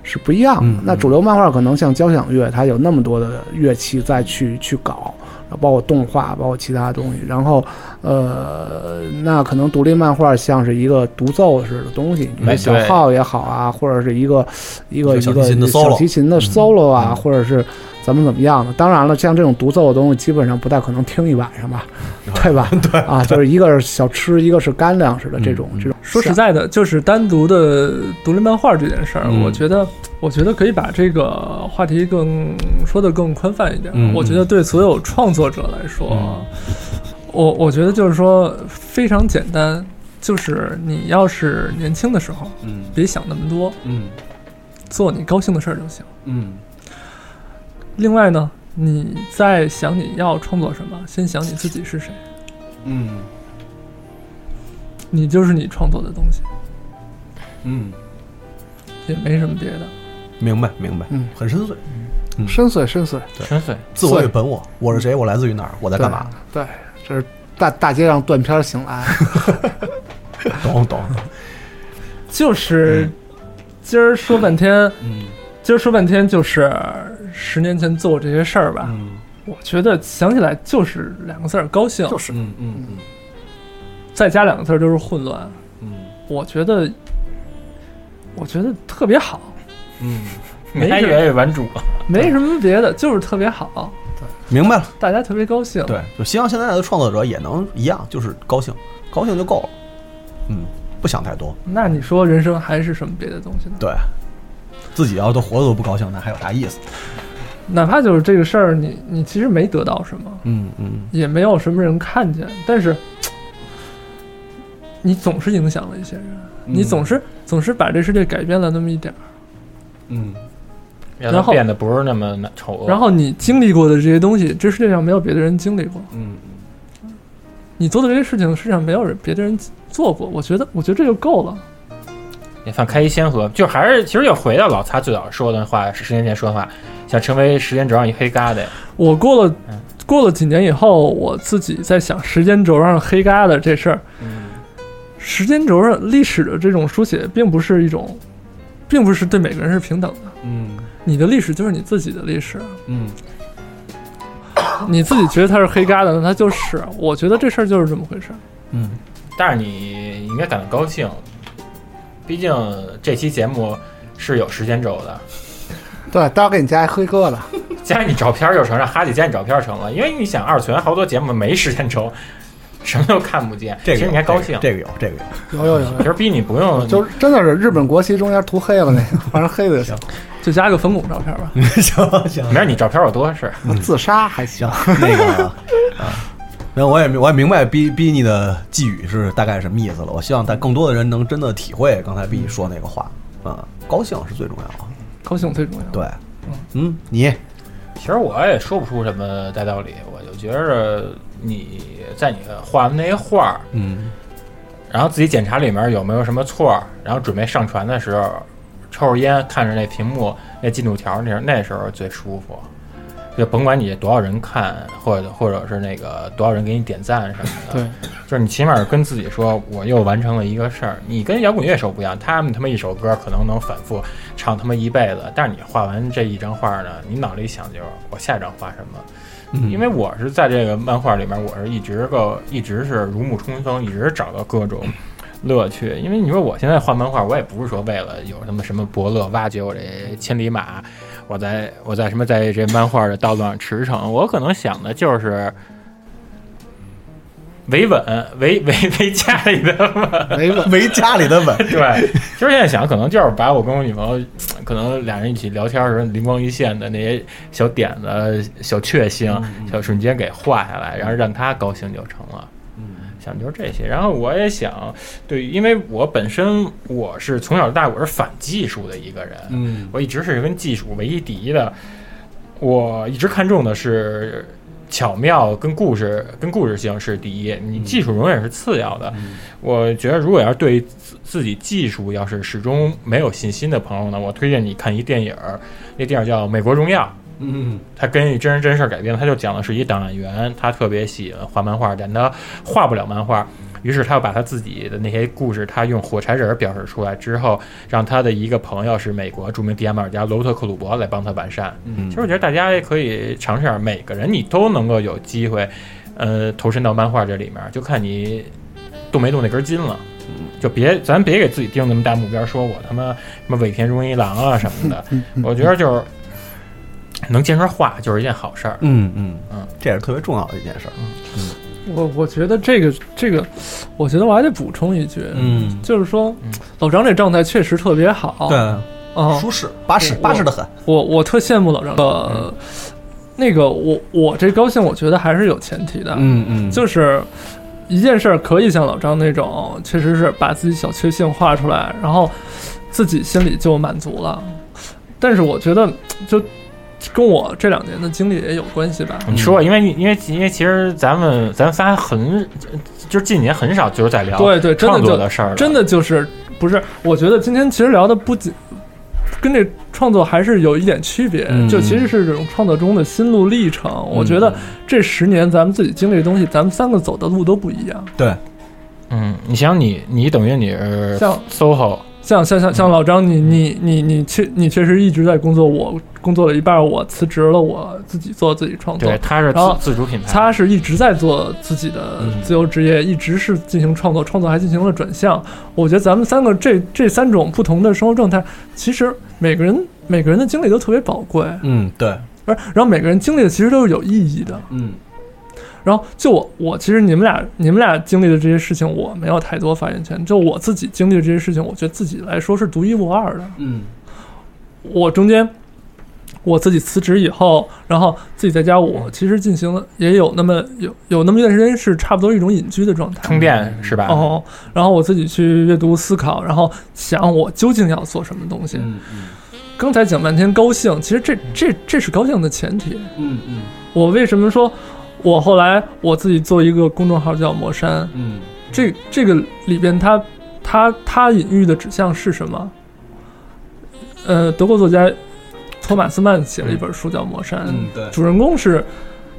[SPEAKER 5] 是不
[SPEAKER 1] 嗯
[SPEAKER 5] 一样的。那主流漫画可能像交响乐，它有那么多的乐器再去去搞，包括动画，包括其他东西。然后，呃，那可能独立漫画像是一个独奏式的东西，你说
[SPEAKER 1] 没
[SPEAKER 5] 小
[SPEAKER 1] 嗯对
[SPEAKER 5] 号也好啊，或者是一个一个一
[SPEAKER 1] 小
[SPEAKER 5] 个
[SPEAKER 1] 提琴的
[SPEAKER 5] 小
[SPEAKER 1] solo 嗯
[SPEAKER 5] 提琴的 solo 啊，或者是怎么怎么样的。当然了，像这种独奏的东西，基本上不太可能听一晚上 吧，对吧？对啊，就是一个是小吃，一个是干粮食的这
[SPEAKER 1] 嗯
[SPEAKER 5] 种这种。
[SPEAKER 3] 说实在的，就是单独的独立漫画这件事儿，
[SPEAKER 5] 嗯
[SPEAKER 3] 我觉得，我觉得可以把这个话题更说的更宽泛一点。
[SPEAKER 9] 嗯
[SPEAKER 3] 我觉得对所有创作者来说，
[SPEAKER 2] 嗯
[SPEAKER 3] 我我觉得就是说非常简单，就是你要是年轻的时候，
[SPEAKER 7] 嗯
[SPEAKER 3] 别想那么多，
[SPEAKER 7] 嗯，
[SPEAKER 3] 做你高兴的事儿就行。
[SPEAKER 7] 嗯
[SPEAKER 3] 另外呢，你在想你要创作什么，先想你自己是谁，
[SPEAKER 7] 嗯
[SPEAKER 3] 你就是你创作的东西，
[SPEAKER 7] 嗯，
[SPEAKER 3] 也没什么别的。
[SPEAKER 1] 明白明白，
[SPEAKER 5] 嗯，
[SPEAKER 1] 很深邃，
[SPEAKER 5] 深邃深邃，
[SPEAKER 2] 深邃，
[SPEAKER 1] 自我与本我，我是谁，我来自于
[SPEAKER 2] 嗯
[SPEAKER 1] 哪儿，我在干嘛？
[SPEAKER 5] 对，这是大大街上断片儿醒来。
[SPEAKER 1] 懂懂，
[SPEAKER 3] 就是今儿说半天，今儿说半天就是十年前做过这些事儿吧。我觉得想起来就是两个字儿高兴，
[SPEAKER 5] 就是
[SPEAKER 7] 嗯嗯嗯，
[SPEAKER 3] 再加两个字儿就是混乱。
[SPEAKER 7] 嗯，
[SPEAKER 3] 我觉得，我觉得特别好，
[SPEAKER 7] 嗯，
[SPEAKER 3] 没
[SPEAKER 2] 还以
[SPEAKER 3] 事
[SPEAKER 2] 为玩主，
[SPEAKER 3] 没什么别的，就是特别好，
[SPEAKER 1] 明白了。
[SPEAKER 3] 大家特别高兴。
[SPEAKER 1] 对，就希望现在的创作者也能一样，就是高兴，高兴就够了，嗯，不想太多。
[SPEAKER 3] 那你说人生还是什么别的东西呢？
[SPEAKER 1] 对，自己要都活得都不高兴，那还有啥意思？
[SPEAKER 3] 哪怕就是这个事儿，你你其实没得到什么，
[SPEAKER 1] 嗯嗯，
[SPEAKER 3] 也没有什么人看见，但是你总是影响了一些人，你总是总是把这世界改变了那么一点儿。
[SPEAKER 7] 嗯，
[SPEAKER 2] 让它
[SPEAKER 3] 然后
[SPEAKER 2] 变得不是那么难丑恶。
[SPEAKER 3] 然后你经历过的这些东西，这世界上没有别的人经历过。
[SPEAKER 7] 嗯，
[SPEAKER 3] 你做的这些事情，世界上没有人别的人做过。我觉得，我觉得这就够了。
[SPEAKER 2] 也算开一先河，就还是其实又回到老擦最早说的话，十年前说的话，想成为时间轴上一黑疙瘩。
[SPEAKER 3] 我过了过了几年以后，我自己在想时间轴上黑疙瘩这事儿。时间轴上历史的这种书写，并不是一种，并不是对每个人是平等的。
[SPEAKER 7] 嗯
[SPEAKER 3] 你的历史就是你自己的历史，
[SPEAKER 7] 嗯
[SPEAKER 3] 你自己觉得它是黑疙瘩，那它就是。我觉得这事儿就是这么回事儿。
[SPEAKER 1] 嗯，
[SPEAKER 2] 但是你应该感到高兴，毕竟这期节目是有时间轴的。
[SPEAKER 5] 对，待会儿给你加一黑疙瘩。
[SPEAKER 2] 加你照片儿就成，让哈姐加你照片儿成了。因为你想二次元好多节目没时间轴，什么都看不 见。
[SPEAKER 1] 这个有
[SPEAKER 2] 其实你还高兴，
[SPEAKER 1] 这个有，这个有。
[SPEAKER 5] 有有有
[SPEAKER 2] 其实逼你不用，
[SPEAKER 5] 就是真的是日本国旗中间涂黑了那个，反正黑的就行。
[SPEAKER 3] 就加个粉骨照片吧。
[SPEAKER 1] 嗯行行，
[SPEAKER 2] 没事，你照片我多是。
[SPEAKER 5] 自杀还行。
[SPEAKER 1] 那个啊，那我也明我也明白逼逼你的寄语是大概什么意思了。我希望但更多的人能真的体会刚才逼你说那个话啊、高兴是最重要的。
[SPEAKER 3] 高兴最重要。
[SPEAKER 1] 对，嗯，你
[SPEAKER 2] 其实我也说不出什么大道理，我就觉着你在你画完那些画儿，
[SPEAKER 1] 嗯
[SPEAKER 2] 然后自己检查里面有没有什么错儿，然后准备上传的时候，抽着烟看着那屏幕那进度条，那时候那时候最舒服。就甭管你多少人看，或者或者是那个多少人给你点赞什么的，
[SPEAKER 3] 对，
[SPEAKER 2] 就是你起码跟自己说，我又完成了一个事儿。你跟摇滚乐手不一样，他们他妈一首歌可能能反复唱他妈一辈子，但是你画完这一张画呢，你脑子里想就是我下一张画什么。
[SPEAKER 1] 嗯
[SPEAKER 2] 因为我是在这个漫画里面，我是一直个一直是如沐春风，一直找到各种乐趣。因为你说我现在画漫画，我也不是说为了有什么什么伯乐挖掘我这千里马，我在我在什么在这漫画的道路上驰骋，我可能想的就是。维稳，维维维家里的稳，
[SPEAKER 5] 维稳
[SPEAKER 1] 维家里的稳。
[SPEAKER 2] 对，其实现在想，可能就是把我跟我女朋友，可能俩人一起聊天的时候灵光一现的那些小点子、小确幸、小瞬间给画下来，然后让她高兴就成了。想就是这些，然后我也想，对，因为我本身我是从小到大我是反技术的一个人，
[SPEAKER 7] 嗯
[SPEAKER 2] 我一直是跟技术为一敌的，我一直看重的是巧妙跟故事跟故事性是第一，你技术永远是次要的。我觉得如果要是对自自己技术要是始终没有信心的朋友呢，我推荐你看一电影儿，那电影叫《美国荣耀》。
[SPEAKER 7] 嗯，
[SPEAKER 2] 他根据真人真事儿改编，他就讲的是一档案员，他特别喜欢画漫画，但他画不了漫画，于是他又把他自己的那些故事，他用火柴人表示出来之后，让他的一个朋友是美国著名迪安马尔加罗伯特克鲁伯来帮他完善。
[SPEAKER 10] 嗯
[SPEAKER 2] 其实我觉得大家也可以尝试一下，每个人你都能够有机会，呃，投身到漫画这里面，就看你动没动那根筋了。
[SPEAKER 3] 嗯
[SPEAKER 2] 就别咱别给自己定那么大目标，说我他妈什么尾田荣一郎啊什么 的。
[SPEAKER 3] 嗯
[SPEAKER 2] 我觉得就是能坚持画就是一件好事儿。
[SPEAKER 1] 嗯嗯
[SPEAKER 2] 嗯，
[SPEAKER 1] 这也是特别重要的一件事儿。
[SPEAKER 3] 我我觉得这个这个，我觉得我还得补充一句，
[SPEAKER 1] 嗯
[SPEAKER 3] 就是说老张这状态确实特别好，
[SPEAKER 1] 对
[SPEAKER 3] 啊，
[SPEAKER 1] 舒适巴适
[SPEAKER 3] 我
[SPEAKER 1] 巴适得很。
[SPEAKER 3] 我我特羡慕老张的，那个我我这高兴，我觉得还是有前提的，
[SPEAKER 1] 嗯嗯
[SPEAKER 3] 就是一件事儿可以像老张那种，确实是把自己小确幸画出来，然后自己心里就满足了。但是我觉得，就跟我这两年的经历也有关系吧。
[SPEAKER 2] 你说，因为你因为因为其实咱们咱仨很就是近年很少就是在聊
[SPEAKER 3] 对对，真
[SPEAKER 2] 创
[SPEAKER 3] 的
[SPEAKER 2] 作
[SPEAKER 3] 就
[SPEAKER 2] 的事儿了，
[SPEAKER 3] 真的就是不是？我觉得今天其实聊的不仅跟这创作还是有一点区别，
[SPEAKER 2] 嗯
[SPEAKER 3] 就其实是这种创作中的心路历程。我觉得这十年咱们自己经历的东西，咱们三个走的路都不一样。
[SPEAKER 1] 对，
[SPEAKER 2] 嗯，你想你你等于你是
[SPEAKER 3] 像
[SPEAKER 2] SOHO，
[SPEAKER 3] 像像像像老张，你你你你确你确实一直在工作，我工作了一半，我辞职了，我自己做自己创作。
[SPEAKER 2] 对，他是
[SPEAKER 3] 然后
[SPEAKER 2] 自自主品牌，
[SPEAKER 3] 哦他是一直在做自己的自由职业，一直是进行创作，创作还进行了转向。我觉得咱们三个这这三种不同的生活状态，其实每个人每个人的经历都特别宝贵，
[SPEAKER 1] 嗯，对，
[SPEAKER 3] 而然后每个人经历的其实都是有意义的。
[SPEAKER 1] 嗯，
[SPEAKER 3] 然后就我我其实你们俩你们俩经历的这些事情，我没有太多发言权。就我自己经历的这些事情，我觉得自己来说是独一无二的。
[SPEAKER 7] 嗯，
[SPEAKER 3] 我中间我自己辞职以后，然后自己在家，我
[SPEAKER 2] 嗯
[SPEAKER 3] 其实进行了也有那么有有那么一段时间是差不多一种隐居的状态，
[SPEAKER 2] 充电是吧？
[SPEAKER 3] 哦，然后我自己去阅读、思考，然后想我究竟要做什么东西。
[SPEAKER 2] 嗯
[SPEAKER 3] 刚才讲半天高兴，其实这这这是高兴的前提。
[SPEAKER 7] 嗯嗯
[SPEAKER 3] 我为什么说，我后来我自己做一个公众号叫魔山，
[SPEAKER 7] 嗯，
[SPEAKER 3] 这这个里边它它它隐喻的指向是什么？呃，德国作家托马斯曼写了一本书叫《魔山》，
[SPEAKER 1] 嗯对
[SPEAKER 3] 主人公是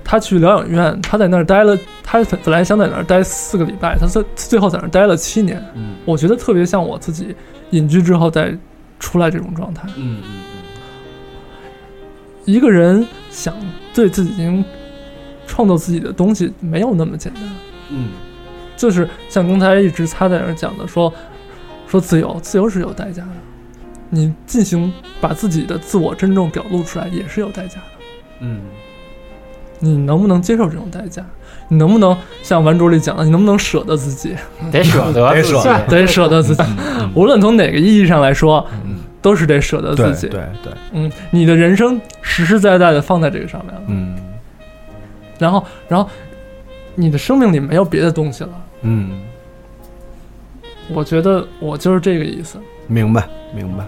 [SPEAKER 3] 他去疗养院，他在那儿待了，他本来想在那儿待四个礼拜，他最最后在那儿待了七年。
[SPEAKER 7] 嗯
[SPEAKER 3] 我觉得特别像我自己隐居之后再出来这种状态。
[SPEAKER 7] 嗯
[SPEAKER 3] 一个人想对自己进行创造自己的东西，没有那么简单。
[SPEAKER 7] 嗯
[SPEAKER 3] 就是像刚才一直他在那儿讲的说，说自由，自由是有代价的，你进行把自己的自我真正表露出来也是有代价的。
[SPEAKER 7] 嗯
[SPEAKER 3] 你能不能接受这种代价？你能不能像顽主里讲的，你能不能舍得自 己？
[SPEAKER 2] 得舍得得舍得
[SPEAKER 3] 得舍得自
[SPEAKER 1] 嗯
[SPEAKER 3] 己。无论从哪个意义上来说，都是得舍得自己。
[SPEAKER 1] 对对对
[SPEAKER 3] 嗯，你的人生实实在在的放在这个上面了。
[SPEAKER 1] 嗯
[SPEAKER 3] 然后，然后你的生命里没有别的东西了。
[SPEAKER 1] 嗯，
[SPEAKER 3] 我觉得我就是这个意思。
[SPEAKER 1] 明白明白。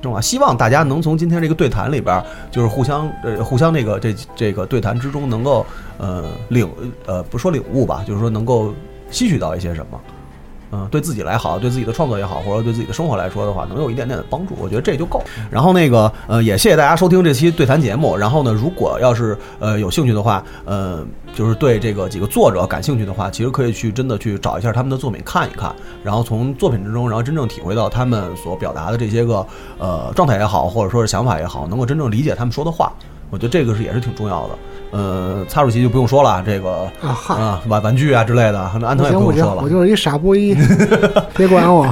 [SPEAKER 1] 重要，希望大家能从今天这个对谈里边儿，就是互相呃互相这个这这个对谈之中，能够呃领呃不说领悟吧，就是说能够吸取到一些什么，嗯、对自己来好，对自己的创作也好，或者对自己的生活来说的话，能有一点点的帮助，我觉得这就够。然后那个呃，也谢谢大家收听这期对谈节目。然后呢，如果要是呃有兴趣的话，呃，就是对这个几个作者感兴趣的话，其实可以去真的去找一下他们的作品看一看，然后从作品之中，然后真正体会到他们所表达的这些个呃状态也好，或者说是想法也好，能够真正理解他们说的话。我觉得这个是也是挺重要的，呃，擦主席就不用说了，这个
[SPEAKER 5] 啊嗨
[SPEAKER 1] 啊玩玩具啊之类的，那安
[SPEAKER 5] 不
[SPEAKER 1] 藤也
[SPEAKER 5] 行，
[SPEAKER 1] 不
[SPEAKER 5] 我
[SPEAKER 1] 用说
[SPEAKER 5] 就
[SPEAKER 1] 了
[SPEAKER 5] 我，就是一傻波 一，别管我。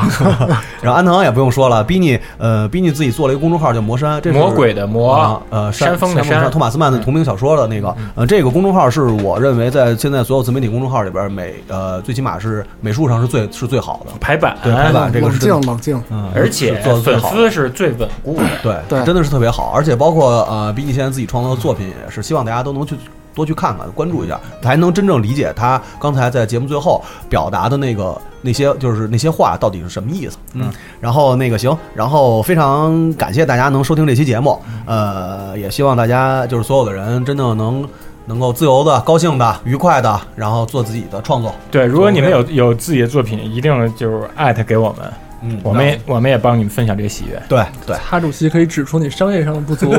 [SPEAKER 1] 然后安藤也不用说了，比你呃比你自己做了一个公众号叫魔山，这是
[SPEAKER 2] 魔鬼的魔
[SPEAKER 1] 啊呃
[SPEAKER 2] 山峰的
[SPEAKER 1] 山
[SPEAKER 2] 山嗯
[SPEAKER 1] 托马斯曼的同名小说的那个呃这个公众号是我认为在现在所有自媒体公众号里边美呃最起码是美术上是最是最好的
[SPEAKER 2] 排版
[SPEAKER 1] 对排 版这个是真的
[SPEAKER 5] 静，
[SPEAKER 1] 嗯
[SPEAKER 2] 而且
[SPEAKER 1] 是做的最
[SPEAKER 2] 粉
[SPEAKER 1] 好的
[SPEAKER 2] 丝是最稳固的。
[SPEAKER 1] 对
[SPEAKER 2] 对
[SPEAKER 1] 真的是特别好，而且包括呃比你现在自己创作的作品也是希望大家都能去。多去看看，关注一下，才能真正理解他刚才在节目最后表达的那个那些，就是那些话到底是什么意思。嗯，然后那个行，然后非常感谢大家能收听这期节目，呃，也希望大家就是所有的人真的能能够自由的、高兴的、愉快的，然后做自己的创作。
[SPEAKER 2] 对，如果你们有有自己的作品，一定就是艾特给我们。
[SPEAKER 7] 嗯
[SPEAKER 2] 我们也我们也帮你们分享这个喜悦。
[SPEAKER 1] 对对，
[SPEAKER 3] 哈主席可以指出你商业上的不足，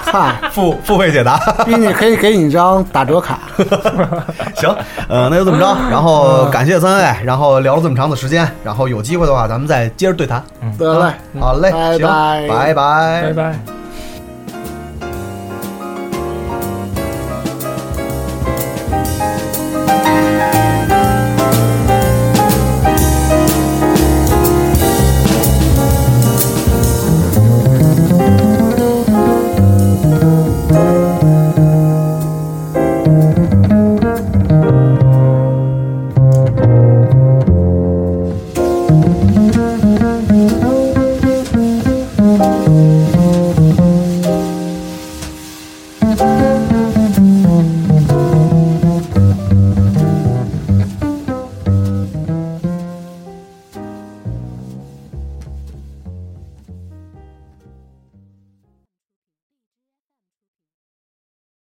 [SPEAKER 5] 嗨，
[SPEAKER 1] 付付费解答，
[SPEAKER 5] 并且可以给你一张打折卡。
[SPEAKER 1] 行，呃，那就这 么着。然后感谢三位，然后聊了这么长的时间，
[SPEAKER 5] 嗯
[SPEAKER 1] 然后有机会的话咱们再接着对谈。
[SPEAKER 5] 得嘞，
[SPEAKER 1] 好嘞，
[SPEAKER 5] 拜
[SPEAKER 1] 行
[SPEAKER 5] 拜
[SPEAKER 1] 拜拜，
[SPEAKER 3] 拜拜。